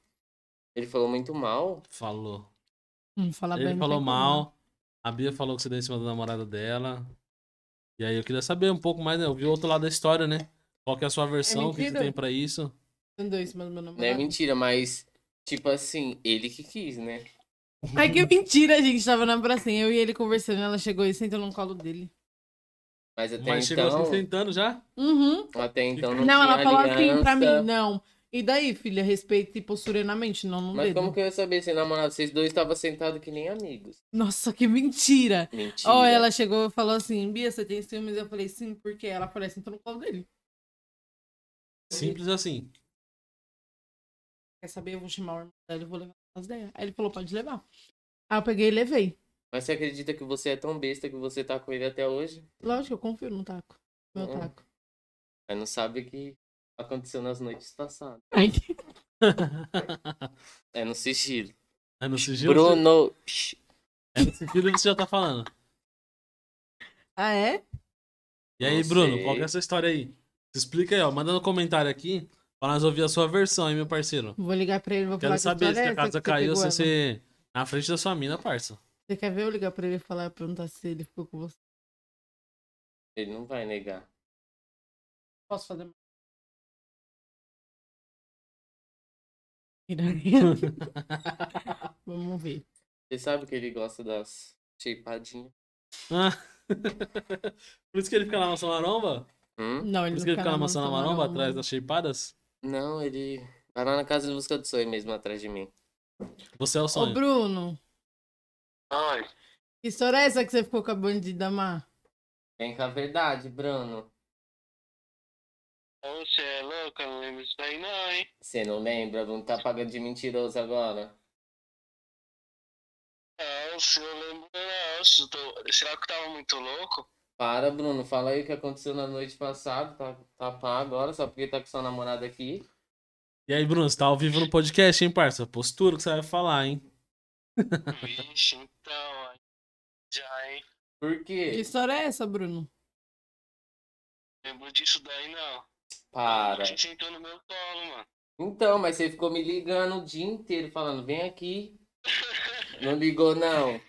[SPEAKER 2] Ele falou muito mal.
[SPEAKER 1] Falou.
[SPEAKER 3] Hum, falar bem
[SPEAKER 1] ele
[SPEAKER 3] não
[SPEAKER 1] falou
[SPEAKER 3] tem como,
[SPEAKER 1] mal. A Bia falou que você deu em cima da namorada dela. E aí eu queria saber um pouco mais, né? Eu vi o outro lado da história, né? Qual que é a sua versão? o que que você
[SPEAKER 3] mentira.
[SPEAKER 1] tem pra isso?
[SPEAKER 3] não. né? Dois, mas meu
[SPEAKER 2] Não é
[SPEAKER 3] namorado.
[SPEAKER 2] mentira, mas, tipo assim, ele que quis, né?
[SPEAKER 3] Ai, que mentira, gente. Tava na pracinha, eu e ele conversando. Ela chegou e sentou no colo dele.
[SPEAKER 2] Mas até
[SPEAKER 1] Mas chegou
[SPEAKER 2] então.
[SPEAKER 1] se sentando já?
[SPEAKER 3] Uhum.
[SPEAKER 2] Até então não,
[SPEAKER 3] Não, ela
[SPEAKER 2] tinha
[SPEAKER 3] falou assim pra
[SPEAKER 2] aliança.
[SPEAKER 3] mim, não. E daí, filha, respeite possurenamente, não no
[SPEAKER 2] Mas
[SPEAKER 3] dedo.
[SPEAKER 2] como que eu ia saber se namorado? Vocês dois estavam sentados que nem amigos.
[SPEAKER 3] Nossa, que mentira.
[SPEAKER 2] Mentira.
[SPEAKER 3] Ó, ela chegou e falou assim, Bia, você tem ciúmes? Eu falei, sim, porque ela falou, sentou no colo dele.
[SPEAKER 1] Simples assim.
[SPEAKER 3] Quer saber? Eu vou chamar o irmão dela, eu vou levar as ideias. Aí ele falou, pode levar. Aí eu peguei e levei.
[SPEAKER 2] Mas você acredita que você é tão besta que você tá com ele até hoje?
[SPEAKER 3] Lógico, eu confio no taco. Meu
[SPEAKER 2] Hum.
[SPEAKER 3] taco.
[SPEAKER 2] Mas não sabe o que aconteceu nas noites passadas.
[SPEAKER 3] Ai,
[SPEAKER 2] É no sigilo.
[SPEAKER 1] É no sigilo.
[SPEAKER 2] Bruno. Psh,
[SPEAKER 1] É no sigilo você já tá falando.
[SPEAKER 3] ah, é?
[SPEAKER 1] E aí,
[SPEAKER 2] Não
[SPEAKER 1] Bruno,
[SPEAKER 2] sei.
[SPEAKER 1] qual que é essa história aí? Se explica aí, ó. Manda no comentário aqui pra nós ouvir a sua versão, hein, meu parceiro.
[SPEAKER 3] Vou ligar pra ele, vou
[SPEAKER 1] Quero
[SPEAKER 3] falar
[SPEAKER 1] saber se
[SPEAKER 3] história é
[SPEAKER 1] a
[SPEAKER 3] essa
[SPEAKER 1] casa
[SPEAKER 3] que você
[SPEAKER 1] caiu,
[SPEAKER 3] pegou
[SPEAKER 1] se
[SPEAKER 3] ela.
[SPEAKER 1] você. é Na frente da sua mina, parça.
[SPEAKER 3] Você quer ver eu ligar pra ele e falar, perguntar se ele ficou com você?
[SPEAKER 2] Ele não vai negar.
[SPEAKER 3] Posso fazer mais? Piranha. Vamos ver.
[SPEAKER 2] Você sabe que ele gosta das shapadinhas.
[SPEAKER 1] Ah. Por isso que ele fica na maçã maromba?
[SPEAKER 2] Hum?
[SPEAKER 3] Não,
[SPEAKER 1] Por
[SPEAKER 3] ele
[SPEAKER 1] isso que ele fica na maçã
[SPEAKER 3] mansão
[SPEAKER 1] maromba
[SPEAKER 3] né?
[SPEAKER 1] atrás das shapeadas?
[SPEAKER 2] Não, ele vai lá na casa de busca do sonho mesmo, atrás de mim.
[SPEAKER 1] Você é o
[SPEAKER 3] Ô,
[SPEAKER 1] sonho.
[SPEAKER 3] Bruno,
[SPEAKER 2] Ai.
[SPEAKER 3] que história é essa que você ficou com a bandida má?
[SPEAKER 2] Vem com a verdade, Bruno.
[SPEAKER 4] Você é louca, não lembro disso daí não, hein?
[SPEAKER 2] Você não lembra? Bruno tá pagando de mentiroso agora.
[SPEAKER 4] Não, se eu lembro não, se eu tô... será que eu tava muito louco?
[SPEAKER 2] Para, Bruno, fala aí o que aconteceu na noite passada. Tá, tá pá agora, só porque tá com sua namorada aqui.
[SPEAKER 1] E aí, Bruno, você tá ao vivo no podcast, hein, parça? Postura que você vai falar, hein?
[SPEAKER 4] Vixe, então, aí já, hein?
[SPEAKER 2] Por
[SPEAKER 3] Que
[SPEAKER 2] quê?
[SPEAKER 3] história é essa, Bruno?
[SPEAKER 4] Lembro disso daí, não.
[SPEAKER 2] Para.
[SPEAKER 4] Você sentou no meu colo, mano.
[SPEAKER 2] Então, mas você ficou me ligando o dia inteiro falando, vem aqui. Não ligou, não.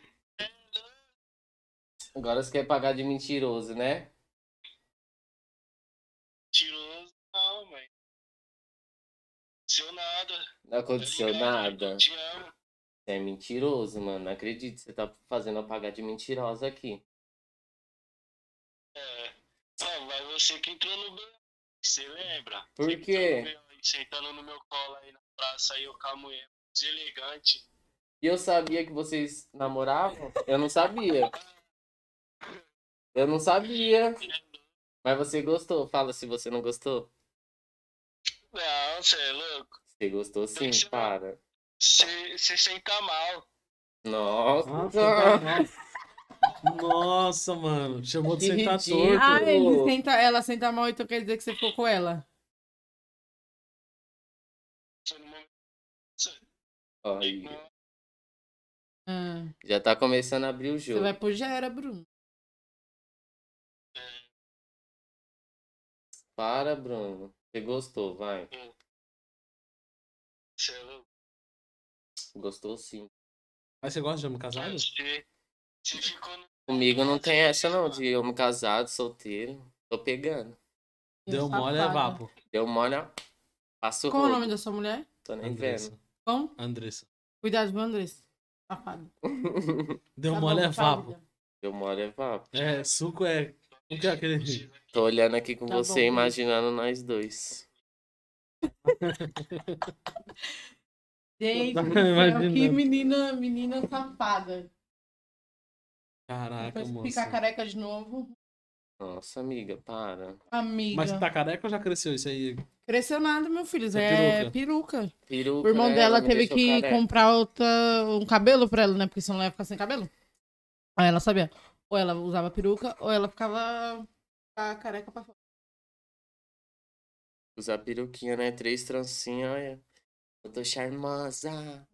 [SPEAKER 2] Agora você quer pagar de mentiroso, né?
[SPEAKER 4] Tiroso, não, mãe. Seu nada.
[SPEAKER 2] Não aconteceu
[SPEAKER 4] Obrigado,
[SPEAKER 2] nada.
[SPEAKER 4] Te amo.
[SPEAKER 2] Você é mentiroso, mano. Não acredito. Você tá fazendo eu pagar de mentirosa aqui.
[SPEAKER 4] É. Ah, mas você que entrou no B.O. Você lembra?
[SPEAKER 2] Por
[SPEAKER 4] Você que
[SPEAKER 2] quê?
[SPEAKER 4] entrou no B.O. aí, Sentando no meu colo aí na praça, aí eu com a mulher deselegante.
[SPEAKER 2] E eu sabia que vocês namoravam? Eu não sabia. Eu não sabia. Mas você gostou. Fala se você não gostou.
[SPEAKER 4] Não, você é louco.
[SPEAKER 2] Você gostou sim, para.
[SPEAKER 4] Você você senta mal.
[SPEAKER 2] Nossa.
[SPEAKER 1] Nossa, Nossa, mano. Chamou de
[SPEAKER 2] Que
[SPEAKER 1] sentar
[SPEAKER 2] ridículo.
[SPEAKER 1] torto.
[SPEAKER 3] Ah, ele
[SPEAKER 2] Ô.
[SPEAKER 3] senta, ela senta mal, então quer dizer que você ficou com ela.
[SPEAKER 4] Foi no momento
[SPEAKER 2] Olha.
[SPEAKER 4] que-
[SPEAKER 3] Ah,
[SPEAKER 2] Já tá começando a abrir o
[SPEAKER 3] você
[SPEAKER 2] jogo.
[SPEAKER 3] vai pro Gera, Bruno.
[SPEAKER 2] Para, Bruno. Você gostou, vai.
[SPEAKER 4] Você é louco.
[SPEAKER 2] Gostou sim.
[SPEAKER 1] Mas você gosta de homem casado?
[SPEAKER 4] Você você ficou no.
[SPEAKER 2] Comigo não tem essa não, de homem casado, solteiro. Tô pegando.
[SPEAKER 1] Deu mole é
[SPEAKER 3] Safada.
[SPEAKER 1] vapo.
[SPEAKER 2] Deu mole, ó. Passo
[SPEAKER 3] Qual é o
[SPEAKER 2] rodo.
[SPEAKER 3] nome da sua mulher?
[SPEAKER 2] Tô nem Tá vendo.
[SPEAKER 1] Andressa.
[SPEAKER 3] Como?
[SPEAKER 1] Andressa.
[SPEAKER 3] Cuidado, meu Andrés. Safado.
[SPEAKER 1] Deu
[SPEAKER 3] Tá
[SPEAKER 1] mole
[SPEAKER 3] bom,
[SPEAKER 1] é
[SPEAKER 3] tchau,
[SPEAKER 1] vapo.
[SPEAKER 3] vida.
[SPEAKER 2] Deu mole é vapo.
[SPEAKER 1] É, suco é. O que é aquele?
[SPEAKER 2] Tô olhando aqui com
[SPEAKER 3] Tá bom,
[SPEAKER 2] você,
[SPEAKER 3] beijo.
[SPEAKER 2] imaginando nós dois.
[SPEAKER 3] Gente,
[SPEAKER 1] Tá
[SPEAKER 3] do céu, que
[SPEAKER 1] imaginando.
[SPEAKER 3] menina, menina safada.
[SPEAKER 1] Caraca,
[SPEAKER 3] Depois
[SPEAKER 1] moça.
[SPEAKER 3] ficar careca de novo.
[SPEAKER 2] Nossa, amiga, para.
[SPEAKER 3] Amiga.
[SPEAKER 1] Mas tá careca ou já cresceu isso aí?
[SPEAKER 3] Cresceu nada, meu filho.
[SPEAKER 1] Essa
[SPEAKER 3] É peruca. O
[SPEAKER 2] Peruca,
[SPEAKER 3] irmão
[SPEAKER 2] né?
[SPEAKER 3] dela
[SPEAKER 2] Ela me
[SPEAKER 3] teve
[SPEAKER 2] deixou
[SPEAKER 3] que
[SPEAKER 2] careca.
[SPEAKER 3] comprar outra, um cabelo pra ela, né? Porque senão ela ia ficar sem cabelo. Aí ela sabia. Ou ela usava peruca, ou ela ficava a careca pra fora.
[SPEAKER 2] Usar peruquinha, né? Três trancinhas, olha. Eu tô charmosa.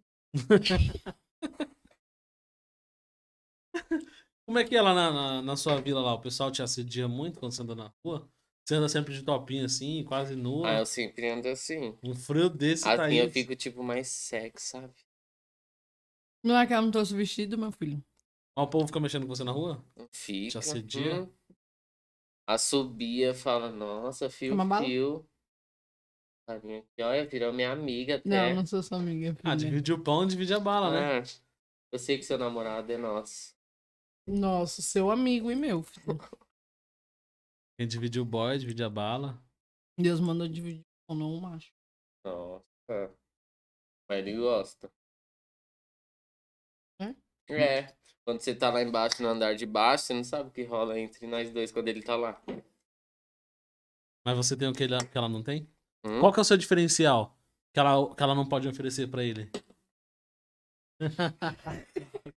[SPEAKER 1] Como é que é lá na, na, na sua vila lá? O pessoal te assedia muito quando você anda na rua? Você anda sempre de topinha assim, quase nua.
[SPEAKER 2] Ah, eu sempre ando assim.
[SPEAKER 1] Um frio desse tá aí.
[SPEAKER 2] Assim eu fico, tipo, mais sexy, sabe?
[SPEAKER 3] Não é que ela não trouxe o vestido, meu filho.
[SPEAKER 1] Mas o povo fica mexendo com você na rua?
[SPEAKER 2] Fica.
[SPEAKER 1] Já cedia?
[SPEAKER 2] hum. Assobia, fala, nossa, fio,
[SPEAKER 3] Toma bala?
[SPEAKER 2] fio. Carinha aqui, olha, virou minha amiga até.
[SPEAKER 3] Não, não sou sua amiga.
[SPEAKER 1] Ah,
[SPEAKER 3] filha.
[SPEAKER 1] divide o pão, divide a bala, né?
[SPEAKER 2] Ah, eu sei que seu namorado é nosso.
[SPEAKER 3] Nossa, seu amigo e meu. filho.
[SPEAKER 1] Quem divide o boy, divide a bala.
[SPEAKER 3] Deus mandou dividir ou não, um macho.
[SPEAKER 2] Nossa. Mas ele gosta.
[SPEAKER 3] É?
[SPEAKER 2] É. Quando você tá lá embaixo, no andar de baixo, você não sabe o que rola entre nós dois quando ele tá lá.
[SPEAKER 1] Mas você tem o que, ele, que ela não tem?
[SPEAKER 2] Hum?
[SPEAKER 1] Qual que é o seu diferencial? Que ela, que ela não pode oferecer pra ele?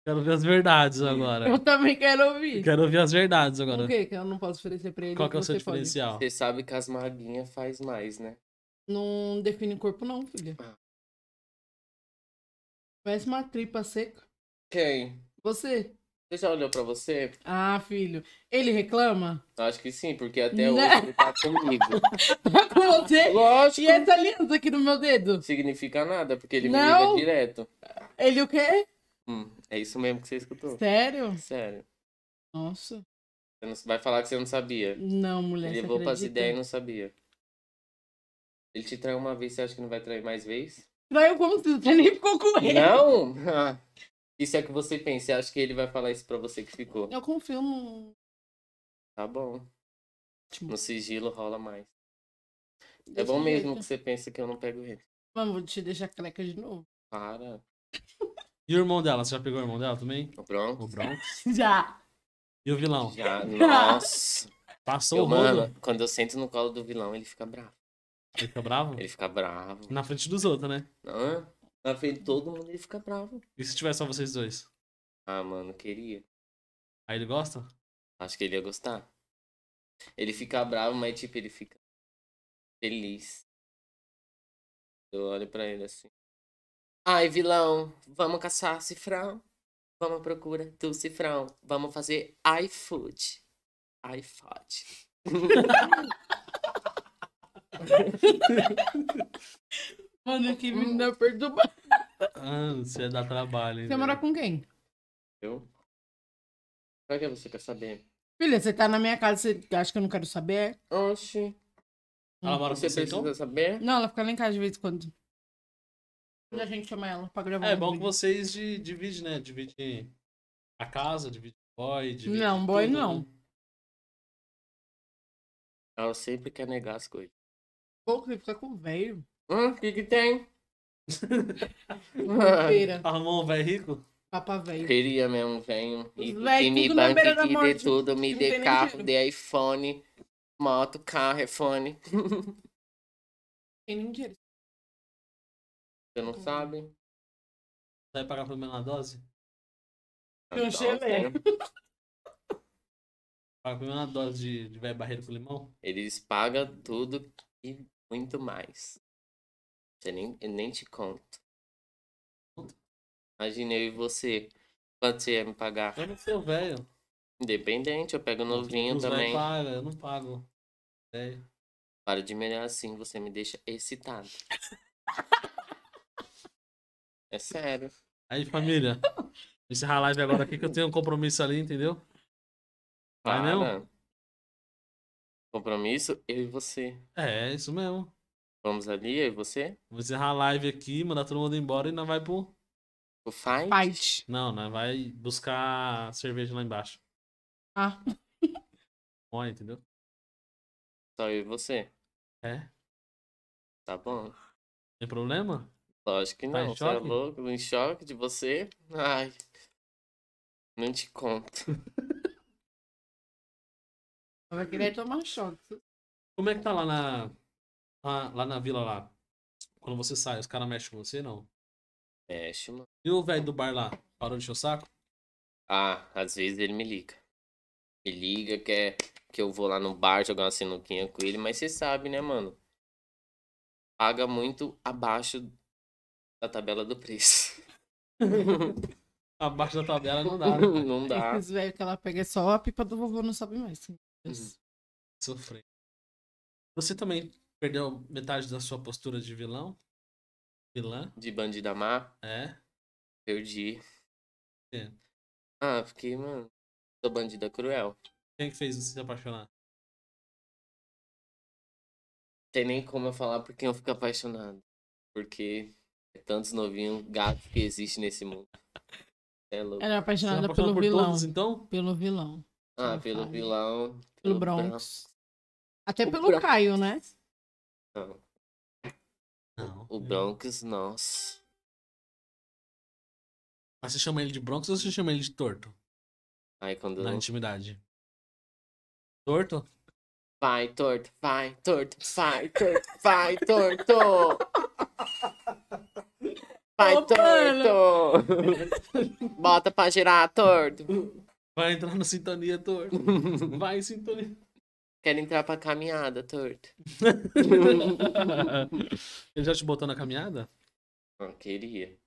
[SPEAKER 1] Quero ver as verdades agora.
[SPEAKER 3] Eu também quero ouvir.
[SPEAKER 1] Quero ouvir as verdades
[SPEAKER 3] Por
[SPEAKER 1] É. agora.
[SPEAKER 3] que que eu não posso oferecer pra ele?
[SPEAKER 1] Qual que é o
[SPEAKER 3] você
[SPEAKER 1] seu
[SPEAKER 3] pode?
[SPEAKER 1] diferencial?
[SPEAKER 2] Você sabe que as maguinhas faz mais, né?
[SPEAKER 3] Não define corpo não, filha.
[SPEAKER 2] Ah.
[SPEAKER 3] Parece uma tripa seca.
[SPEAKER 2] Quem?
[SPEAKER 3] Você?
[SPEAKER 2] Você já olhou pra você?
[SPEAKER 3] Ah, filho. Ele reclama?
[SPEAKER 2] Acho que sim, porque até hoje
[SPEAKER 3] Né?
[SPEAKER 2] ele tá comigo.
[SPEAKER 3] Tá com você? E é
[SPEAKER 2] Lógico.
[SPEAKER 3] essa aliança aqui no meu dedo?
[SPEAKER 2] Não significa nada, porque ele
[SPEAKER 3] Não.
[SPEAKER 2] me liga direto.
[SPEAKER 3] Ele o quê?
[SPEAKER 2] Hum, é isso mesmo que você escutou.
[SPEAKER 3] Sério?
[SPEAKER 2] Sério.
[SPEAKER 3] Nossa.
[SPEAKER 2] Você não vai falar que você não sabia.
[SPEAKER 3] Não, mulher,
[SPEAKER 2] Ele
[SPEAKER 3] você
[SPEAKER 2] levou pras
[SPEAKER 3] acredita?
[SPEAKER 2] ideias né? e não sabia. Ele te traiu uma vez, você acha que não vai trair mais vez?
[SPEAKER 3] Traiu como se você nem ficou com ele.
[SPEAKER 2] Não! Ah, isso é que você pensa. Você acha que ele vai falar isso pra você que ficou?
[SPEAKER 3] Eu confio no...
[SPEAKER 2] Tá bom.
[SPEAKER 3] Ótimo.
[SPEAKER 2] No sigilo rola mais. É
[SPEAKER 3] desse
[SPEAKER 2] bom mesmo
[SPEAKER 3] jeito.
[SPEAKER 2] que você pensa que eu não pego ele.
[SPEAKER 3] Mano, vou te deixar careca de novo.
[SPEAKER 2] Para.
[SPEAKER 1] E o irmão dela? Você já pegou o irmão dela também?
[SPEAKER 2] Pronto.
[SPEAKER 1] O Bronx?
[SPEAKER 3] Já.
[SPEAKER 1] E o vilão?
[SPEAKER 2] Já. Nossa.
[SPEAKER 1] Passou
[SPEAKER 2] Eu,
[SPEAKER 1] o rodo.
[SPEAKER 2] mano, quando eu sento no colo do vilão, ele fica bravo.
[SPEAKER 1] Ele fica bravo?
[SPEAKER 2] Ele fica bravo.
[SPEAKER 1] Na frente dos outros, né?
[SPEAKER 2] Não, na frente de todo mundo ele fica bravo.
[SPEAKER 1] E se tiver só vocês dois?
[SPEAKER 2] Ah, mano, queria.
[SPEAKER 1] Aí ele gosta?
[SPEAKER 2] Acho que ele ia gostar. Ele fica bravo, mas tipo, ele fica feliz. Eu olho pra ele assim. Ai, vilão, vamos caçar cifrão. Vamos à procura do cifrão. Vamos fazer iFood. iFood.
[SPEAKER 3] Mano, que menina perturbada.
[SPEAKER 1] Ah, você dá trabalho, hein?
[SPEAKER 3] Você mora
[SPEAKER 1] velho?
[SPEAKER 3] com quem?
[SPEAKER 2] Eu? Pra que você quer saber?
[SPEAKER 3] Filha, você tá na minha casa, você acha que eu não quero saber?
[SPEAKER 2] Oxi,
[SPEAKER 1] Ela mora com
[SPEAKER 2] você
[SPEAKER 1] você,
[SPEAKER 2] precisa
[SPEAKER 1] então?
[SPEAKER 2] saber?
[SPEAKER 3] Não, ela fica lá em casa de vez em quando. Quando a gente chama ela pra gravar.
[SPEAKER 1] É
[SPEAKER 3] um
[SPEAKER 1] bom que
[SPEAKER 3] vídeo.
[SPEAKER 1] vocês di- dividem, né? Dividem a casa, dividem o boy, dividem
[SPEAKER 3] Não, boy
[SPEAKER 1] tudo,
[SPEAKER 3] não.
[SPEAKER 1] né?
[SPEAKER 2] Ela sempre quer negar as coisas.
[SPEAKER 3] Pouco você fica com o velho.
[SPEAKER 2] Hum, o que que tem? É.
[SPEAKER 3] Feira,
[SPEAKER 1] Arrumou um velho rico?
[SPEAKER 3] papa velho.
[SPEAKER 2] Queria mesmo, venho. E,
[SPEAKER 3] Véi,
[SPEAKER 2] e me
[SPEAKER 3] tudo na
[SPEAKER 2] banque,
[SPEAKER 3] beira da
[SPEAKER 2] que dê
[SPEAKER 3] morte,
[SPEAKER 2] tudo, me
[SPEAKER 3] não tem
[SPEAKER 2] dê
[SPEAKER 3] nem
[SPEAKER 2] carro,
[SPEAKER 3] dinheiro.
[SPEAKER 2] dê iPhone, moto, carro, é iPhone.
[SPEAKER 3] Tem nem dinheiro.
[SPEAKER 2] Você
[SPEAKER 3] Hum.
[SPEAKER 2] não sabe?
[SPEAKER 1] Você vai pagar a primeira dose?
[SPEAKER 3] Tem um
[SPEAKER 2] Então,
[SPEAKER 3] chelé.
[SPEAKER 2] né?
[SPEAKER 1] Paga a primeira dose de, de velho barreiro com limão?
[SPEAKER 2] Eles pagam tudo e muito mais. Você nem, eu nem te conto. Imagina eu e você. Quanto você ia me pagar?
[SPEAKER 1] Eu não sou velho.
[SPEAKER 2] Independente, eu pego novinho
[SPEAKER 1] Os velhos
[SPEAKER 2] também.
[SPEAKER 1] pagam, eu não pago. É.
[SPEAKER 2] Para de melhorar assim, você me deixa excitado. É sério.
[SPEAKER 1] Aí, família, vou encerrar a live agora aqui que eu tenho um compromisso ali, entendeu? Vai mesmo?
[SPEAKER 2] Para. Compromisso, eu e você.
[SPEAKER 1] É, é isso mesmo.
[SPEAKER 2] Vamos ali, eu e você?
[SPEAKER 1] Vou encerrar a live aqui, mandar todo mundo embora e nós vai pro.
[SPEAKER 2] O Fai?
[SPEAKER 3] Paz.
[SPEAKER 1] Não, nós vai buscar cerveja lá embaixo.
[SPEAKER 3] Ah.
[SPEAKER 1] Olha, entendeu?
[SPEAKER 2] Só eu e você.
[SPEAKER 1] É.
[SPEAKER 2] Tá bom.
[SPEAKER 1] Tem problema?
[SPEAKER 2] Lógico que
[SPEAKER 1] Tá em
[SPEAKER 2] não. Você é
[SPEAKER 1] choque?
[SPEAKER 2] louco? Em choque de você? Ai. Não te conto.
[SPEAKER 3] Ela vai querer tomar choque.
[SPEAKER 1] Como é que tá lá na. Lá, lá na vila lá? Quando você sai, os caras mexem com você, não?
[SPEAKER 2] Mexe, mano.
[SPEAKER 1] E o velho do bar lá? Parou de encher o saco?
[SPEAKER 2] Ah, às vezes ele me liga. Me liga, quer que eu vou lá no bar jogar uma sinuquinha com ele, mas você sabe, né, mano? Paga muito abaixo da tabela do preço.
[SPEAKER 1] Abaixo da tabela não dá, né? cara?
[SPEAKER 2] Não dá.
[SPEAKER 3] Esses velhos que ela pega é só a pipa do vovô não sobe mais.
[SPEAKER 1] Sofrer. Você também perdeu metade da sua postura de vilão? Vilã?
[SPEAKER 2] De bandida má,
[SPEAKER 1] É.
[SPEAKER 2] perdi.
[SPEAKER 1] É.
[SPEAKER 2] Ah, fiquei, mano. Sou bandida cruel.
[SPEAKER 1] Quem é que fez você se apaixonar?
[SPEAKER 2] Tem nem como eu falar por quem eu fico apaixonado. Porque é tantos novinhos gatos que existe nesse mundo. É louco.
[SPEAKER 3] Ela
[SPEAKER 1] Você
[SPEAKER 3] é
[SPEAKER 1] se
[SPEAKER 3] apaixonada
[SPEAKER 1] apaixonou
[SPEAKER 3] pelo
[SPEAKER 1] por
[SPEAKER 3] vilão.
[SPEAKER 1] todos, então?
[SPEAKER 3] Pelo vilão.
[SPEAKER 2] Ah,
[SPEAKER 3] não
[SPEAKER 2] pelo
[SPEAKER 3] fale.
[SPEAKER 2] vilão.
[SPEAKER 3] Pelo Bronx. Até
[SPEAKER 2] O
[SPEAKER 3] pelo
[SPEAKER 2] Bronx.
[SPEAKER 3] Caio, né?
[SPEAKER 2] Não,
[SPEAKER 1] Não.
[SPEAKER 2] o Bronx, nossa.
[SPEAKER 1] Mas você chama ele de Bronx ou você chama ele de torto?
[SPEAKER 2] Aí quando.
[SPEAKER 1] Na intimidade. Torto?
[SPEAKER 2] Vai, torto, vai, torto, vai, torto, vai, torto! Vai,
[SPEAKER 3] Ô,
[SPEAKER 2] torto! Bota pra girar, torto!
[SPEAKER 1] Vai entrar na sintonia, torto. Vai em sintonia.
[SPEAKER 2] Quero entrar pra caminhada, torto.
[SPEAKER 1] ele já te botou na caminhada?
[SPEAKER 2] Ah, queria.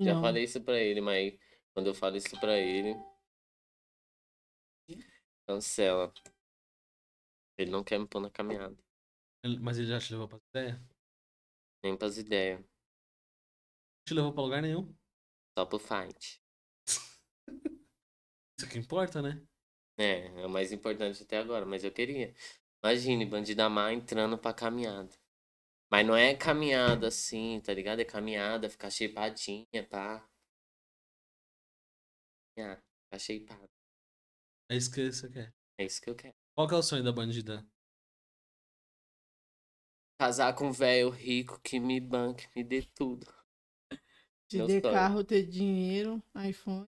[SPEAKER 2] Já
[SPEAKER 3] Não.
[SPEAKER 2] falei isso pra ele, mas quando eu falo isso pra ele. Cancela. Ele não quer me pôr na caminhada.
[SPEAKER 1] Ele- Mas ele já te levou pra ideia?
[SPEAKER 2] Nem pras ideias.
[SPEAKER 1] Te levou pra lugar nenhum.
[SPEAKER 2] Só pro fight.
[SPEAKER 1] Isso que importa, né?
[SPEAKER 2] É, é o mais importante até agora, mas eu queria. Imagine, bandida má entrando pra caminhada. Mas não é caminhada assim, tá ligado? É caminhada, ficar shapeadinha, pá. Ah, ficar shapeada.
[SPEAKER 1] É isso que você quer.
[SPEAKER 2] É isso que eu quero.
[SPEAKER 1] Qual que é o sonho da bandida?
[SPEAKER 2] Casar com um velho rico que me banque, me dê tudo.
[SPEAKER 3] Te
[SPEAKER 2] Meu
[SPEAKER 3] dê
[SPEAKER 2] sonho.
[SPEAKER 3] carro, ter dinheiro, iPhone.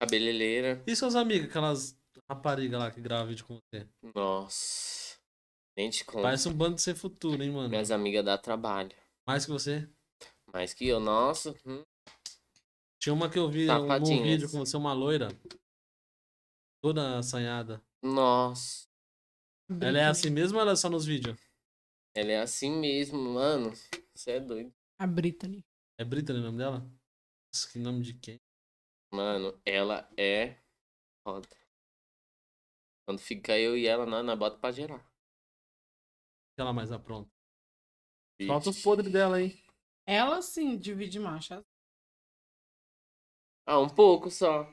[SPEAKER 2] Cabeleireira,
[SPEAKER 1] E suas amigas, aquelas raparigas lá que gravam vídeo com você?
[SPEAKER 2] nossa. Nem te conto.
[SPEAKER 1] Parece um bando sem futuro, hein, mano?
[SPEAKER 2] É. Minhas amigas dá trabalho.
[SPEAKER 1] Mais que você.
[SPEAKER 2] Mais que eu, nossa. hum.
[SPEAKER 1] Tinha uma que eu vi um, um
[SPEAKER 2] Safadinhas.
[SPEAKER 1] vídeo com você, uma loira. Toda assanhada. assim
[SPEAKER 2] Nossa.
[SPEAKER 1] Ela é assim mesmo ou ela é só é nos vídeos?
[SPEAKER 2] Ela é assim mesmo, mano. Você é doido.
[SPEAKER 3] A Brittany.
[SPEAKER 1] É Brittany o nome dela? Nossa, que nome de quem?
[SPEAKER 2] Mano, ela é. foda. Quando fica eu e ela, nós, nós bota pra gerar.
[SPEAKER 1] O que ela mais apronta? Falta os podres dela, hein?
[SPEAKER 3] Ela sim divide marcha.
[SPEAKER 2] Ah, um pouco só.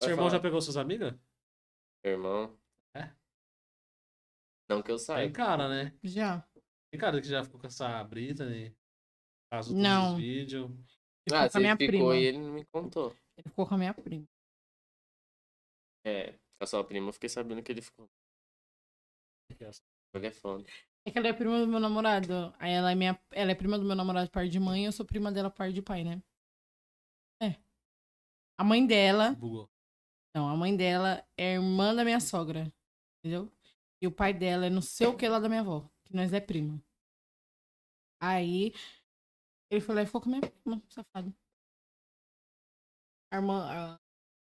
[SPEAKER 1] Seu irmão já pegou suas amigas?
[SPEAKER 2] Meu irmão.
[SPEAKER 1] É?
[SPEAKER 2] Não que eu
[SPEAKER 1] Tem
[SPEAKER 2] saiba.
[SPEAKER 1] cara, né?
[SPEAKER 3] Já.
[SPEAKER 1] Tem cara que já ficou com essa Brittany. Caso
[SPEAKER 3] Não.
[SPEAKER 1] os vídeos.
[SPEAKER 3] Ele
[SPEAKER 2] Ah,
[SPEAKER 3] ficou com a minha
[SPEAKER 2] você ficou
[SPEAKER 3] prima.
[SPEAKER 2] e ele não me contou.
[SPEAKER 3] Ele ficou com a minha prima.
[SPEAKER 2] É, com a sua prima eu fiquei sabendo que ele ficou. Ele é foda.
[SPEAKER 3] É que ela é prima do meu namorado. Aí ela é minha. Ela é prima do meu namorado de parte de mãe, eu sou prima dela parte de pai, né? É. A mãe dela.
[SPEAKER 1] Bugou.
[SPEAKER 3] Não, a mãe dela é irmã da minha sogra. Entendeu? E o pai dela é não sei o que lá da minha avó. Que nós é prima. Aí. Ele foi lá e ficou com a minha prima, safado. A irmã. A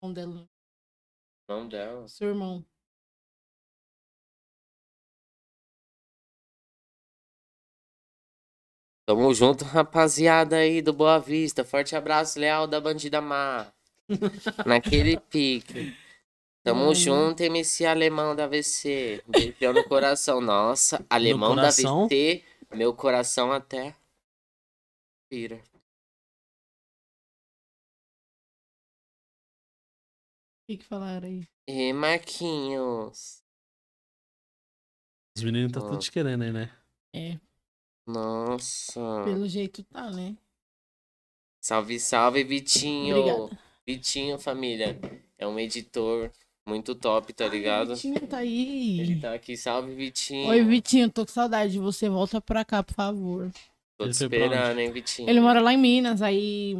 [SPEAKER 3] irmã dela.
[SPEAKER 2] O nome dela.
[SPEAKER 3] Seu irmão.
[SPEAKER 2] Tamo junto, rapaziada aí do Boa Vista. Forte abraço, Leal da Bandida Mar. Naquele pique. Tamo
[SPEAKER 3] Mano.
[SPEAKER 2] junto, MC Alemão da VC. Beijão no coração. Nossa, Alemão
[SPEAKER 1] coração?
[SPEAKER 2] da VC. Meu coração até. Pira.
[SPEAKER 3] O que, que falaram aí?
[SPEAKER 2] E Marquinhos.
[SPEAKER 1] Os meninos tá tudo te querendo aí, né?
[SPEAKER 3] É,
[SPEAKER 2] Nossa.
[SPEAKER 3] pelo jeito tá, né?
[SPEAKER 2] Salve, salve, Vitinho.
[SPEAKER 3] Obrigada.
[SPEAKER 2] Vitinho, família. É um editor muito top, tá ligado?
[SPEAKER 3] Ai, Vitinho tá aí.
[SPEAKER 2] Ele tá aqui. Salve, Vitinho.
[SPEAKER 3] Oi, Vitinho, tô com saudade de você. Volta pra cá, por favor.
[SPEAKER 2] Tô te
[SPEAKER 1] Ele foi pra onde?
[SPEAKER 2] esperando, hein, Vitinho.
[SPEAKER 3] Ele mora lá em Minas, aí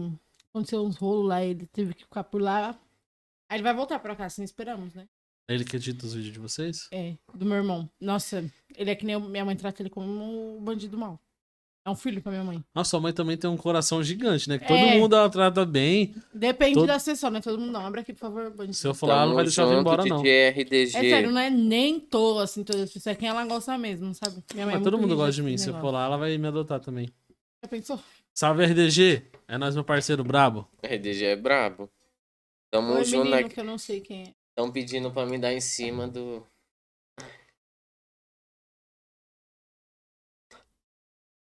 [SPEAKER 3] aconteceu uns rolos lá, ele teve que ficar por lá. Aí ele vai voltar pra cá, assim, esperamos, né?
[SPEAKER 1] É Ele que edita os vídeos de vocês?
[SPEAKER 3] É, do meu irmão. Nossa, ele é que nem eu- minha mãe trata ele como um bandido mau. É um filho pra minha mãe.
[SPEAKER 1] Nossa, sua mãe também tem um coração gigante, né? Que todo
[SPEAKER 3] É.
[SPEAKER 1] mundo ela trata bem.
[SPEAKER 3] Depende
[SPEAKER 1] Todo-
[SPEAKER 3] da sessão, né? Todo mundo, não, abre aqui, por favor, bandido.
[SPEAKER 1] Se eu falar, ela não
[SPEAKER 2] Tamo
[SPEAKER 1] vai deixar eu ir
[SPEAKER 2] junto,
[SPEAKER 1] embora, não.
[SPEAKER 2] DJ RDG.
[SPEAKER 3] É sério, não é nem tô, assim, todo isso é quem ela gosta mesmo, sabe? Minha mãe é
[SPEAKER 1] Mas todo
[SPEAKER 3] muito
[SPEAKER 1] mundo
[SPEAKER 3] rígida
[SPEAKER 1] gosta de mim.
[SPEAKER 3] nesse
[SPEAKER 1] Se eu for
[SPEAKER 3] negócio.
[SPEAKER 1] lá, ela vai me adotar também.
[SPEAKER 3] Já pensou?
[SPEAKER 1] Salve, RDG! É nós, meu parceiro brabo.
[SPEAKER 2] RDG é brabo. Tamo
[SPEAKER 3] Oi,
[SPEAKER 2] junto
[SPEAKER 3] menino,
[SPEAKER 2] aqui.
[SPEAKER 3] que eu não sei quem é.
[SPEAKER 2] Tão pedindo pra me dar em cima do.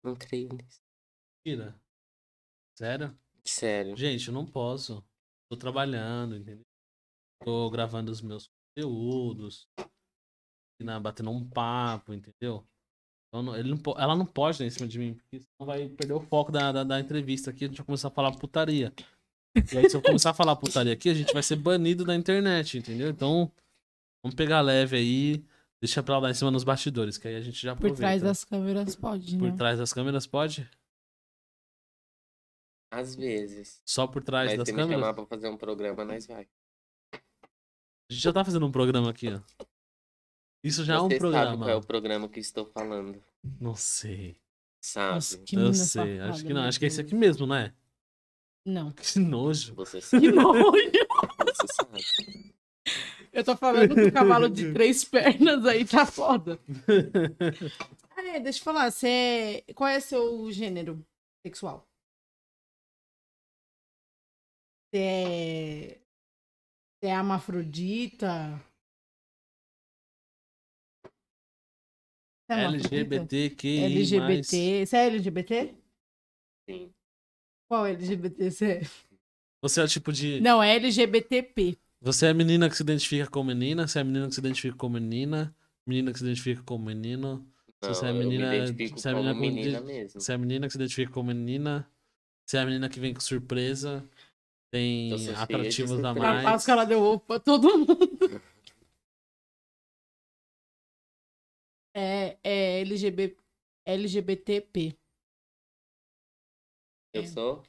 [SPEAKER 2] Não creio nisso.
[SPEAKER 1] Mentira. Sério?
[SPEAKER 2] Sério.
[SPEAKER 1] Gente, eu não posso. Tô trabalhando, entendeu? Tô gravando os meus conteúdos. na- Batendo um papo, entendeu? Então, não- ele não po- ela não pode dar em cima de mim, porque senão vai perder o foco da, da, da entrevista aqui. A gente vai começar a falar putaria. E aí, se eu começar a falar putaria aqui, a gente vai ser banido da internet, entendeu? Então, vamos pegar leve aí. Deixa pra lá em cima nos bastidores, que aí a gente já
[SPEAKER 3] Por
[SPEAKER 1] aproveita.
[SPEAKER 3] trás das câmeras pode, né?
[SPEAKER 1] então. Por trás das câmeras, pode?
[SPEAKER 2] Às vezes.
[SPEAKER 1] Só por trás
[SPEAKER 2] Mas
[SPEAKER 1] das
[SPEAKER 2] se me chamar
[SPEAKER 1] câmeras?
[SPEAKER 2] pra fazer um programa, nós vai.
[SPEAKER 1] A gente já tá fazendo um programa aqui, ó. Isso já é um
[SPEAKER 2] Você sabe
[SPEAKER 1] programa.
[SPEAKER 2] qual é o programa que estou falando.
[SPEAKER 1] Não sei.
[SPEAKER 2] Sabe?
[SPEAKER 3] Nossa, que
[SPEAKER 1] Então, eu
[SPEAKER 3] mina
[SPEAKER 1] sei.
[SPEAKER 3] safada,
[SPEAKER 1] acho que não.
[SPEAKER 3] meu
[SPEAKER 1] Acho que é esse
[SPEAKER 3] Deus.
[SPEAKER 1] aqui mesmo, né?
[SPEAKER 3] Não.
[SPEAKER 1] Que nojo.
[SPEAKER 2] Você sabe,
[SPEAKER 3] nojo!
[SPEAKER 2] você sabe.
[SPEAKER 3] Eu tô falando que o cavalo de três pernas aí tá foda. Ah, é, deixa eu falar. Você... Qual é seu gênero sexual? Você é... Você é amafrodita? Você é amafrodita?
[SPEAKER 1] LGBTQI+.
[SPEAKER 3] LGBT. Você é LGBT?
[SPEAKER 2] Sim.
[SPEAKER 3] Qual LGBT você é?
[SPEAKER 1] Você é o tipo de.
[SPEAKER 3] Não, é LGBTP.
[SPEAKER 1] Você é a menina que se identifica com menina, você é a menina que se identifica com menina, menina que se identifica com menino,
[SPEAKER 2] Não,
[SPEAKER 1] você é
[SPEAKER 2] eu
[SPEAKER 1] menina-
[SPEAKER 2] me identifico
[SPEAKER 1] você é
[SPEAKER 2] como
[SPEAKER 1] menina com
[SPEAKER 2] menina
[SPEAKER 1] di-
[SPEAKER 2] mesmo.
[SPEAKER 1] você é a menina que se identifica com menina, você é a menina que vem com surpresa, tem
[SPEAKER 2] Eu Então, sou cheia de
[SPEAKER 1] atrativos a
[SPEAKER 2] surpresa.
[SPEAKER 3] A
[SPEAKER 1] mais.
[SPEAKER 3] paz que ela deu ovo pra todo mundo. É, é LGB, LGBTP.
[SPEAKER 2] Eu sou?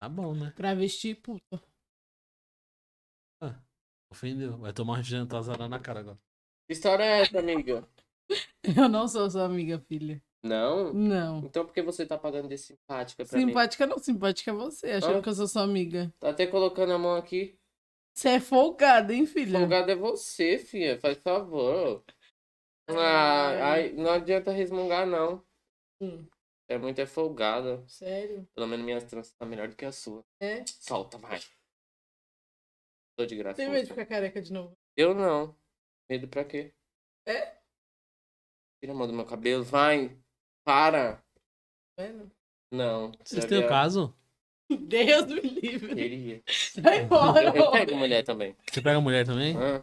[SPEAKER 1] Tá bom, né?
[SPEAKER 3] Travesti e puta.
[SPEAKER 1] Ofendeu. Vai tomar um refrigerante azarão na cara agora.
[SPEAKER 2] Que história é essa, amiga?
[SPEAKER 3] Eu não sou sua amiga, filha.
[SPEAKER 2] Não?
[SPEAKER 3] Não.
[SPEAKER 2] Então por que você tá pagando de simpática pra mim?
[SPEAKER 3] Simpática não, simpática é você, achando
[SPEAKER 2] Ah.
[SPEAKER 3] que eu sou sua amiga.
[SPEAKER 2] Tá até colocando a mão aqui.
[SPEAKER 3] Você é folgada, hein, filha?
[SPEAKER 2] Folgado é você, filha. Faz favor. Ah, ai, não adianta resmungar, não.
[SPEAKER 5] Hum.
[SPEAKER 2] É muito é folgada.
[SPEAKER 5] Sério?
[SPEAKER 2] Pelo menos minhas tranças tá melhor do que a sua.
[SPEAKER 5] É?
[SPEAKER 2] Solta, vai. Tô de graça.
[SPEAKER 5] Tem medo de ficar careca de novo?
[SPEAKER 2] Eu não. Medo pra quê?
[SPEAKER 5] É?
[SPEAKER 2] Tira a mão do meu cabelo, vai. Para.
[SPEAKER 3] tá
[SPEAKER 5] Vendo?
[SPEAKER 2] Não.
[SPEAKER 1] Vocês
[SPEAKER 2] sabe,
[SPEAKER 1] têm o
[SPEAKER 2] eu
[SPEAKER 1] caso?
[SPEAKER 5] Deus me livre.
[SPEAKER 2] queria.
[SPEAKER 5] Vai embora,
[SPEAKER 2] Eu
[SPEAKER 5] homem.
[SPEAKER 2] pego mulher também.
[SPEAKER 1] Você pega a mulher também?
[SPEAKER 2] Hã?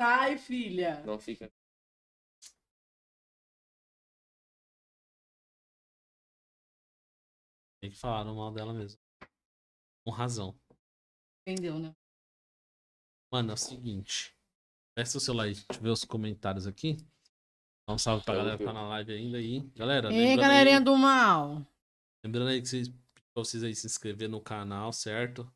[SPEAKER 5] Sai, filha.
[SPEAKER 2] Não fica.
[SPEAKER 1] Tem que falar mal dela mesmo. Com razão.
[SPEAKER 3] Entendeu, né?
[SPEAKER 1] Mano, é o seguinte. Peça o celular aí, deixa eu ver os comentários aqui. Dá um salve pra
[SPEAKER 2] Salve,
[SPEAKER 1] galera que tá na live ainda aí.
[SPEAKER 2] Tá
[SPEAKER 1] Galera,
[SPEAKER 3] Ei,
[SPEAKER 1] lembrando
[SPEAKER 3] galerinha
[SPEAKER 1] aí,
[SPEAKER 3] do mal.
[SPEAKER 1] lembrando aí que vocês, pra vocês aí se inscrever no canal, certo?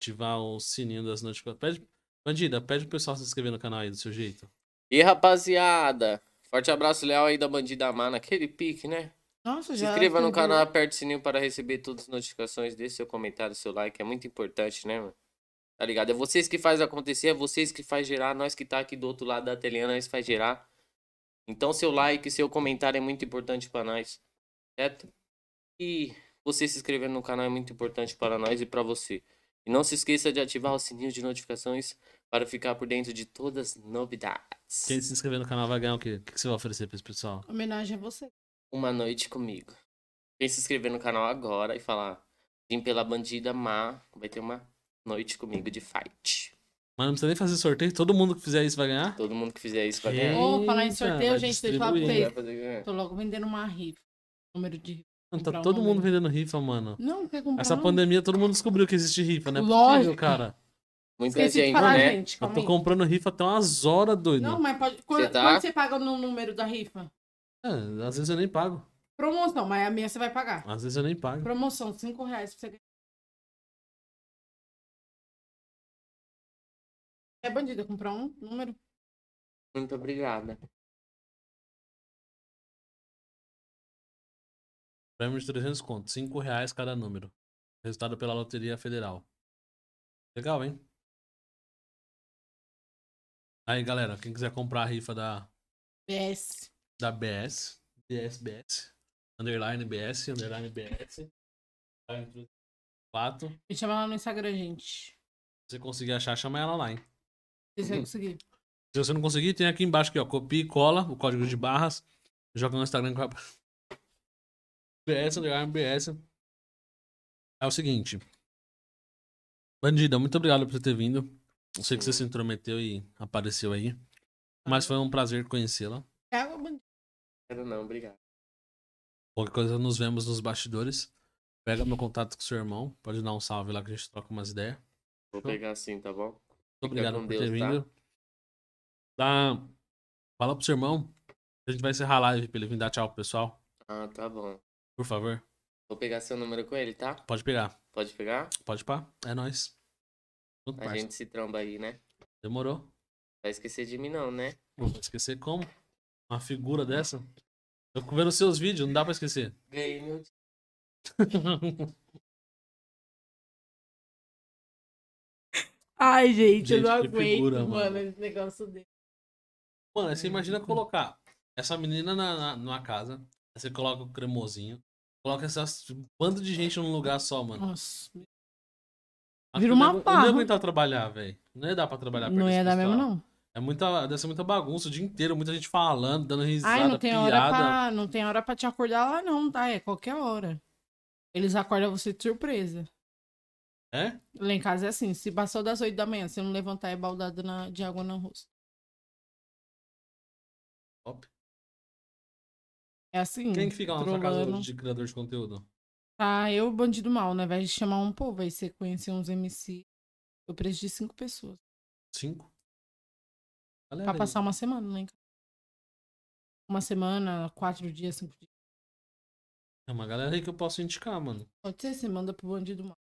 [SPEAKER 1] Ativar o sininho das notificações. Pede, Bandida, pede pro pessoal se inscrever no canal aí do seu jeito.
[SPEAKER 2] E rapaziada, forte abraço leal aí da Bandida Má naquele pique, né?
[SPEAKER 3] Nossa,
[SPEAKER 2] Se
[SPEAKER 3] já.
[SPEAKER 2] inscreva no
[SPEAKER 3] entendeu.
[SPEAKER 2] canal, aperte o sininho para receber todas as notificações, deixe seu comentário, seu like, é muito importante, né, mano? Tá ligado? É vocês que faz acontecer, é vocês que faz gerar, nós que tá aqui do outro lado da telinha, nós faz gerar. Então seu like, seu comentário é muito importante para nós, certo? E você se inscrever no canal é muito importante para nós e para você. E não se esqueça de ativar o sininho de notificações para ficar por dentro de todas as novidades.
[SPEAKER 1] Quem se inscrever no canal vai ganhar o quê? O que que você vai oferecer pra esse pessoal?
[SPEAKER 3] Homenagem a você.
[SPEAKER 2] uma noite comigo. Vem se inscrever no canal agora e falar: Vim pela bandida má, vai ter uma noite comigo de fight.
[SPEAKER 1] Mano, não precisa nem fazer sorteio, todo mundo que fizer isso vai ganhar?
[SPEAKER 2] Todo mundo que fizer isso
[SPEAKER 1] É.
[SPEAKER 2] vai ganhar.
[SPEAKER 3] Ô, falar em
[SPEAKER 1] Eita,
[SPEAKER 3] sorteio,
[SPEAKER 1] vai
[SPEAKER 3] gente, deixa eu falar pra
[SPEAKER 1] distribuir.
[SPEAKER 3] vocês.
[SPEAKER 2] Vai fazer ganhar.
[SPEAKER 3] Tô logo vendendo uma rifa. Número de rifa.
[SPEAKER 1] Mano, tá
[SPEAKER 3] Comprar um
[SPEAKER 1] todo mundo
[SPEAKER 3] momento.
[SPEAKER 1] vendendo rifa, mano.
[SPEAKER 3] Não, quer comprar.
[SPEAKER 1] Essa
[SPEAKER 3] não?
[SPEAKER 1] pandemia, todo mundo descobriu que existe rifa, né?
[SPEAKER 3] Lógico.
[SPEAKER 1] Possível, cara.
[SPEAKER 2] Muita
[SPEAKER 3] Esqueci de
[SPEAKER 2] gente,
[SPEAKER 3] falar,
[SPEAKER 2] né?
[SPEAKER 3] gente.
[SPEAKER 1] Eu
[SPEAKER 3] Calma
[SPEAKER 1] tô
[SPEAKER 3] aí.
[SPEAKER 1] comprando rifa até umas horas, doido.
[SPEAKER 3] Não, mas pode. Quando,
[SPEAKER 2] tá?
[SPEAKER 3] quando você paga no número da rifa?
[SPEAKER 1] É, às vezes eu nem pago.
[SPEAKER 3] Promoção, mas a minha você vai pagar.
[SPEAKER 1] Às vezes eu nem pago.
[SPEAKER 3] Promoção, 5 reais pra você ganhar. É bandida, comprar um número.
[SPEAKER 2] Muito obrigada.
[SPEAKER 1] Prêmio de 300 conto. 5 reais cada número. Resultado pela Loteria Federal. Legal, hein? Aí, galera, quem quiser comprar a rifa da,
[SPEAKER 3] BS.
[SPEAKER 1] da BS, BS, BS, underline BS, underline Tá BS, underline 4, se
[SPEAKER 3] Me chama lá no Instagram, gente.
[SPEAKER 1] você conseguir achar, chama ela lá, hein?
[SPEAKER 3] Vocês
[SPEAKER 2] Hum.
[SPEAKER 3] vão conseguir.
[SPEAKER 1] Se você não conseguir, tem aqui embaixo aqui, ó. Copia e cola o código de barras. Joga no Instagram com a... BS, underline BS. É o seguinte. Bandida, muito obrigado por você ter vindo. Eu sei que você se intrometeu e apareceu aí. Mas foi um prazer conhecê-la.
[SPEAKER 3] É água bandida.
[SPEAKER 2] Quero não, obrigado.
[SPEAKER 1] Qualquer coisa, nos vemos nos bastidores. Pega meu contato com seu irmão. Pode dar um salve lá que a gente troca umas ideias.
[SPEAKER 2] Vou
[SPEAKER 1] Show.
[SPEAKER 2] pegar assim, tá bom?
[SPEAKER 1] Muito
[SPEAKER 2] Fica
[SPEAKER 1] obrigado
[SPEAKER 2] com
[SPEAKER 1] por ter
[SPEAKER 2] Deus, tá?
[SPEAKER 1] vindo. Dá... Fala pro seu irmão. A gente vai encerrar a live pra ele vir dar tchau pro pessoal.
[SPEAKER 2] Ah, tá bom.
[SPEAKER 1] Por favor.
[SPEAKER 2] Vou pegar seu número com ele, tá?
[SPEAKER 1] Pode pegar.
[SPEAKER 2] Pode pegar?
[SPEAKER 1] Pode pá. É nóis. Junto,
[SPEAKER 2] A
[SPEAKER 1] parça.
[SPEAKER 2] gente se tromba aí, né?
[SPEAKER 1] Demorou.
[SPEAKER 2] Vai esquecer de mim, não, né?
[SPEAKER 1] Não vou esquecer como. Uma figura dessa. Eu fico vendo seus vídeos, não dá pra esquecer.
[SPEAKER 2] Ganhei meu dia.
[SPEAKER 5] Ai, gente, eu
[SPEAKER 1] Gente,
[SPEAKER 5] não
[SPEAKER 1] que
[SPEAKER 5] aguento,
[SPEAKER 1] figura,
[SPEAKER 5] mano,
[SPEAKER 1] mano.
[SPEAKER 5] esse negócio dele.
[SPEAKER 1] Mano, aí você imagina colocar essa menina na, na- numa casa. Aí você coloca o cremosinho. Coloca essas bando de gente num lugar só, mano.
[SPEAKER 3] Nossa.
[SPEAKER 1] Acho que
[SPEAKER 3] Vira
[SPEAKER 1] eu
[SPEAKER 3] uma
[SPEAKER 1] não ia- Eu não
[SPEAKER 3] farra.
[SPEAKER 1] ia aguentar trabalhar, velho. Não ia dar pra trabalhar perto
[SPEAKER 3] Não ia
[SPEAKER 1] desse
[SPEAKER 3] dar mesmo,
[SPEAKER 1] pessoal.
[SPEAKER 3] não.
[SPEAKER 1] É muita, deve ser muita bagunça o dia inteiro, muita gente falando, dando risada,
[SPEAKER 3] Ai, não tem,
[SPEAKER 1] piada.
[SPEAKER 3] hora pra, não tem hora pra te acordar lá, não, tá? É qualquer hora. Eles acordam você de surpresa.
[SPEAKER 1] É?
[SPEAKER 3] Lá em casa é assim, se passou das 8 da manhã, se não levantar é baldado na, de água no rosto.
[SPEAKER 1] Top.
[SPEAKER 3] É assim.
[SPEAKER 1] Quem que fica lá na sua casa
[SPEAKER 3] trolando.
[SPEAKER 1] de criador de conteúdo?
[SPEAKER 3] Tá, eu, bandido mal, né? Vai chamar um povo, aí você conhecer uns MC. Eu preço de cinco pessoas.
[SPEAKER 1] Cinco? Galera,
[SPEAKER 3] Pra passar uma semana lá em casa. Uma semana, quatro dias, cinco dias.
[SPEAKER 1] É uma galera aí que eu posso indicar, mano.
[SPEAKER 3] Pode ser, você manda pro bandido mal.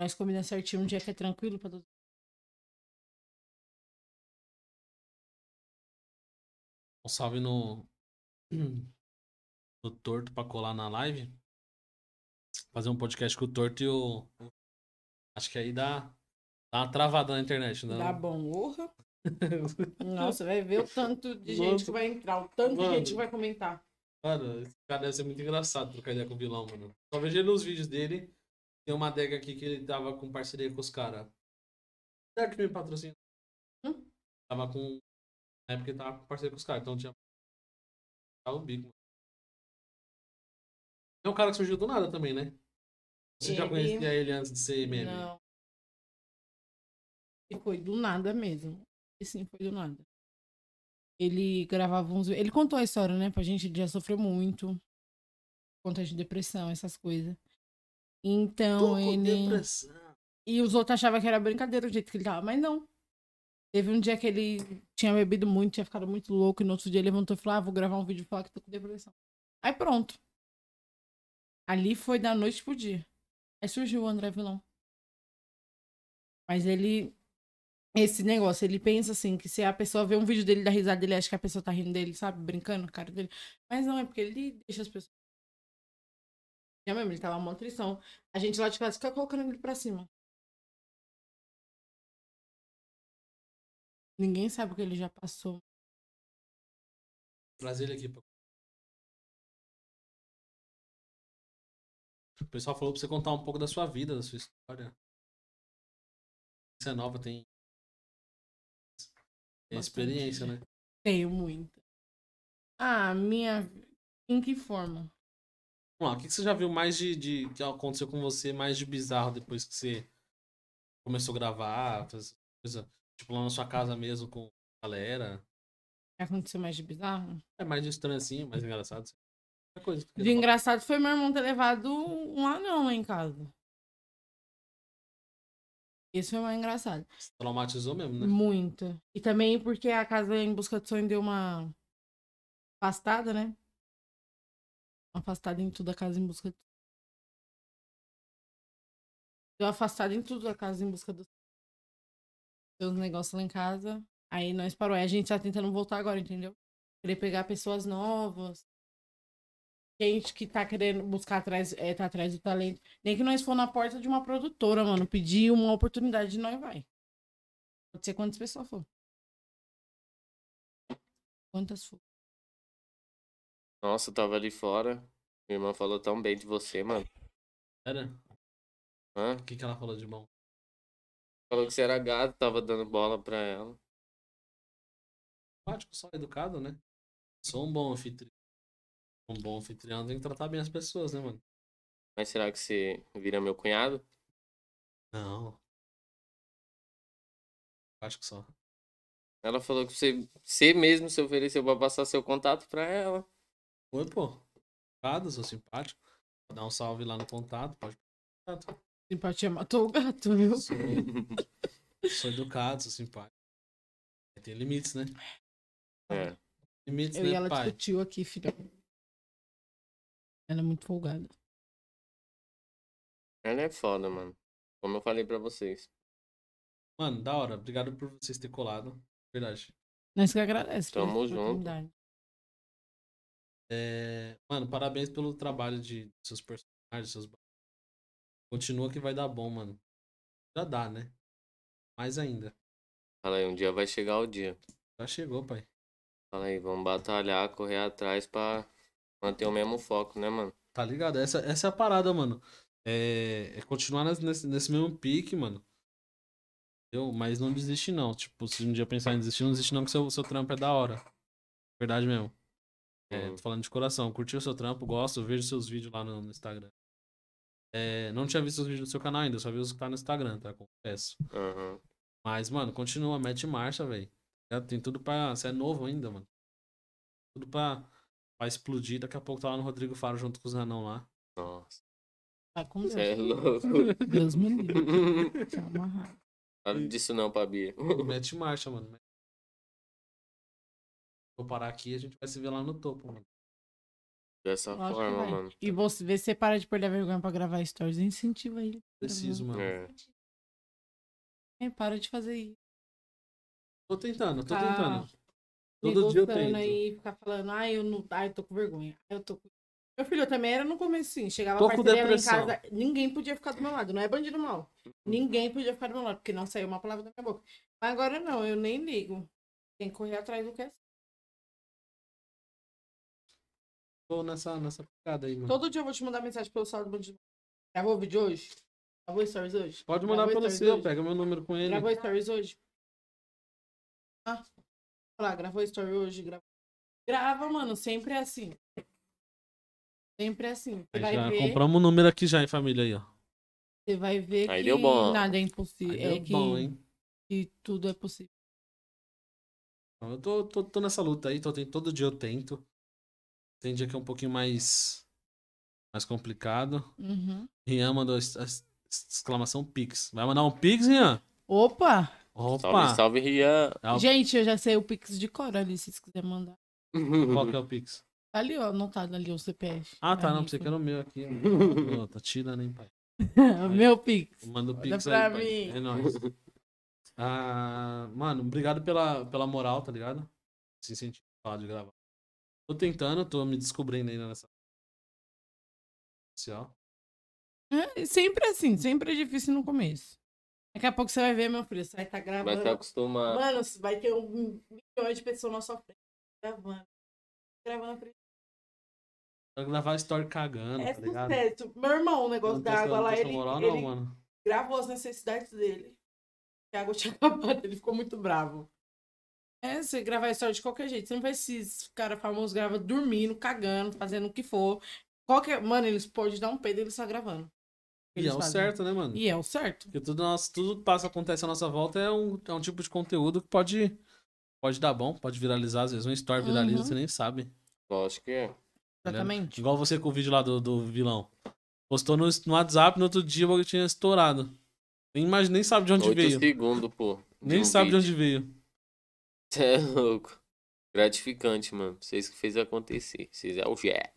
[SPEAKER 3] Nós combinamos certinho um dia que é tranquilo pra todo
[SPEAKER 1] Um salve no. No Torto pra colar na live. Fazer um podcast com o Torto e o. Acho que aí dá. Dá uma travada na internet, né?
[SPEAKER 3] Dá bom, honra. Nossa, vai ver o tanto de
[SPEAKER 1] Mano.
[SPEAKER 3] gente que vai entrar, o tanto
[SPEAKER 1] Mano.
[SPEAKER 3] de gente que vai comentar.
[SPEAKER 1] Mano, esse cara deve ser muito engraçado trocar ideia com o vilão, mano. Só vejo ele nos vídeos dele. Tem uma adega aqui que ele tava com parceria com os caras. Será que me patrocina?
[SPEAKER 3] Hum?
[SPEAKER 1] Tava com. Na época ele tava com parceria com os caras, então tinha. Tava o bico, mano. É um cara que surgiu do nada também, né? Você já
[SPEAKER 3] Ele-
[SPEAKER 1] conhecia ele antes de ser meme?
[SPEAKER 3] Não. E foi do nada mesmo. E sim, foi do nada. Ele gravava uns. Ele contou a história, né? Pra gente, ele já sofreu muito. Conta de depressão, essas coisas.
[SPEAKER 1] Tô
[SPEAKER 3] Então
[SPEAKER 1] com
[SPEAKER 3] ele.
[SPEAKER 1] depressão.
[SPEAKER 3] E os outros achavam que era brincadeira o jeito que ele tava, mas não. Teve um dia que ele tinha bebido muito, tinha ficado muito louco, e no outro dia ele levantou e falou: ah, vou gravar um vídeo e falar que tô com depressão. Aí pronto. Ali foi da noite pro dia. Aí surgiu o André Vilão. Mas ele. Esse negócio, ele pensa assim, que se a pessoa vê um vídeo dele da risada, ele acha que a pessoa tá rindo dele, sabe? Brincando, com a cara dele. Mas não, é porque ele deixa as pessoas. Já mesmo, ele tava mó tristão. A gente lá de casa fica colocando ele pra cima. Ninguém sabe o que ele já passou.
[SPEAKER 1] Traz ele aqui. pô. O pessoal falou pra você contar um pouco da sua vida, da sua história. Você é nova, tem. tem
[SPEAKER 3] Bastante.
[SPEAKER 1] experiência, né?
[SPEAKER 3] Tenho muita. Ah, minha. Em que forma?
[SPEAKER 1] Vamos lá, o que que você já viu mais de, de. que aconteceu com você mais de bizarro depois que você começou a gravar, fazer coisa? Tipo, lá na sua casa mesmo com a galera.
[SPEAKER 3] Aconteceu mais de bizarro?
[SPEAKER 1] É mais de estranho assim, mais engraçado. Qualquer coisa.
[SPEAKER 3] De engraçado foi meu irmão ter levado um anão lá em casa. Isso foi mais engraçado.
[SPEAKER 1] Traumatizou mesmo, né?
[SPEAKER 3] Muito. E também porque a casa em busca do sonho deu uma afastada, né? Uma afastada em tudo a casa em busca do Deu afastada em tudo a casa em busca do Deu uns negócios lá em casa. Aí nós parou. Aí a gente tá tentando voltar agora, entendeu? Querer pegar pessoas novas. Gente que tá querendo buscar atrás, é, tá atrás do talento. Nem que nós for na porta de uma produtora, mano. Pedir uma oportunidade, nós vai. Pode ser quantas pessoas for. Quantas for.
[SPEAKER 2] Nossa, eu tava ali fora. Minha irmã falou tão bem de você, mano.
[SPEAKER 1] Era?
[SPEAKER 2] Hã?
[SPEAKER 1] O que, que ela falou de bom?
[SPEAKER 2] Falou que você era gato, tava dando bola pra ela.
[SPEAKER 1] simpático, só educado, né? Sou um bom anfitrião. Um bom anfitrião tem que tratar bem as pessoas, né, mano?
[SPEAKER 2] Mas será que você vira meu cunhado?
[SPEAKER 1] Não. Acho que só.
[SPEAKER 2] Ela falou que você, você mesmo se ofereceu pra passar seu contato pra ela.
[SPEAKER 1] Oi, pô. Educado, sou simpático. Vou dar um salve lá no contato. Pode. contato.
[SPEAKER 3] Simpatia matou o gato, viu?
[SPEAKER 1] Sou, sou educado, sou simpático. Tem limites, né?
[SPEAKER 2] É.
[SPEAKER 1] Limites,
[SPEAKER 3] Eu
[SPEAKER 1] né,
[SPEAKER 3] e ela
[SPEAKER 1] pai?
[SPEAKER 3] discutiu aqui, filha. Ela é muito folgada.
[SPEAKER 2] Ela é foda, mano. Como eu falei pra vocês.
[SPEAKER 1] Mano, da hora. Obrigado por vocês terem colado. Verdade.
[SPEAKER 3] Nós que agradecemos.
[SPEAKER 2] Tamo junto.
[SPEAKER 1] É, Mano, parabéns pelo trabalho de seus personagens, seus. ba- Continua que vai dar bom, mano. Já dá, né? Mais ainda.
[SPEAKER 2] Fala aí, um dia vai chegar o dia.
[SPEAKER 1] Já chegou, pai.
[SPEAKER 2] Fala aí, vamos batalhar, correr atrás pra manter o mesmo foco, né, mano?
[SPEAKER 1] Tá ligado? Essa, essa é a parada, mano. É, é continuar nas- nesse, nesse mesmo pique, mano. Entendeu? Mas não desiste, não. Tipo, se um dia pensar em desistir, não desiste, não, que seu, seu trampo é da hora. Verdade mesmo. É,
[SPEAKER 2] Uhum.
[SPEAKER 1] tô falando de coração. Curtiu o seu trampo, gosto, vejo seus vídeos lá no, no Instagram. É, não tinha visto os vídeos do seu canal ainda, só vi os que tá no Instagram, tá? Confesso.
[SPEAKER 2] Aham.
[SPEAKER 1] Mas, mano, continua, mete marcha, velho. Tem tudo pra. Você é novo ainda, mano. Tudo pra, pra explodir. Daqui a pouco tá lá no Rodrigo Faro junto com os anão lá.
[SPEAKER 2] Nossa.
[SPEAKER 3] Vai Tá com Deus.
[SPEAKER 2] Você é louco.
[SPEAKER 3] Deus me livre. Tá amarrado.
[SPEAKER 2] Fala disso não, Pabia.
[SPEAKER 1] Mete marcha, mano. Vou parar aqui e a gente vai se ver lá no topo, mano.
[SPEAKER 2] Dessa
[SPEAKER 3] Lógico que
[SPEAKER 2] Tá forma,
[SPEAKER 3] vai.
[SPEAKER 2] mano.
[SPEAKER 3] E você vê se você para de perder a vergonha pra gravar stories. Incentiva ele.
[SPEAKER 1] Preciso, mano.
[SPEAKER 2] É.
[SPEAKER 3] É, para de fazer isso.
[SPEAKER 1] Tô tentando, tô
[SPEAKER 3] Tá
[SPEAKER 1] tentando. Todo dia eu
[SPEAKER 3] Negociando
[SPEAKER 1] tento.
[SPEAKER 3] aí, ficar falando, ai, eu não. Ai, eu tô com vergonha. Ai, eu tô com.
[SPEAKER 5] Meu filho, eu também era no começo, sim. Chegava
[SPEAKER 1] Tô com
[SPEAKER 5] parceria lá em
[SPEAKER 1] depressão.
[SPEAKER 5] casa, ninguém podia ficar do meu lado. Não é bandido mal. Ninguém podia ficar do meu lado, porque não saiu uma palavra da minha boca. Mas agora não, eu nem ligo. Tem que correr atrás do que é certo.
[SPEAKER 1] Tô nessa, nessa picada aí, mano.
[SPEAKER 5] Todo dia eu vou te mandar mensagem pelo saldo do bandido. Gravou o vídeo hoje? Gravou stories hoje?
[SPEAKER 1] Pode mandar
[SPEAKER 5] Gravou
[SPEAKER 1] pelo
[SPEAKER 5] stories
[SPEAKER 1] seu,
[SPEAKER 5] hoje?
[SPEAKER 1] pega meu número com ele.
[SPEAKER 5] Gravou stories hoje? Ah, olha lá, gravou story hoje? Gravou. Grava, mano, sempre é assim. Sempre é assim. Você
[SPEAKER 1] Aí
[SPEAKER 5] vai
[SPEAKER 1] já
[SPEAKER 5] ver,
[SPEAKER 1] compramos um número aqui já, hein, família aí, ó.
[SPEAKER 5] você vai ver
[SPEAKER 2] Aí
[SPEAKER 5] que
[SPEAKER 2] deu bom.
[SPEAKER 5] nada é impossível.
[SPEAKER 1] Aí
[SPEAKER 5] é
[SPEAKER 1] deu
[SPEAKER 5] que,
[SPEAKER 1] bom, hein?
[SPEAKER 5] que tudo é possível.
[SPEAKER 1] Então, Eu tô, tô, tô nessa luta aí, tô, ten- todo dia eu tento. Tem dia que é um pouquinho mais, mais complicado.
[SPEAKER 3] Uhum.
[SPEAKER 1] Rian mandou ex- ex- exclamação Pix. Vai mandar um Pix, Rian?
[SPEAKER 3] Opa!
[SPEAKER 1] Opa!
[SPEAKER 2] Salve, salve, Rian.
[SPEAKER 1] Ah, o-
[SPEAKER 3] Gente, eu já sei o Pix de cor ali, se vocês quiserem mandar.
[SPEAKER 1] Qual que é o Pix?
[SPEAKER 3] Tá ali, ó, anotado ali o CPF.
[SPEAKER 1] Ah, tá,
[SPEAKER 3] Pra
[SPEAKER 1] não,
[SPEAKER 3] mim,
[SPEAKER 1] você
[SPEAKER 3] foi-
[SPEAKER 1] quer o meu aqui. Ô, tá tirando, hein, pai?
[SPEAKER 3] Meu Pix.
[SPEAKER 1] Manda o
[SPEAKER 3] Olha
[SPEAKER 1] Pix
[SPEAKER 3] pra
[SPEAKER 1] aí, pai.
[SPEAKER 3] mim.
[SPEAKER 1] É nóis. Ah, mano, obrigado pela, pela moral, tá ligado? Se sentir de gravar. Tô tentando, tô me descobrindo ainda nessa. Assim, ó.
[SPEAKER 3] É, sempre assim, sempre é difícil no começo. Daqui a pouco você vai ver, meu filho, você vai estar
[SPEAKER 2] Vai
[SPEAKER 3] gravando.
[SPEAKER 2] se acostumar.
[SPEAKER 5] Mano, vai ter um milhão de pessoas na sua frente. tá Gravando. Gravando a frente.
[SPEAKER 1] Pra gravar story cagando,
[SPEAKER 5] É
[SPEAKER 1] tá ligado?
[SPEAKER 5] sucesso. Meu irmão, o negócio
[SPEAKER 1] Não
[SPEAKER 5] da
[SPEAKER 1] tô-
[SPEAKER 5] água
[SPEAKER 1] não
[SPEAKER 5] lá,
[SPEAKER 1] tô
[SPEAKER 5] ele,
[SPEAKER 1] moral,
[SPEAKER 5] ele
[SPEAKER 1] não, mano.
[SPEAKER 5] gravou as necessidades dele. Que a água tinha acabado, ele ficou muito bravo.
[SPEAKER 3] É, você gravar história de qualquer jeito. Você não vai se cara famoso grava dormindo, cagando, fazendo o que for. Qualquer. Mano, eles podem dar um pedo e eles só gravando.
[SPEAKER 1] E é
[SPEAKER 3] Eles
[SPEAKER 1] o
[SPEAKER 3] fazem.
[SPEAKER 1] certo, né, mano?
[SPEAKER 3] E é o certo.
[SPEAKER 1] Porque tudo, nosso, tudo que passa, acontece à nossa volta é um, é um tipo de conteúdo que pode, pode dar bom, pode viralizar. Às vezes um story viraliza,
[SPEAKER 3] Uhum.
[SPEAKER 1] você nem sabe.
[SPEAKER 2] Lógico que é.
[SPEAKER 1] ligado?
[SPEAKER 3] Exatamente.
[SPEAKER 1] Igual você com o vídeo lá do, do vilão. Postou no, no WhatsApp, no outro dia o bagulho tinha estourado. Nem, imagina, nem sabe de onde
[SPEAKER 2] Oito
[SPEAKER 1] veio.
[SPEAKER 2] segundos, pô. de
[SPEAKER 1] Nem
[SPEAKER 2] um
[SPEAKER 1] sabe
[SPEAKER 2] vídeo.
[SPEAKER 1] de onde veio.
[SPEAKER 2] Cê é louco. Gratificante, mano. Vocês que fez acontecer. Vocês é o Jé.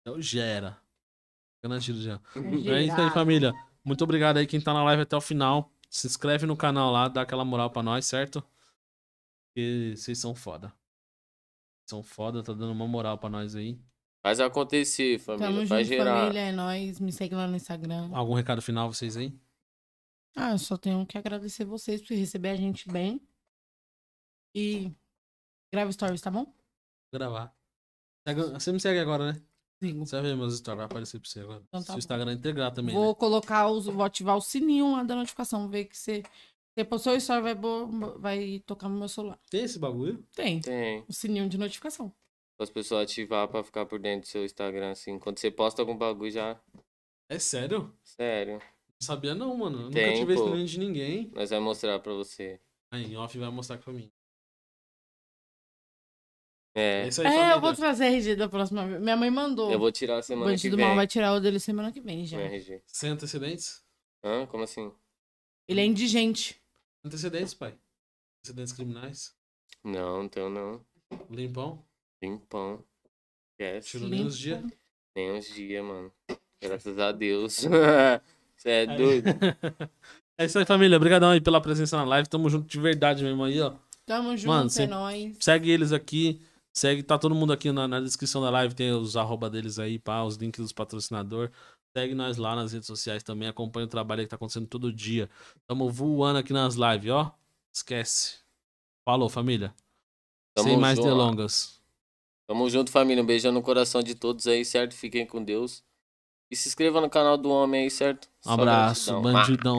[SPEAKER 1] Então gera. Fica na gíria, já.
[SPEAKER 3] Gerado.
[SPEAKER 1] É isso aí, família. Muito obrigado aí quem tá na live até o final. Se inscreve no canal lá, dá aquela moral pra nós, certo? Porque vocês são foda. São foda, tá dando uma moral pra nós aí.
[SPEAKER 2] Faz acontecer, família.
[SPEAKER 3] Tamo
[SPEAKER 2] Faz
[SPEAKER 3] junto,
[SPEAKER 2] gerar.
[SPEAKER 3] família. É nóis. Me segue lá no Instagram.
[SPEAKER 1] Algum recado final vocês aí?
[SPEAKER 3] Ah, eu só tenho que agradecer vocês por receber a gente bem. E grava stories, tá bom?
[SPEAKER 1] Gravar. Segue- Você me segue agora, né?
[SPEAKER 3] Sigo.
[SPEAKER 1] Você vai ver meus stories, vai aparecer pra você agora.
[SPEAKER 3] Então tá
[SPEAKER 1] Se o
[SPEAKER 3] bom.
[SPEAKER 1] Instagram integrar também,
[SPEAKER 3] Vou
[SPEAKER 1] né?
[SPEAKER 3] colocar os. Vou ativar o sininho lá da notificação. Ver que você. Você postou o story, vai, bo- vai tocar no meu celular.
[SPEAKER 1] Tem esse bagulho?
[SPEAKER 3] Tem.
[SPEAKER 2] Tem.
[SPEAKER 3] O sininho de notificação.
[SPEAKER 2] As pessoas ativar pra ficar por dentro do seu Instagram, assim. Quando você posta algum bagulho já.
[SPEAKER 1] É sério? Não
[SPEAKER 2] Sério.
[SPEAKER 1] sabia não, mano. Eu nunca
[SPEAKER 2] Tem,
[SPEAKER 1] tive esse
[SPEAKER 2] pô.
[SPEAKER 1] link de ninguém.
[SPEAKER 2] Nós vai mostrar pra você.
[SPEAKER 1] Aí, em off vai mostrar pra mim. É
[SPEAKER 2] É.
[SPEAKER 1] isso aí,
[SPEAKER 3] É,
[SPEAKER 1] família.
[SPEAKER 3] eu vou trazer a RG da próxima vez. Minha mãe mandou.
[SPEAKER 2] Eu vou tirar a
[SPEAKER 3] o
[SPEAKER 2] semana
[SPEAKER 3] é
[SPEAKER 2] que
[SPEAKER 3] Bandido
[SPEAKER 2] vem.
[SPEAKER 3] Mal vai tirar o dele semana que vem já.
[SPEAKER 2] Minha RG.
[SPEAKER 1] Sem antecedentes?
[SPEAKER 2] Hã? Como assim?
[SPEAKER 3] Ele é indigente.
[SPEAKER 1] Antecedentes, pai. Antecedentes criminais.
[SPEAKER 2] Não, então não.
[SPEAKER 1] Limpão.
[SPEAKER 2] Limpão. Esquece.
[SPEAKER 1] Tirou nem os dias.
[SPEAKER 2] Nem uns dias, mano. Graças a Deus. Você é doido.
[SPEAKER 1] É isso aí, família. Obrigadão aí pela presença na live. Tamo junto de verdade mesmo aí, ó.
[SPEAKER 3] Tamo junto,
[SPEAKER 1] Mano,
[SPEAKER 3] é
[SPEAKER 1] cê-
[SPEAKER 3] nóis.
[SPEAKER 1] Segue eles aqui. Segue, tá todo mundo aqui na, na descrição da live. Tem os arroba deles aí, pá, os links dos patrocinadores. Segue nós lá nas redes sociais também. Acompanha o trabalho aí que tá acontecendo todo dia. Tamo voando aqui nas lives, ó. Esquece. Falou, família.
[SPEAKER 2] Tamo
[SPEAKER 1] Sem mais
[SPEAKER 2] junto.
[SPEAKER 1] delongas.
[SPEAKER 2] Tamo junto, família. Um beijão no coração de todos aí, certo? Fiquem com Deus. E se inscreva no canal do homem aí, certo? Só
[SPEAKER 1] Um abraço,
[SPEAKER 2] gratidão.
[SPEAKER 1] bandidão.